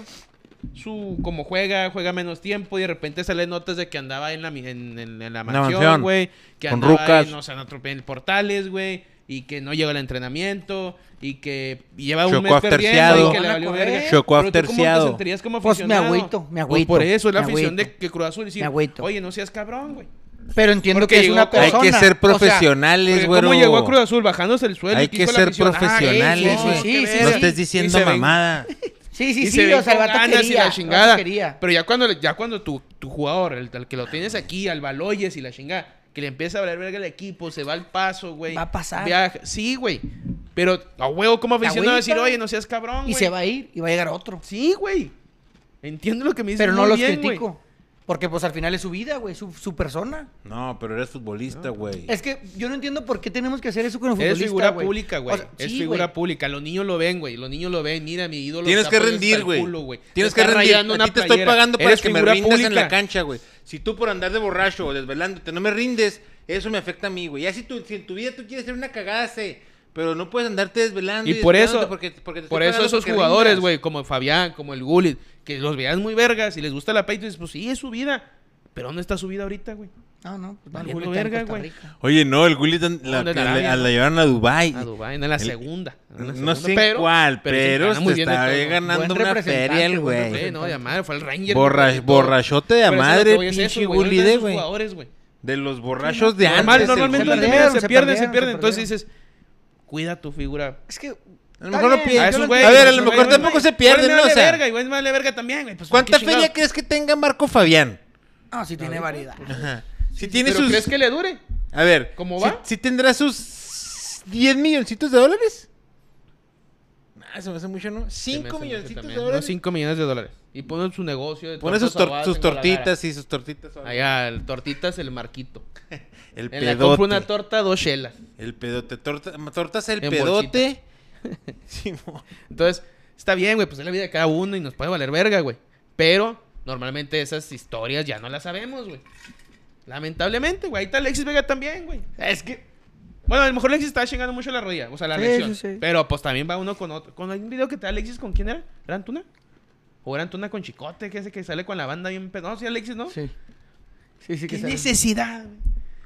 S1: su como juega, juega menos tiempo y de repente salen notas de que andaba en la, mi- en, en- en la
S2: mansión,
S1: mansión, güey, que
S2: con
S1: andaba
S2: rucas.
S1: en, no sé, en otro- en portales, güey, y que no llegó al entrenamiento y que lleva un
S2: Chocó
S1: mes
S2: terciado.
S1: perdiendo y que le
S3: Van a
S1: valió
S3: correr.
S1: verga.
S2: Chocó
S1: Pero tú
S2: terciado.
S1: ¿Cómo te sentirías como
S3: Pues me
S1: aficionado?
S3: agüito, me agüito,
S1: Pues por eso, la
S3: me
S1: afición de
S3: agüito.
S1: que Cruz Azul decir,
S3: Me agüito.
S1: "Oye, no seas cabrón, güey."
S3: Pero entiendo
S1: Porque
S3: que es
S1: llegó
S3: una
S1: con-
S2: Hay
S3: persona.
S2: que ser
S3: O sea,
S2: profesionales,
S1: Porque
S2: güero.
S1: ¿Cómo llegó a Cruz Azul bajándose el suelo?
S2: Hay
S1: y
S2: que
S1: dijo la
S2: ser
S1: afición, "Ah,
S2: profesionales,
S1: eh,
S3: sí,
S2: güey.
S1: no,
S3: sí,
S1: qué
S3: sí,
S1: verga".
S2: no
S3: sí.
S2: estés
S1: Y
S2: diciendo
S1: se ven-
S2: mamada.
S3: sí,
S1: y
S3: sí,
S1: se
S3: sí.
S1: ven
S3: O sea, el
S1: con
S3: vato
S1: ganas
S3: quería.
S1: y la
S3: el vato
S1: chingada.
S3: quería.
S1: Pero ya cuando, le- ya cuando tu, tu jugador, el, al que lo tienes aquí, al Baloyes y la chingada, que le empieza a hablar verga el equipo, se va al paso, güey.
S3: Va a pasar.
S1: Viaja- Sí, güey. Pero a huevo como aficionado a decir,
S3: agüita.
S1: oye, no seas cabrón,
S3: Y
S1: güey.
S3: se va a ir y va a llegar otro.
S1: Sí, güey. Entiendo lo que me dices
S3: Pero no
S1: muy
S3: los
S1: bien, güey.
S3: critico. Porque pues al final es su vida, güey, su, su persona.
S2: No, pero eres futbolista, güey.
S3: Es que yo no entiendo por qué tenemos que hacer eso con el
S1: Es
S3: futbolista,
S1: figura
S3: güey.
S1: pública, güey.
S3: O sea,
S1: es
S3: sí,
S1: figura
S3: güey.
S1: pública. Los niños lo ven, güey. Los niños lo ven. Mira, mi ídolo.
S2: Tienes
S1: está
S2: que
S1: poniendo hasta
S2: rendir,
S1: el
S2: güey.
S1: culo, güey.
S2: Tienes
S1: Está
S2: que rendir.
S1: rayando
S2: A
S1: una
S2: ti te estoy
S1: playera.
S2: pagando para
S1: Eres
S2: que me
S1: figura
S2: rindas en la
S1: pública.
S2: cancha, güey. Si tú por andar de borracho o desvelándote no me rindes, eso me afecta a mí, güey. Ya si, tú, si en tu vida tú quieres hacer una cagada, sé, pero no puedes andarte desvelando.
S1: Y por
S2: desvelándote
S1: eso,
S2: porque- porque te estoy
S1: por eso
S2: pagando
S1: esos
S2: porque
S1: jugadores,
S2: rindas.
S1: güey, como Fabián, como el Gullit, que los veas muy vergas y les gusta la pay, tú dices, pues sí, es su vida. Pero ¿dónde está su vida ahorita, güey?
S3: No, no, pues,
S1: Valiendo
S3: Julio está en
S1: verga,
S3: Costa
S1: güey.
S3: Rica.
S2: Oye, no, el Willy tan- la,
S1: ¿Dónde
S2: que
S1: la
S2: le-
S1: había?
S2: la llevaron a Dubái.
S1: A Dubái, en la
S2: El-
S1: segunda. en la
S2: No
S1: segunda,
S2: sé en cuál,
S1: sí,
S2: pero,
S1: gana muy
S2: se
S1: bien de
S2: está
S1: todo.
S2: ganando
S3: Buen
S2: una
S3: representante,
S2: feria
S3: buen
S2: el
S1: Sí,
S2: güey.
S3: representante.
S1: no, de a madre, fue el Ranger.
S2: Borra-
S1: güey, todo.
S2: borrachote de a
S1: Pero eso es lo
S2: madre,
S1: que voy, es
S2: pinche
S1: eso, güey,
S2: Gullit, eh,
S1: ahorita esos
S2: güey.
S1: jugadores, güey.
S2: De los borrachos de antes.
S1: Normal-
S2: el
S1: Normalmente
S3: se
S2: Gullit.
S1: los
S3: perdieron,
S1: niños se
S3: se
S1: pierden, se
S3: perdieron,
S1: pierden.
S3: se
S1: Entonces dices, cuida tu figura.
S3: Es que
S2: A lo mejor lo
S3: Está
S2: piden.
S3: bien,
S1: A
S3: yo
S1: esos
S3: lo
S1: güeyes, pues,
S2: a ver, a
S1: esos
S2: lo mejor
S1: güeyes,
S2: tampoco
S1: güey,
S2: se pierden,
S1: güey,
S2: ¿no? O
S1: vale
S2: sea,
S1: verga, y güey, vale verga también, güey. Pues,
S2: ¿Cuánta
S1: qué chingado.
S2: feria crees que tenga Marco Fabián?
S3: No, Ah, sí tiene variedad.
S2: Si tiene
S1: ¿Pero
S2: sus.
S1: crees que le dure?
S2: A ver,
S1: ¿Cómo
S2: si-
S1: va?
S2: Si, tendrá sus 10 milloncitos de dólares. Ah, se me hace mucho, ¿no? 5 milloncitos de dólares.
S1: 5 millones de dólares. Y pone su negocio. de
S2: Pone sus,
S1: tortas
S2: tor-
S1: ahogadas
S2: sus
S1: en
S2: tortitas y sus tortitas. ahogadas.
S1: Allá, el tortitas, el marquito.
S2: El
S1: En la compra una
S2: pedote.
S1: torta, dos chelas.
S2: El pedote. Torta, tortas el
S1: En
S2: pedote. Simón.
S1: Entonces, está bien, güey, pues es la vida de cada uno y nos puede valer verga, güey. Pero normalmente esas historias ya no las sabemos, güey. Lamentablemente, güey. Ahí está Alexis Vega también, güey.
S3: Es que
S1: Bueno, a lo mejor Alexis estaba chingando mucho la rodilla, o sea, la
S3: Sí,
S1: lesión.
S3: sí, sí.
S1: Pero pues también va uno con otro. Con hay un video que te da Alexis con quién era? ¿Era Antuna? ¿O era Antuna con Chicote? Que ese que sale con la banda bien pedo. No, sí, Alexis, ¿no?
S3: Sí. Sí, sí que
S1: ¿Qué
S3: sabe.
S1: necesidad? güey?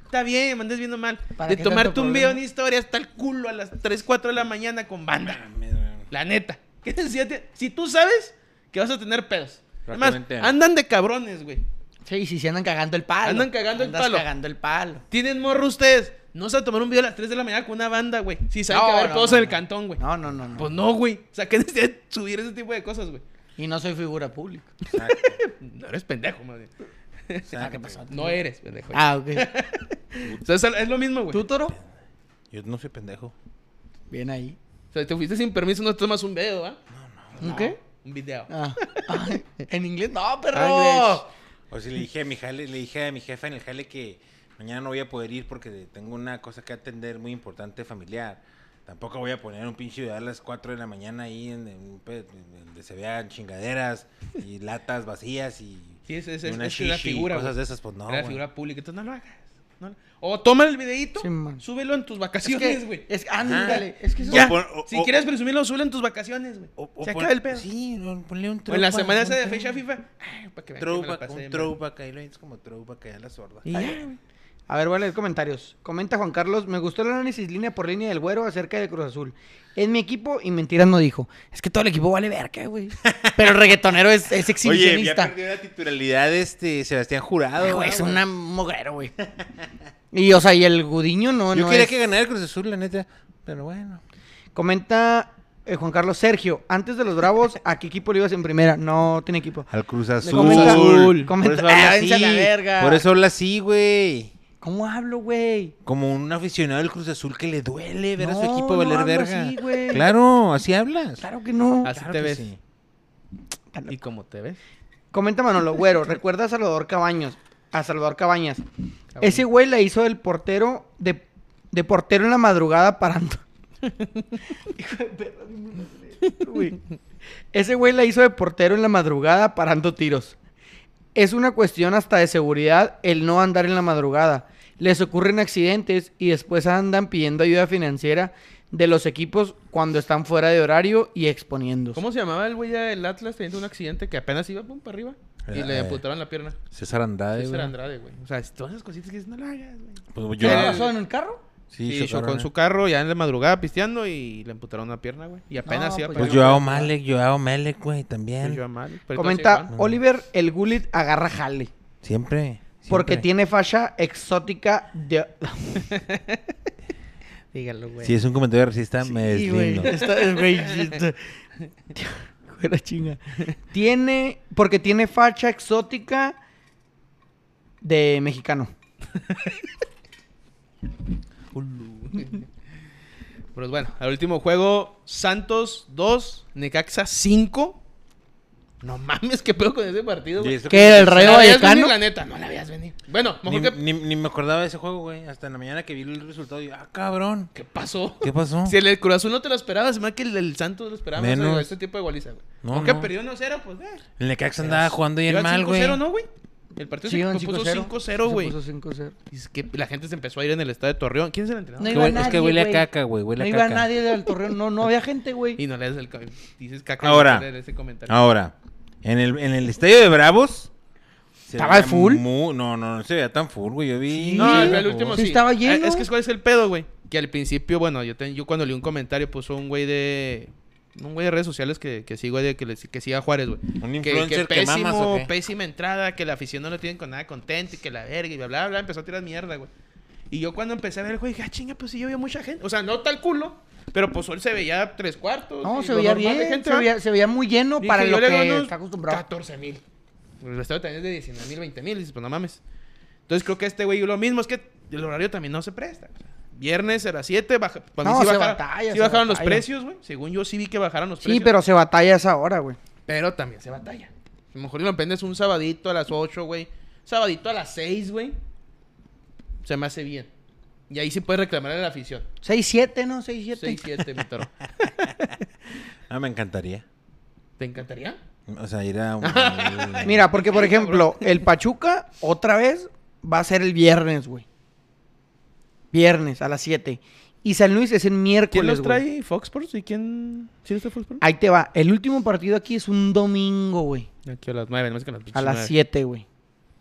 S1: Está bien, me andas viendo mal.
S3: ¿Para
S1: De
S3: qué
S1: tomarte
S3: tanto
S1: un video
S3: problema?
S1: en historia hasta el culo a las 3, 4 de la mañana con banda. La neta. ¿Qué necesidad tiene? Si tú sabes que vas a tener pedos. Además,
S2: Exactamente.
S1: andan de cabrones, güey.
S3: Sí, sí, sí andan cagando el palo.
S1: Andan cagando el
S3: Andas
S1: palo.
S3: cagando el palo.
S1: Tienen morro ustedes. No se va a tomar un video a las 3 de la mañana con una banda, güey. Si saben que va a
S3: No,
S1: haber
S3: no,
S1: pedos
S3: no,
S1: en el
S3: no.
S1: cantón, güey.
S3: No, no, no, no.
S1: Pues no, güey. O sea, ¿qué necesidad de subir ese tipo de cosas, güey?
S3: Y no soy figura pública. pues.
S1: No eres pendejo, madre.
S3: Ah, ¿qué pasó?
S1: No eres pendejo.
S3: Ah, ok.
S1: O sea, es, es lo mismo, güey.
S3: ¿Tú, Toro?
S2: Yo no soy pendejo.
S3: Bien ahí.
S1: O sea, te fuiste sin permiso, no tomas un video, ¿ah?
S3: ¿Un qué?
S1: Un video.
S3: Ah. Ay, en inglés. No, perro.
S1: English.
S2: O si le dije a mi jale, le dije a mi jefa en el jale que mañana no voy a poder ir porque tengo una cosa que atender muy importante familiar. Tampoco voy a poner un pinche video a las 4 de la mañana ahí en, en- pe- en- donde se vean chingaderas y latas vacías y,
S1: Sí, es, es,
S2: y
S1: es,
S2: una
S1: es la
S2: shishi y
S1: figura.
S2: cosas
S1: güey.
S2: de esas, pues no.
S1: Era la
S2: güey.
S1: figura pública. Entonces no lo hagas. no lo- O toma el videito,
S3: Sí, man.
S1: súbelo en tus
S3: Es
S1: vacaciones, güey.
S3: que, es, ándale. Es que eso-
S1: Ya.
S2: O pon- o-
S1: si
S2: o-
S1: quieres presumirlo, súbelo en tus vacaciones, güey.
S2: O- o
S1: Se
S2: pon-
S1: acaba el pedo.
S2: Sí, no, ponle un
S1: o en la
S2: throwback,
S1: semana
S2: un
S1: esa de
S2: throwback.
S1: fecha FIFA. Ay, para que vean que me la
S2: Throwback,
S1: pasé de
S2: un
S1: madre.
S2: throwback, ahí lo dices como throwback, ahí a la sorda.
S1: Y ya, güey.
S3: A ver, voy a leer comentarios. Comenta Juan Carlos, me gustó el análisis línea por línea del güero acerca de Cruz Azul. Es mi equipo y mentiras no dijo. Es que todo el equipo vale verga, güey. Pero el reggaetonero es, es
S2: Oye, ya
S3: exhibicionista.
S2: perdió la titularidad este Sebastián Jurado.
S3: Ay, güey, es
S2: ¿no, güey?
S3: una mugrero, güey. Y, o sea, y el gudiño no,
S2: Yo
S3: no
S2: quería
S3: es-
S2: que ganara el Cruz Azul, la neta. Pero bueno.
S3: Comenta eh, Juan Carlos Sergio, antes de los Bravos, ¿a qué equipo le ibas en primera? No tiene equipo.
S2: Al Cruz Azul.
S3: comenta-
S2: Por
S3: comenta-
S2: eso habla
S3: Ah,
S2: así.
S3: váyanse a la verga.
S2: Por eso habla así, güey.
S3: ¿Cómo hablo, güey?
S2: Como un aficionado del Cruz Azul que le duele ver a su
S3: No,
S2: equipo
S3: no
S2: valer
S3: hablo
S2: verga.
S3: así, güey.
S2: claro, así hablas.
S3: Claro que no.
S1: Así
S2: Claro
S1: te
S2: que
S1: ves.
S2: sí.
S1: Y como te ves.
S3: Comenta Manolo, güero, recuerda a Salvador Cabaños. A Salvador Cabañas. Ese güey la hizo el portero de, de portero en la madrugada parando. Hijo de perra, güey. Ese güey la hizo de portero en la madrugada parando tiros. Es una cuestión hasta de seguridad el no andar en la madrugada. Les ocurren accidentes y después andan pidiendo ayuda financiera de los equipos cuando están fuera de horario y exponiéndose.
S1: ¿Cómo se llamaba el güey ya del Atlas teniendo un accidente que apenas iba pum, para arriba? Y
S2: Eh,
S1: le
S2: eh.
S1: amputaron la pierna.
S2: César Andrade.
S1: César
S2: güey.
S1: Andrade, güey. O sea, es- todas esas cositas que dices, no lo hagas, güey.
S2: Pues
S3: ¿Qué
S2: yo-
S3: le
S1: Eh,
S3: pasó en el carro?
S1: Sí,
S2: se
S1: chocó
S2: pararon.
S1: en su carro ya en la madrugada pisteando y le amputaron una pierna, güey. Y apenas
S3: No,
S1: iba
S3: pues
S1: para
S2: Pues
S1: arriba.
S2: yo hago Malek, yo hago Malek, güey,
S1: Pues
S2: también.
S1: yo a Mali. Pero
S3: Comenta
S1: entonces,
S3: Oliver, el Gullit agarra jale.
S2: Siempre.
S3: Porque
S2: siempre.
S3: tiene facha exótica de...
S1: Iván. Dígalo, güey.
S2: Si es un comentario racista,
S3: Sí,
S2: me
S3: güey.
S2: deslindo.
S3: Está- es, güey, está- Fuera chinga. Tiene... Porque tiene facha exótica de mexicano.
S1: Pero bueno, al último juego, Santos 2, Necaxa 5. No mames, qué pedo con ese partido,
S2: Y
S1: güey.
S2: eso
S3: ¿Qué era el
S1: ¿La
S3: Rayo
S1: veías
S3: Vallecano?
S1: venir, la neta, no la veías venir. Bueno,
S2: Ni,
S1: mejor que...
S2: ni- ni me acordaba de ese juego, güey. Hasta en la mañana que vi el resultado, yo, ah, cabrón.
S1: ¿Qué pasó?
S2: ¿Qué pasó?
S1: Si el del Cruz Azul no te lo esperabas, más que el del Santos lo esperaba.
S2: Menos.
S1: Menos. Este tipo de goliza, güey.
S2: No,
S1: Aunque
S2: no.
S1: perdió 1-0, pues, eh.
S2: El Necaxa andaba jugando bien
S1: Iban
S2: mal, güey.
S1: 5-0, ¿no, güey? El partido
S3: Sí, iban
S1: se puso
S3: 5-0.
S1: 5-0,
S3: Se
S1: güey.
S3: puso 5-0.
S1: Y es que la gente se empezó a ir en el estadio de Torreón. ¿Quién es el entrenador?
S3: No
S2: Que
S3: iba
S2: huele- es
S3: nadie,
S2: que huele a
S3: güey.
S2: caca, güey. Huele
S3: No
S2: a
S3: iba
S2: caca.
S3: nadie del Torreón, no, no había gente,
S1: Y
S3: güey.
S1: no le das el co- dices caca
S2: Ahora.
S1: de ese comentario.
S2: Ahora, en el, en el estadio de Bravos. se
S3: ¿Estaba
S2: veía
S3: full?
S2: mu- no, no, no se veía tan full, güey. Yo vi.
S3: Sí.
S1: No, el,
S3: Sí,
S1: el último
S3: sí
S1: sí.
S3: estaba
S1: Ah,
S3: lleno.
S1: Es que cuál es el pedo, güey. Que al principio, bueno, yo, te- yo cuando leí un comentario puso un güey de... Un güey de redes sociales que, que sigo, de, que, le, que siga a Juárez, güey.
S2: Un
S1: Que-
S2: influencer que,
S1: pésimo,
S2: mamas, ¿o qué?
S1: pésima entrada, que la afición no lo tiene con nada contento y que la verga y bla, bla, bla. Empezó a tirar mierda, güey. Y yo cuando empecé a ver, güey, dije, ah, chinga, pues sí, yo vi mucha gente. O sea, no tal culo, pero pues él se veía tres cuartos.
S3: No,
S1: y
S3: se
S1: lo
S3: veía
S1: normal de
S3: bien,
S1: gente,
S3: se,
S1: ¿va?
S3: veía, se veía muy lleno
S1: Dije,
S3: para
S1: yo
S3: lo
S1: le doy
S3: que
S1: unos
S3: está acostumbrado.
S1: 14 mil. El estadio también es de 19 mil, 20 mil. Dices, pues no mames. Entonces creo que este güey, lo mismo es que el horario también no se presta. o sea, Viernes era 7, baja, para mí
S3: No,
S1: sí,
S3: se
S1: bajaron-
S3: batalla,
S1: sí
S3: se
S1: bajaron los
S3: batalla.
S1: precios, güey. Según yo sí vi que bajaron los precios.
S3: Sí, pero se batalla esa hora, güey.
S1: Pero también se batalla. A lo mejor y lo emprendes un sabadito a las 8, güey. Sabadito a las 6, güey. Se me hace bien. Y ahí sí puedes reclamar a la afición.
S3: 6-7, ¿no?
S1: 6,
S3: 6-7.
S1: 7, mi toro.
S2: Ah, me encantaría.
S1: ¿Te encantaría?
S2: O sea, ir a un-
S3: Mira, porque por ejemplo, el Pachuca otra vez va a ser el viernes, güey. Viernes a las 7. Y San Luis es el
S1: ¿Quién
S3: miércoles,
S1: los
S3: güey.
S1: trae? ¿Fox Sports? ¿Y quién? ¿Sí los trae Fox Sports?
S3: Ahí te va. El último partido aquí es un domingo, güey.
S1: Aquí a las 9, no más que a las 7.
S3: A las 7, güey.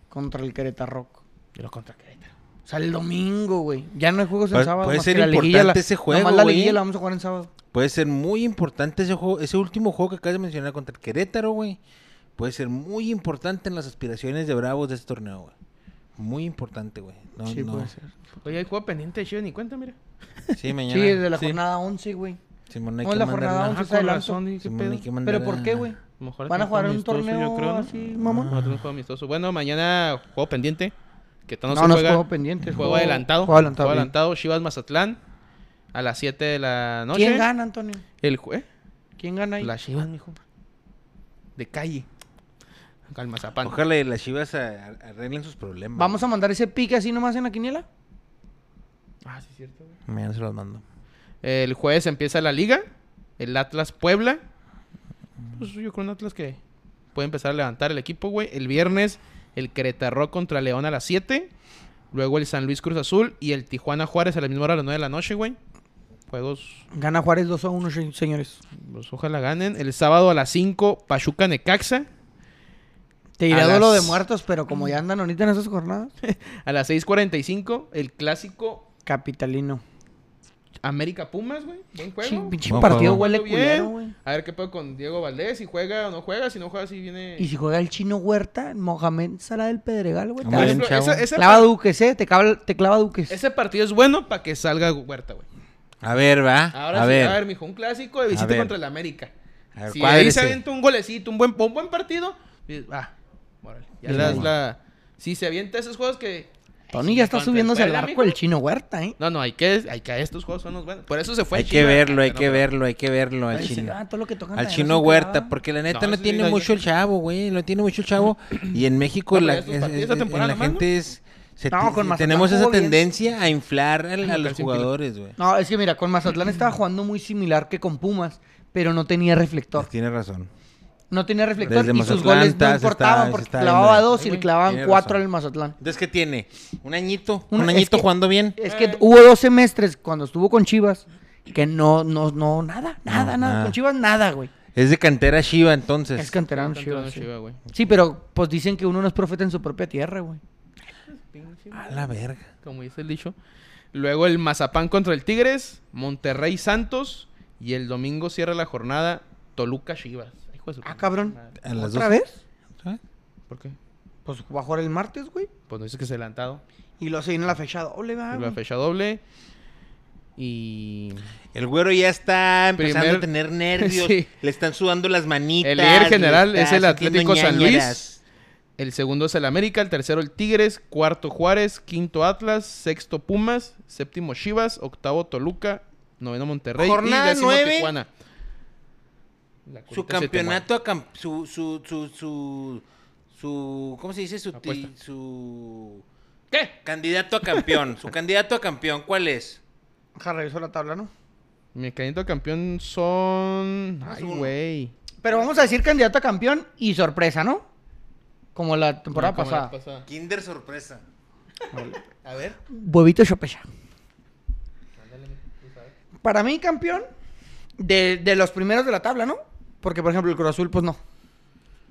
S3: Contra el Querétaro.
S1: Yo lo contra Querétaro.
S3: O sea, el domingo, güey. Ya no hay juegos en
S2: Puede-
S3: sábado.
S2: puede
S3: más
S2: ser
S3: que la liguilla,
S2: importante
S3: la-
S2: ese juego,
S3: Nomás la
S2: güey.
S3: liguilla la vamos a jugar en sábado.
S2: Puede ser muy importante ese juego, ese último juego que acabas de mencionar contra el Querétaro, güey. Puede ser muy importante en las aspiraciones de Bravos de este torneo, güey. Muy importante, güey. No,
S3: sí,
S2: no.
S3: puede ser.
S1: Oye, hay juego pendiente de Chivas, ni cuenta, mira.
S2: Sí, mañana.
S3: Sí, desde la
S2: Sí.
S3: jornada 11, güey.
S2: Simón, hay
S3: No,
S2: que
S3: es la
S2: mandar
S3: jornada
S2: la-
S3: 11 se
S1: con
S3: adelantó.
S1: razón, dije, ¿qué
S2: Simón,
S1: pedo?
S2: hay que mandar
S3: ¿Pero por
S2: la-
S3: qué, güey?
S1: A lo mejor
S3: ¿Van a
S1: aquí
S3: jugar en un
S1: amistoso,
S3: torneo
S1: yo creo, ¿no?
S3: así, mamón?
S1: No, otro juego amistoso. Bueno, mañana juego pendiente. Que no,
S3: No,
S1: se
S3: no es
S1: juega.
S3: juego pendiente, es
S1: Juego,
S3: juego-
S1: adelantado.
S3: juego adelantado, bien.
S1: Chivas Mazatlán. A las 7 de la noche.
S3: ¿Quién gana, Antonio?
S1: El juez.
S3: ¿Quién gana ahí?
S1: Las Chivas, mijo. De calle. Al Mazapán.
S2: Ojalá y las chivas a- a- arreglen sus problemas.
S3: ¿Vamos a mandar ese pique así nomás en la quiniela?
S1: Ah, sí, cierto, güey.
S2: Mañana se los mando.
S1: El jueves empieza la liga. El Atlas Puebla. Pues yo creo un Atlas que puede empezar a levantar el equipo, güey. El viernes, el Querétaro contra León a las 7. Luego el San Luis Cruz Azul y el Tijuana Juárez a la misma hora a las 9 de la noche, güey. Juegos,
S3: Gana Juárez 2 a 1, señores.
S1: pues ojalá ganen. El sábado a las 5, Pachuca Necaxa.
S3: Te diré
S1: A
S3: duelo
S1: las-
S3: de muertos, pero como ya andan ahorita en esas jornadas.
S1: A las 6.45, el clásico
S3: Capitalino.
S1: América Pumas, güey. Buen juego.
S3: Chin, pinche
S2: Buen
S3: partido
S2: juego.
S3: huele
S1: Jugando
S3: culero,
S1: bien.
S3: güey.
S1: A ver qué pasa con Diego Valdés. Si juega o no juega. Si no juega, si viene.
S3: Y si juega el chino Huerta, Mohamed Salah del Pedregal, güey.
S2: Hombre,
S1: Por
S3: Te
S1: ejemplo,
S2: chavo.
S1: ese, ese
S3: clava
S1: par-
S3: duques, eh. Te clava, te clava duques.
S1: ese partido es bueno para que salga Huerta, güey.
S2: A ver, va.
S1: Ahora
S2: a,
S1: sí,
S2: ver.
S1: a ver, mijo, un clásico de
S2: A
S1: visita
S2: ver.
S1: contra el América.
S2: A ver,
S1: si ahí
S2: cuádrese.
S1: se avienta un golecito, un buen, un buen partido, dices, ah, órale, ya
S2: Sí,
S1: le das
S2: mamá.
S1: la. Si se avienta esos juegos que.
S3: Tony ya está
S1: Contra el
S3: subiéndose al
S1: Puebla,
S3: arco
S1: mijo.
S3: el chino Huerta, eh.
S1: No, no, hay que, hay que estos juegos son los buenos. Por eso se fue.
S2: hay
S1: Chivas,
S2: que verlo, hay
S1: no,
S2: que
S1: pero-
S2: verlo, hay que verlo al
S3: Dice,
S2: chino.
S3: "Ah, todo lo que tocan
S2: Al
S3: la
S2: chino
S3: derecha
S2: Huerta,
S3: clavada".
S2: porque la neta
S1: No,
S2: no,
S1: sí,
S2: tiene
S1: hay
S2: mucho
S1: que-
S2: el chavo, güey. No tiene mucho el chavo. Y en México
S1: No, pero
S2: la,
S1: ya estos
S2: es-
S1: partidos,
S2: es-
S1: esta
S2: en
S1: temporada
S2: la
S1: nomás, ¿no?
S2: gente es... se-
S3: No, con
S2: se-
S3: Mazatlán
S2: tenemos esa
S3: jugó bien.
S2: tendencia a inflar al- a
S1: Ay,
S2: los
S1: casi un kilo.
S2: jugadores, güey.
S3: No, es que mira, con Mazatlán estaba jugando muy similar que con Pumas, pero no tenía reflector.
S2: Pues Tiene razón.
S3: No tenía reflector
S2: Desde
S3: y sus
S2: Mazatlán
S3: goles
S2: está-
S3: no
S2: se
S3: importaban
S2: está-
S3: porque
S2: se está
S3: clavaba
S2: viendo.
S3: dos y
S1: Ay,
S3: le
S1: güey,
S3: clavaban
S2: tiene
S3: cuatro
S2: razón.
S3: al Mazatlán.
S2: Entonces, ¿qué tiene? Un añito.
S3: Un-
S2: Un,
S3: es
S2: añito
S3: que-
S2: jugando bien.
S3: Es que hubo dos semestres cuando estuvo con Chivas que no, no, no, nada, nada, nada.
S2: nada.
S3: Con Chivas nada, güey.
S2: Es de cantera Shiva, entonces.
S3: Es canterano
S1: Tanto no,
S3: Chivas. sí.
S1: Chivas, güey.
S3: Sí, pero pues dicen que uno no es profeta en su propia tierra, güey.
S2: A la verga.
S1: como dice el dicho. Luego el Mazapán contra el Tigres, Monterrey Santos y el domingo cierra la jornada Toluca Chivas. Hijo de su
S3: Ah,
S1: puta
S3: cabrón.
S1: madre.
S2: A las
S3: ¿Otra
S2: dos. ¿Ah?
S3: vez?
S2: ¿Sabes?
S1: ¿Por qué?
S3: Pues va a jugar el martes, güey.
S1: Pues no dice que se ha adelantado.
S3: Y luego se viene la fecha doble,
S2: Ah,
S3: va,
S1: la
S3: güey.
S1: fecha doble. Y
S2: El güero ya está empezando
S1: Primer-
S2: a tener nervios.
S1: Sí.
S2: Le están sudando las manitas.
S1: El líder
S2: le
S1: general es
S2: está
S1: el
S2: haciendo
S1: Atlético San Luis.
S2: ñañeras.
S1: el segundo es el América, el tercero el Tigres, cuarto Juárez, quinto Atlas, sexto Pumas, séptimo Chivas, octavo Toluca, noveno Monterrey
S2: Jornada
S1: y décimo
S2: nueve.
S1: Tijuana. La
S2: Su
S1: curita se te mueve.
S2: campeonato, a cam- su, su, su, su, su- ¿cómo se dice? Su, ti-
S1: Apuesta.
S2: su
S1: ¿Qué?
S2: candidato a campeón. su candidato a campeón, ¿cuál es?
S3: Deja, reviso la tabla, ¿no?
S1: Mi candidato a campeón son.
S2: Más
S1: Ay,
S2: uno.
S1: güey.
S3: Pero vamos a decir candidato a campeón y sorpresa, ¿no? Como la temporada
S1: No, como la
S3: pasada.
S1: pasada.
S2: Kinder Sorpresa. A ver.
S3: Huevito Chopecha. Para mí, campeón de, de los primeros de la tabla, ¿no? Porque, por ejemplo, el Cruz Azul, pues no.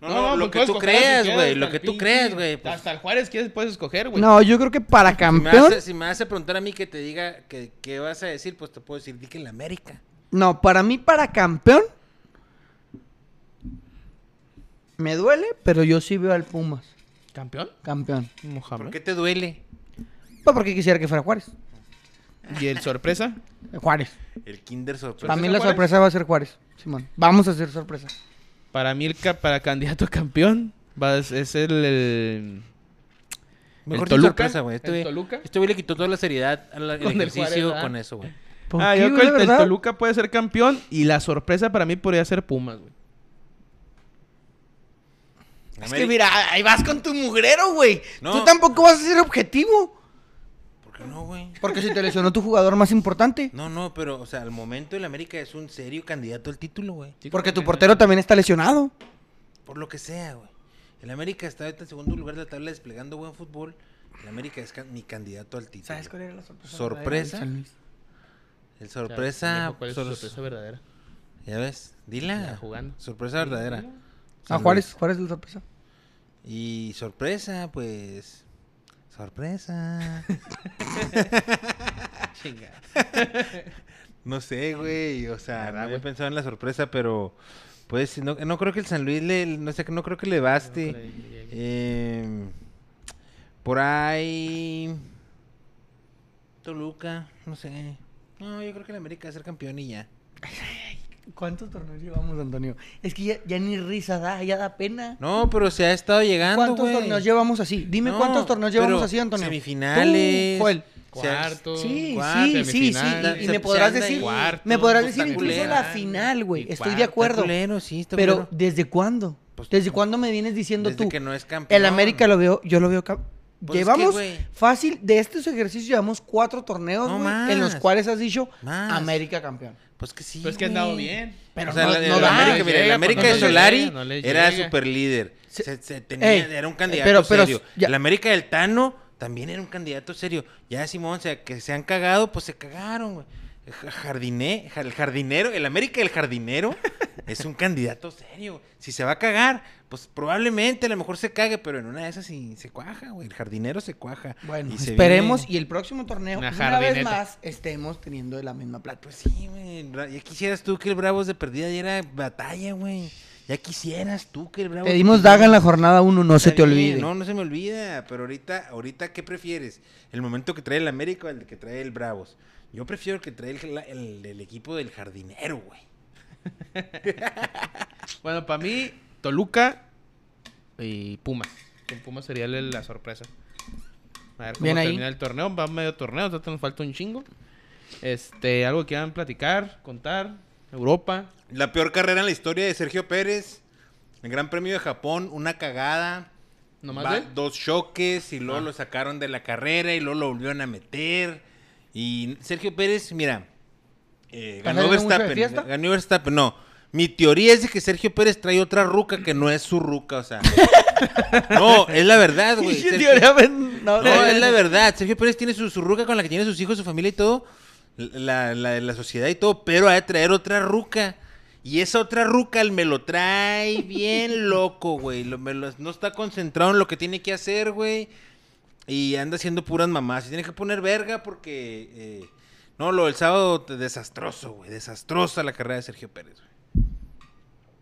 S2: No, no, lo que
S1: pues puedes
S2: tú
S1: escoger
S2: creas,
S1: si quieres,
S2: güey.
S1: hasta
S2: Lo
S1: el
S2: que tú
S1: pinche-
S2: creas, güey. pues,
S1: Hasta el Juárez quieres, puedes escoger, güey.
S3: No, yo creo que para
S2: si, me
S3: campeón.
S2: hace, si me hace preguntar a mí que te diga que, que vas a decir, pues te puedo decir, di que en la América.
S3: No, para mí, para campeón. Me duele, pero yo sí veo al Pumas.
S1: ¿Campeón?
S3: Campeón.
S2: ¿Por
S1: Mohamed.
S2: qué te duele?
S3: Pues porque quisiera que fuera Juárez. Eh,
S1: ¿Y el sorpresa?
S3: Juárez.
S2: El Kinder Sorpresa.
S3: Para mí la
S1: Juárez?
S3: sorpresa va a ser Juárez. Simón. Vamos a hacer sorpresa.
S1: Para mí, el ca- para candidato a campeón va a- es el. el-
S2: Mejor
S1: el
S2: sin
S1: Toluca,
S2: sorpresa, güey. Este
S1: el
S2: güey-
S1: Toluca.
S2: este güey le quitó toda la seriedad al al
S1: Con el Juárez,
S2: ejercicio
S1: ¿verdad?
S2: con eso, güey.
S3: ¿Por
S1: Ah,
S3: qué,
S1: yo creo
S3: güey,
S1: que
S3: de
S1: el- el,
S3: verdad?
S1: Toluca puede ser campeón y la sorpresa para mí podría ser Pumas, güey.
S3: Es que
S2: América-
S3: mira, ahí vas con tu mugrero, güey.
S2: No.
S3: Tú tampoco vas a ser objetivo.
S2: ¿Por qué no, güey?
S3: Porque si te lesionó tu jugador más importante.
S2: No, no, pero, o sea, al momento el América es un serio candidato al título, güey.
S3: Porque tu portero también está lesionado.
S2: Por lo que sea, güey. El América está ahorita en segundo lugar de la tabla desplegando buen fútbol. El América es ca- ni candidato al título.
S3: era la sorpresa?
S2: Sorpresa.
S3: San Luis.
S2: El sorpresa.
S1: ¿Cuál es
S2: sor-
S3: pues,
S1: su sorpresa verdadera?
S2: Ya ves, dila.
S1: Ya, jugando.
S2: Sorpresa verdadera.
S3: Ah,
S2: San
S3: Juárez, Juárez es la sorpresa.
S2: Luis. Y sorpresa, pues. Sorpresa.
S1: Chinga.
S2: No sé, güey, o
S1: Ah,
S2: sea, no había pensado en la sorpresa, pero pues no, no creo que el San Luis le, no sé, no creo que le baste.
S1: No creo que llegue.
S2: Eh, por ahí Toluca, no sé. No, yo creo que el América va a ser campeón y ya.
S3: ¿Cuántos torneos llevamos, Antonio? Es que ya, ya ni risa da, ya da pena.
S2: No, pero se ha estado llegando,
S3: ¿Cuántos
S2: güey.
S3: torneos llevamos así? Dime
S2: No,
S3: cuántos torneos
S2: pero
S3: llevamos así, Antonio.
S2: Semifinales.
S3: Tú, Joel.
S2: se ha-
S1: Cuarto.
S3: Sí,
S2: cuarto,
S3: sí, sí, sí.
S1: semifinal,
S3: Y, y
S2: se-
S3: me
S2: se
S3: podrás
S2: anda ahí.
S3: decir,
S1: Cuarto,
S3: me podrás decir
S1: está
S3: incluso
S2: culero.
S3: la final, güey.
S1: Y
S3: Estoy
S1: cuarto,
S3: de
S1: está
S2: Está
S3: acuerdo.
S2: culero, sí, está
S3: Pero
S2: culero.
S3: ¿desde cuándo?
S2: Pues-
S3: ¿Desde cuándo me vienes diciendo
S2: Desde
S3: tú?
S2: que no es campeón.
S3: el América lo veo, yo lo veo. cam-
S2: Pues es que,
S3: llevamos
S2: güey.
S3: fácil de estos ejercicios llevamos cuatro torneos
S2: No
S3: güey,
S2: más.
S3: en los cuales has dicho
S2: Más.
S3: América campeón.
S2: Pues que sí.
S1: Pues que han dado
S2: güey.
S1: bien.
S3: Pero
S2: o sea,
S3: no,
S2: la,
S3: no
S2: la
S3: da.
S2: América, mira,
S1: No
S2: la
S1: llega,
S2: América
S1: pues,
S2: de
S1: no le
S2: Solari
S1: llega, no le
S2: era
S1: llega.
S2: super líder.
S3: Se-
S2: Se, se tenía,
S3: Ey,
S2: era un
S3: eh,
S2: candidato
S3: pero- pero
S2: serio.
S3: ya-
S2: La América del Tano también era un candidato serio. Ya Simón, o sea, que se han cagado, pues se cagaron, güey. Ja- Jardiné, ja- el jardinero, el América del jardinero es un candidato serio. Si se va a cagar, pues probablemente a lo mejor se cague, pero en una de esas sí se cuaja, güey. El jardinero se cuaja.
S3: Bueno,
S2: Y se
S3: esperemos
S2: viene-
S3: y el próximo torneo
S1: Una
S3: una, vez
S1: jardineta.
S3: más estemos teniendo la misma plata.
S2: Pues sí, güey. Bra- Ya quisieras tú que el Bravos de perdida diera batalla, güey. Ya quisieras tú que el Bravos.
S3: Te
S2: de
S3: dimos
S2: perdida-
S3: daga en la jornada uno, no se
S2: Está
S3: te
S2: bien,
S3: olvide.
S2: No, no se me olvida. Pero ahorita, ahorita, ¿qué prefieres? ¿El momento que trae el América o el que trae el Bravos? Yo prefiero el que trae el, la- el- el equipo del jardinero, güey.
S1: Bueno, para mí, Toluca y Puma. Con Puma sería el- la sorpresa. A ver cómo
S3: Bien ahí.
S1: termina el torneo. Va medio torneo, entonces nos falta un chingo. Este, algo que quieran platicar, contar. Europa.
S2: La peor carrera en la historia de Sergio Pérez. El Gran Premio de Japón, una cagada.
S1: Nomás
S2: Va-
S1: de él.
S2: dos choques y luego
S1: Ah.
S2: lo sacaron de la carrera y luego lo volvieron a meter. Y Sergio Pérez, mira, eh, ganó
S3: ¿Andaron mucho de
S2: Verstappen.
S3: fiesta?
S2: Ganó Verstappen, no. Mi teoría es de que Sergio Pérez trae otra ruca que no es su ruca, o sea. no, es la verdad, güey.
S3: Pinche
S2: Sergio-
S3: teoría, ven, no,
S2: no, es la verdad. Sergio Pérez tiene su, su ruca con la que tiene sus hijos, su familia y todo. La, la de la sociedad y todo. Pero ha de traer otra ruca. Y esa otra ruca él me lo trae bien loco, güey. Lo- me lo- no está concentrado en lo que tiene que hacer, güey. Y anda haciendo puras mamás. Y tiene que poner verga porque... eh, no, lo del sábado, te- desastroso, güey. Desastrosa la carrera de Sergio Pérez, güey.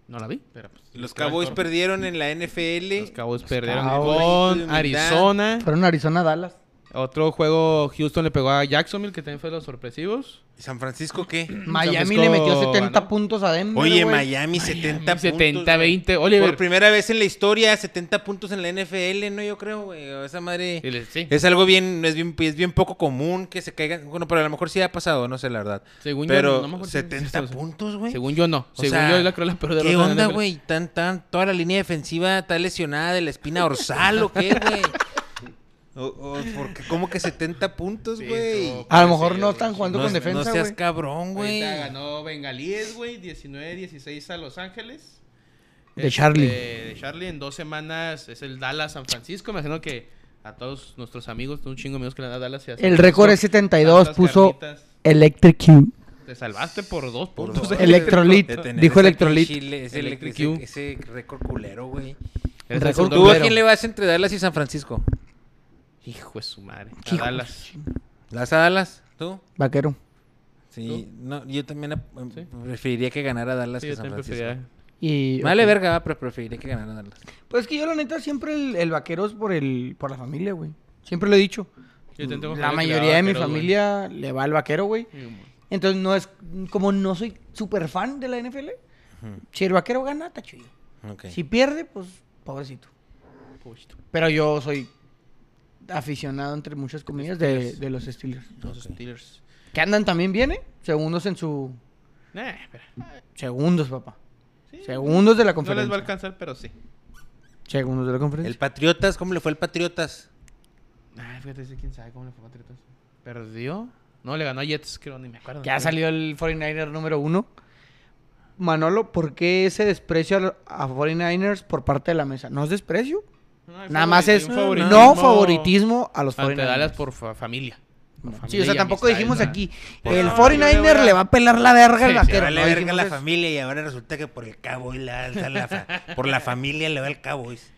S1: No la vi, pero pues.
S2: Los Cowboys perdieron en la NFL.
S1: Los Cowboys perdieron
S3: Cowboys.
S1: con Arizona.
S3: Fueron a Arizona, Dallas.
S1: Otro juego, Houston le pegó a Jacksonville, que también fue de los sorpresivos.
S2: ¿Y ¿San Francisco qué?
S3: Miami
S1: Francisco
S3: le metió 70
S1: ganó.
S3: puntos a Denver,
S2: Oye,
S3: güey.
S2: Miami, 70 puntos.
S1: 70,
S2: güey.
S1: 20. Oliver.
S2: Por primera vez en la historia, 70 puntos en la NFL, ¿no? Yo creo, güey. Esa madre.
S1: Y le- sí.
S2: Es algo bien, es bien, es bien poco común que se caigan. Bueno, pero a lo mejor sí ha pasado, no sé la verdad.
S1: Según yo,
S2: pero
S1: no me acuerdo si-
S2: 70 puntos, güey.
S1: Según yo, no.
S2: O
S1: Según
S2: sea,
S1: yo, es la creo la peor derrota
S2: ¿Qué
S1: de la
S2: onda,
S1: NFL.
S2: güey? Tan, tan, toda la línea defensiva está lesionada de la espina dorsal, ¿o qué, güey? O, o, ¿por qué? ¿Cómo que 70 puntos,
S1: Sí,
S2: güey?
S1: estuvo-
S3: A lo mejor no están
S2: No,
S3: jugando con
S2: no
S3: defensa,
S2: seas
S3: güey.
S2: cabrón, güey.
S1: Ahorita ganó Bengalíes, güey, 19-16 a Los Ángeles. Este,
S3: De Charlie.
S1: De Charlie, en dos semanas es el Dallas San Francisco. Me imagino que a todos nuestros amigos, un chingo de amigos que le dan a Dallas. y a San
S3: El récord es
S1: Francisco,
S3: 72,
S1: tantas
S3: puso
S1: carnitas.
S3: Electric Q.
S1: Te salvaste por dos
S2: Por
S1: puntos. eh.
S2: dos.
S3: Electrolit,
S2: De tener
S3: dijo
S2: ese
S3: Electrolit.
S2: chile, ese,
S1: Electric
S2: ese-
S1: Q.
S2: ese récord culero, güey.
S1: Eres
S3: récord
S1: el segundo
S2: ¿Tú a
S1: culero.
S2: quién le vas entre Dallas y San Francisco?
S1: Hijo de su madre. A
S3: Hijo de
S1: Dallas.
S2: ¿Las a Dallas? ¿Tú?
S3: Vaquero.
S2: Sí, no, yo también eh,
S1: Sí.
S2: preferiría que ganara Dallas
S1: Sí,
S2: que
S1: yo
S2: San
S1: también
S2: Francisco.
S1: preferiría.
S3: Y,
S2: Vale
S3: ok.
S2: verga, va, pero preferiría que ganara Dallas.
S3: Pues es que yo la neta siempre el, el vaquero es por, el, por la familia, güey. Siempre lo he dicho.
S1: Yo también tengo
S3: La
S1: familia que le
S3: mayoría
S1: va
S3: de
S1: a
S3: mi
S1: vaqueros, güey.
S3: familia le va al vaquero, güey.
S1: Sí, güey.
S3: Entonces no es como no soy súper fan de la NFL. Si el vaquero gana, está chido. Si pierde, pues pobrecito.
S1: Pobrecito.
S3: Pero yo soy aficionado entre muchas comillas de, de los Steelers.
S1: Los
S2: Ok.
S1: Steelers.
S3: Que andan también bien, ¿eh? Segundos en su
S1: Nah, espera.
S3: segundos, papá.
S1: Sí.
S3: Segundos de la
S1: No
S3: conferencia.
S1: les va a alcanzar, pero sí.
S3: Segundos de la
S2: El
S3: conferencia.
S2: Patriotas, ¿cómo le fue al Patriotas?
S1: Ay, fíjate, ese quién sabe cómo le fue a Patriotas. ¿Perdió? No, le ganó a Jets, creo, ni me acuerdo.
S3: Ya salió el 49er número uno. Manolo, ¿por qué ese desprecio a lo- a 49ers por parte de la mesa? ¿No es desprecio?
S1: No, hay
S3: Nada
S1: favori-
S3: más
S1: hay
S3: es
S1: un
S3: no favoritismo a los
S1: Ante
S3: 49ers.
S1: Dallas por fa- familia.
S3: No.
S1: Por
S3: Sí,
S1: familia
S3: o sea,
S1: y
S3: tampoco
S1: amistades,
S3: dijimos
S1: ¿no?
S3: aquí,
S1: Por
S3: el
S1: favor,
S3: 49er
S1: yo
S3: le va a pelar la verga al
S1: Sí, sí,
S3: vaquero.
S2: vale
S3: No
S2: verga
S3: dijimos
S2: la
S3: eso.
S2: familia y ahora resulta que por el Cowboy le alza la fa- por la familia le va el Cowboys.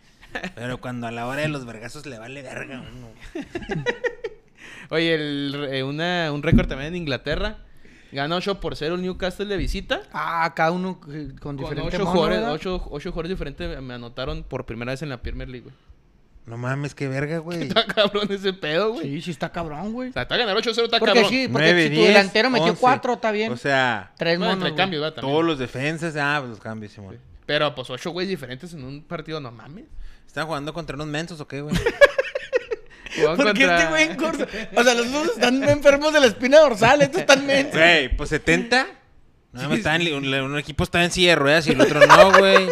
S2: Pero cuando a la hora de los vergazos le vale verga a uno.
S1: Oye, el- eh, una- un récord también en Inglaterra. Ganó 8 por 0 el Newcastle de visita.
S3: Ah, cada uno eh, con
S1: Con
S3: diferente
S1: 8
S3: mono,
S1: jugadores,
S3: ¿verdad?
S1: ocho- ocho jugadores diferentes me anotaron por primera vez en la Premier League, güey.
S2: No mames, qué verga, güey.
S1: Está cabrón ese pedo, güey.
S3: Sí, sí está cabrón, güey.
S1: O sea, está ganar 8-0, está
S3: Porque
S1: cabrón.
S3: sí, porque
S2: Nueve,
S3: si tu
S2: diez,
S3: delantero metió
S2: once.
S3: cuatro, está bien.
S2: O sea,
S3: Tres
S1: Bueno,
S3: monos,
S1: entre
S3: güey.
S1: cambios, va también.
S2: todos los defensas, ah, pues los cambios, Simón.
S1: Pero pues 8 güeyes diferentes en un partido, no mames.
S2: ¿Están jugando contra unos mensos o qué, güey?
S1: Jugaban
S3: Porque
S1: contra-
S3: este güey en corto. O sea, los dos están enfermos de la espina dorsal, estos están mensos.
S2: Güey, pues 70. No, mames, estaba en li- un, un equipo estaba en silla de ruedas y el otro no, güey.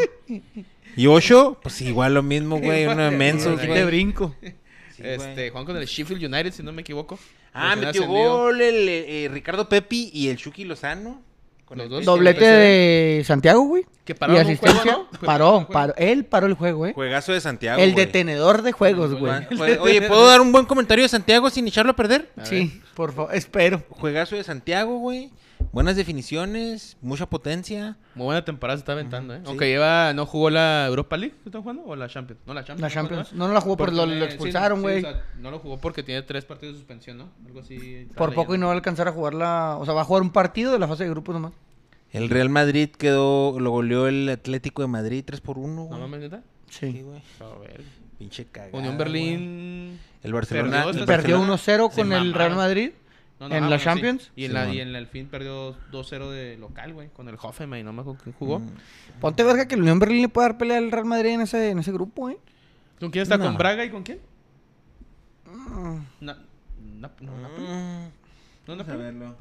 S2: ¿Y 8? Pues igual lo mismo, güey. Uno de mensos,
S1: Aquí te
S2: güey.
S3: brinco.
S2: Sí, güey.
S1: Este, Juan con el Sheffield United, si no me equivoco.
S2: Ah,
S1: Recién
S2: metió
S1: ascendido.
S2: gol el eh, Ricardo Pepi y el Chucky Lozano.
S1: Los
S2: el
S1: dos.
S2: PSG.
S3: Doblete de Santiago, güey.
S1: Que
S3: Y
S1: pararon un
S3: asistencia.
S1: juego, ¿no?
S3: Paró, paró. Él paró el juego, güey.
S2: Juegazo de Santiago.
S3: El
S2: güey. Ah,
S3: detenedor de juegos, güey.
S2: Jue- Oye, ¿puedo dar un buen comentario de Santiago sin echarlo a perder?
S1: A
S3: Sí, por favor, espero.
S2: Juegazo de Santiago, güey. Buenas definiciones, mucha potencia.
S1: Muy buena temporada se está aventando, ¿eh?
S2: sí.
S1: Aunque lleva, no jugó la Europa League, ¿qué están jugando? ¿O la Champions? No, la Champions.
S3: La
S1: ¿no jugó,
S3: Champions.
S1: ¿no?
S3: No, no la jugó por
S1: Porque
S3: lo,
S1: tiene-
S3: lo
S1: sí,
S3: expulsaron,
S1: sí,
S3: güey.
S1: o sea, no lo jugó porque tiene tres partidos de suspensión, ¿no? Algo así. estaba
S3: por poco y no
S1: leyendo.
S3: va a alcanzar a jugar la. O sea, va a jugar un partido de la fase de grupos nomás.
S2: El Real Madrid quedó, lo goleó el Atlético de Madrid 3 por 1,
S1: No
S2: güey.
S1: mames, neta.
S2: Sí,
S3: Sí.
S2: güey.
S1: A ver. Ah,
S2: Pinche cagada.
S1: Unión
S2: güey.
S1: Berlín.
S2: El Barcelona.
S1: Perdió
S2: el
S1: esta
S3: Perdió
S1: Barcelona
S3: 1-0 con
S1: se
S3: el Real
S1: mamaron.
S3: Madrid.
S1: No, no,
S3: ¿En
S1: ah,
S3: la
S1: sí.
S3: Champions?
S1: Y en, la, y
S2: Simón.
S1: en el fin perdió 2-0 de local, güey, con el Hoffenheim, no me acuerdo quién jugó.
S2: Mm.
S3: Ponte verga que el Unión Berlín le puede dar pelea al Real Madrid en ese, en ese grupo, ¿eh?
S1: ¿Con quién está?
S2: No.
S1: ¿Con Braga y con quién? Na- na- no, Napoli.
S2: Mm,
S1: No,
S2: Vamos
S1: Napoli.
S2: a verlo.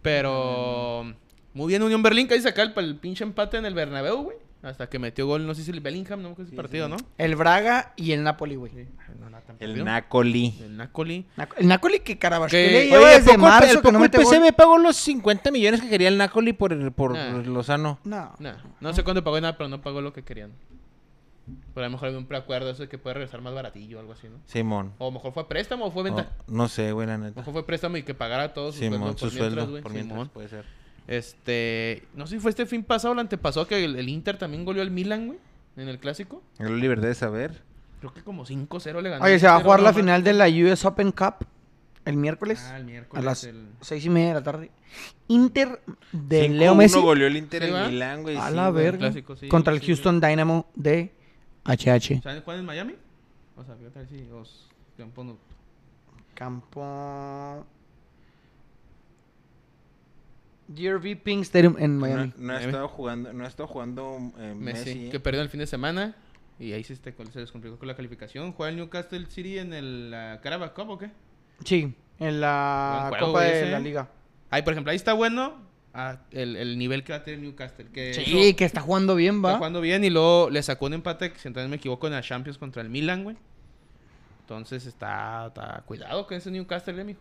S1: Pero muy bien Unión Berlín que ahí saca el, pa- el pinche empate en el Bernabéu, güey. Hasta que metió gol, no sé si el Bellingham, no me acuerdo si
S2: Sí,
S1: partido,
S2: sí.
S1: ¿no?
S3: El Braga y el Napoli, güey.
S1: No, no, tan
S2: El
S1: perdido.
S2: Napoli.
S1: El Napoli.
S3: Nac- El Napoli que Carabasquelia
S1: Que-
S3: lleva
S2: Oye, ¿a
S3: desde
S2: poco,
S3: marzo
S2: el,
S3: que no
S2: poco el
S3: mete gol.
S2: PCB pagó los 50 millones que quería el Napoli por, el- por
S1: Nah.
S2: Lozano.
S3: No.
S1: Nah, no sé cuándo pagó nada, pero no pagó lo que querían. Pero a lo mejor había un preacuerdo eso de que puede regresar más baratillo o algo así, ¿no?
S2: Simón.
S1: O a lo mejor fue préstamo o fue
S2: No,
S1: venta.
S2: no sé, güey, la
S1: A lo
S2: neta.
S1: mejor fue préstamo y que pagara todo su
S2: Ah. Simón,
S1: sueldo
S2: su
S1: por
S2: sueldo.
S1: mientras, güey.
S2: por mientras,
S1: Simón.
S2: puede ser.
S1: Este, no sé si fue este fin pasado o el antepasado que el, el Inter también goleó al Milan, güey, en el clásico.
S2: La libertad de saber.
S1: Creo que como 5-0 le ganó.
S3: Oye,
S1: el
S3: se va a
S1: Inter,
S3: jugar
S1: no
S3: la
S1: mames.
S3: final de la US Open Cup el miércoles
S1: Ah, el
S3: a
S1: miércoles.
S3: las
S1: el-
S3: seis y media de la tarde. Inter de
S2: 5-1
S3: Leo Messi
S2: goleó el Inter
S1: Sí,
S2: en
S1: ¿verdad?
S2: Milán, güey.
S3: a
S2: sí,
S3: la
S2: güey.
S3: verga
S1: clásico, sí,
S3: contra el
S1: sí,
S3: Houston Dynamo de HH.
S1: ¿Saben cuál es Miami? O sea, fíjate a ver si os... yo pongo-
S3: Campo. DRV Pink Stadium en Miami.
S2: No, no ha
S1: Miami.
S2: estado jugando, no ha estado jugando eh,
S1: Messi,
S2: Messi. ¿eh?
S1: que perdió el fin de semana. Y ahí sí este, se, se les complicó con la calificación. Juega el Newcastle City en el, la Carabao Cup o qué?
S3: Sí, en la
S1: Buen juego
S3: Copa de
S1: ese,
S3: la
S1: ¿eh?
S3: Liga.
S1: Ahí, por ejemplo, ahí está bueno ah, el, el nivel que va a tener Newcastle. Que
S3: Sí,
S1: hizo-
S3: que está jugando bien,
S1: Está
S3: va.
S1: jugando bien y luego le sacó un empate, que si entonces me equivoco, en la Champions contra el Milan, güey. Entonces está, está- cuidado con ese Newcastle, eh, mijo.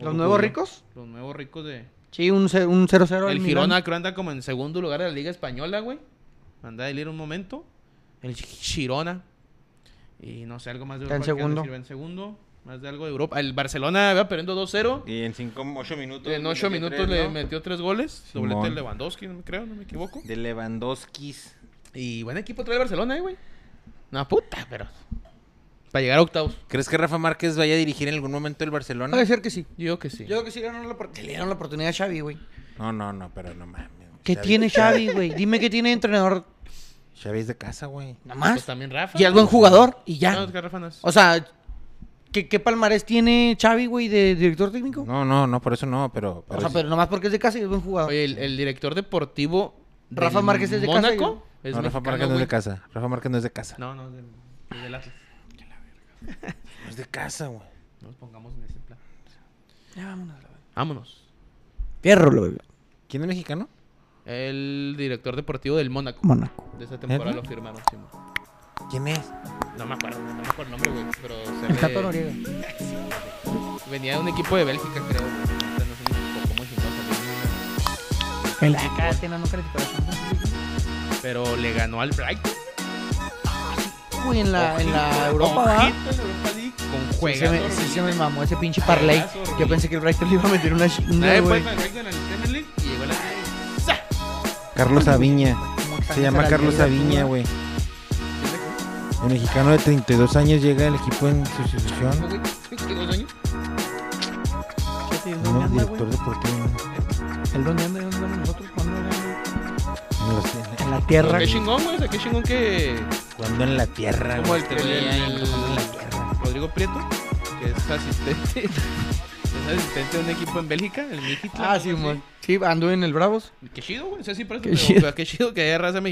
S3: Los nuevos ricos.
S1: Los nuevos ricos de...
S3: Sí, un ce- un 0-0.
S1: el
S3: al Milan.
S1: Girona creo anda como en segundo lugar de la Liga Española, güey. Anda a ir un momento. El Girona. Y no sé, algo más de
S3: Está en
S1: que han de
S3: segundo.
S1: decir, va en segundo. Más de algo de Europa. El Barcelona va perdiendo 2-0.
S2: Y en 5, 8 minutos.
S1: En 8
S2: metió
S1: minutos
S2: tres,
S1: le
S2: ¿no?
S1: metió 3 goles.
S2: Simón.
S1: Doblete de Lewandowski, no me creo, no me equivoco.
S2: De Lewandowski's.
S1: Y buen equipo trae el Barcelona, eh, güey. Una puta, pero. Para llegar a octavos.
S2: ¿Crees que Rafa Márquez vaya a dirigir en algún momento el Barcelona?
S3: Puede ser que sí.
S1: Yo digo que sí.
S3: Yo creo que sí le dieron la, opor- le dieron la oportunidad a Xavi, güey.
S2: No, no, no, pero no mames. güey.
S3: ¿Qué
S2: Xavi-
S3: tiene Xavi, güey? Dime qué tiene entrenador.
S2: Xavi es de casa, güey.
S3: Nada
S1: Pues
S3: más.
S1: también Rafa.
S3: Y es buen jugador y
S1: No, es
S3: ya.
S1: que Rafa no es-
S3: O sea, ¿qué, qué palmarés tiene Xavi, güey, de director técnico?
S2: No, no, no, por eso no, pero.
S3: o sea,
S2: sí.
S3: pero nomás porque es de casa y es buen jugador.
S1: Oye, el, el director deportivo. del
S3: Rafa Márquez es de casa,
S1: Mónaco. es
S2: No, Rafa
S1: mexicano,
S2: Márquez no es
S1: güey.
S2: de casa. Rafa Márquez no es de casa.
S1: No, no, es del, es del Atlas.
S2: No es de casa, güey.
S1: No nos pongamos en ese plan.
S3: Ya, vámonos. a la verga.
S1: Vámonos.
S3: Piérrolo, güey.
S2: ¿Quién es mexicano?
S1: El director deportivo del Mónaco.
S3: Mónaco.
S1: De esa temporada
S2: ¿Neta?
S1: lo firmaron, Simón.
S2: ¿Quién es?
S1: No me acuerdo, no me acuerdo el nombre, güey. Pero se
S3: El
S1: ve-
S3: Tato Noriega.
S1: venía de un equipo de Bélgica, creo. güey. O sea, no sé ni cómo chingados salió.
S3: El Acate, no, no calificó la Champions League.
S1: Pero le ganó al Brighton.
S3: Uy, en la, Ah, en la Europa, ¿va?
S1: Ojito en Europa League. Con
S3: Sí, se me,
S1: juegas.
S3: sí se me mamó ese pinche parlay. Yo pensé que el Brighton le iba a meter una... ch- una,
S1: Nadie
S3: güey.
S1: puede el Brighton en el Premier League y llegó a la. ¡Sa!
S2: Carlos Aviña.
S3: Como que
S2: Se
S3: también
S2: llama
S3: la
S2: Carlos
S3: liga,
S2: Aviña,
S3: ¿no?
S2: güey. El mexicano de 32 años llega al equipo en sustitución.
S1: ¿Qué dos años?
S3: ¿Qué te-
S2: No,
S3: ¿Dónde
S2: el
S3: anda, güey?
S2: director deportivo.
S3: ¿El dónde anda? ¿Dónde anda nosotros? ¿Cuándo anda?
S2: No lo sé.
S3: En la tierra.
S1: Qué chingón, güey. O sea, qué chingón que.
S2: Jugando en la tierra,
S1: Como
S2: güey.
S1: el que el, el-
S2: Jugando en la tierra.
S1: Rodrigo Prieto, que es asistente. es asistente de un equipo en Bélgica, el Mijitla.
S3: Ah, sí, güey. Sí, anduve en el Bravos.
S1: Qué chido, güey. O sea, sí, por eso
S3: Ah, Qué
S1: te digo,
S3: chido.
S1: pero qué chido que haya raza mexicana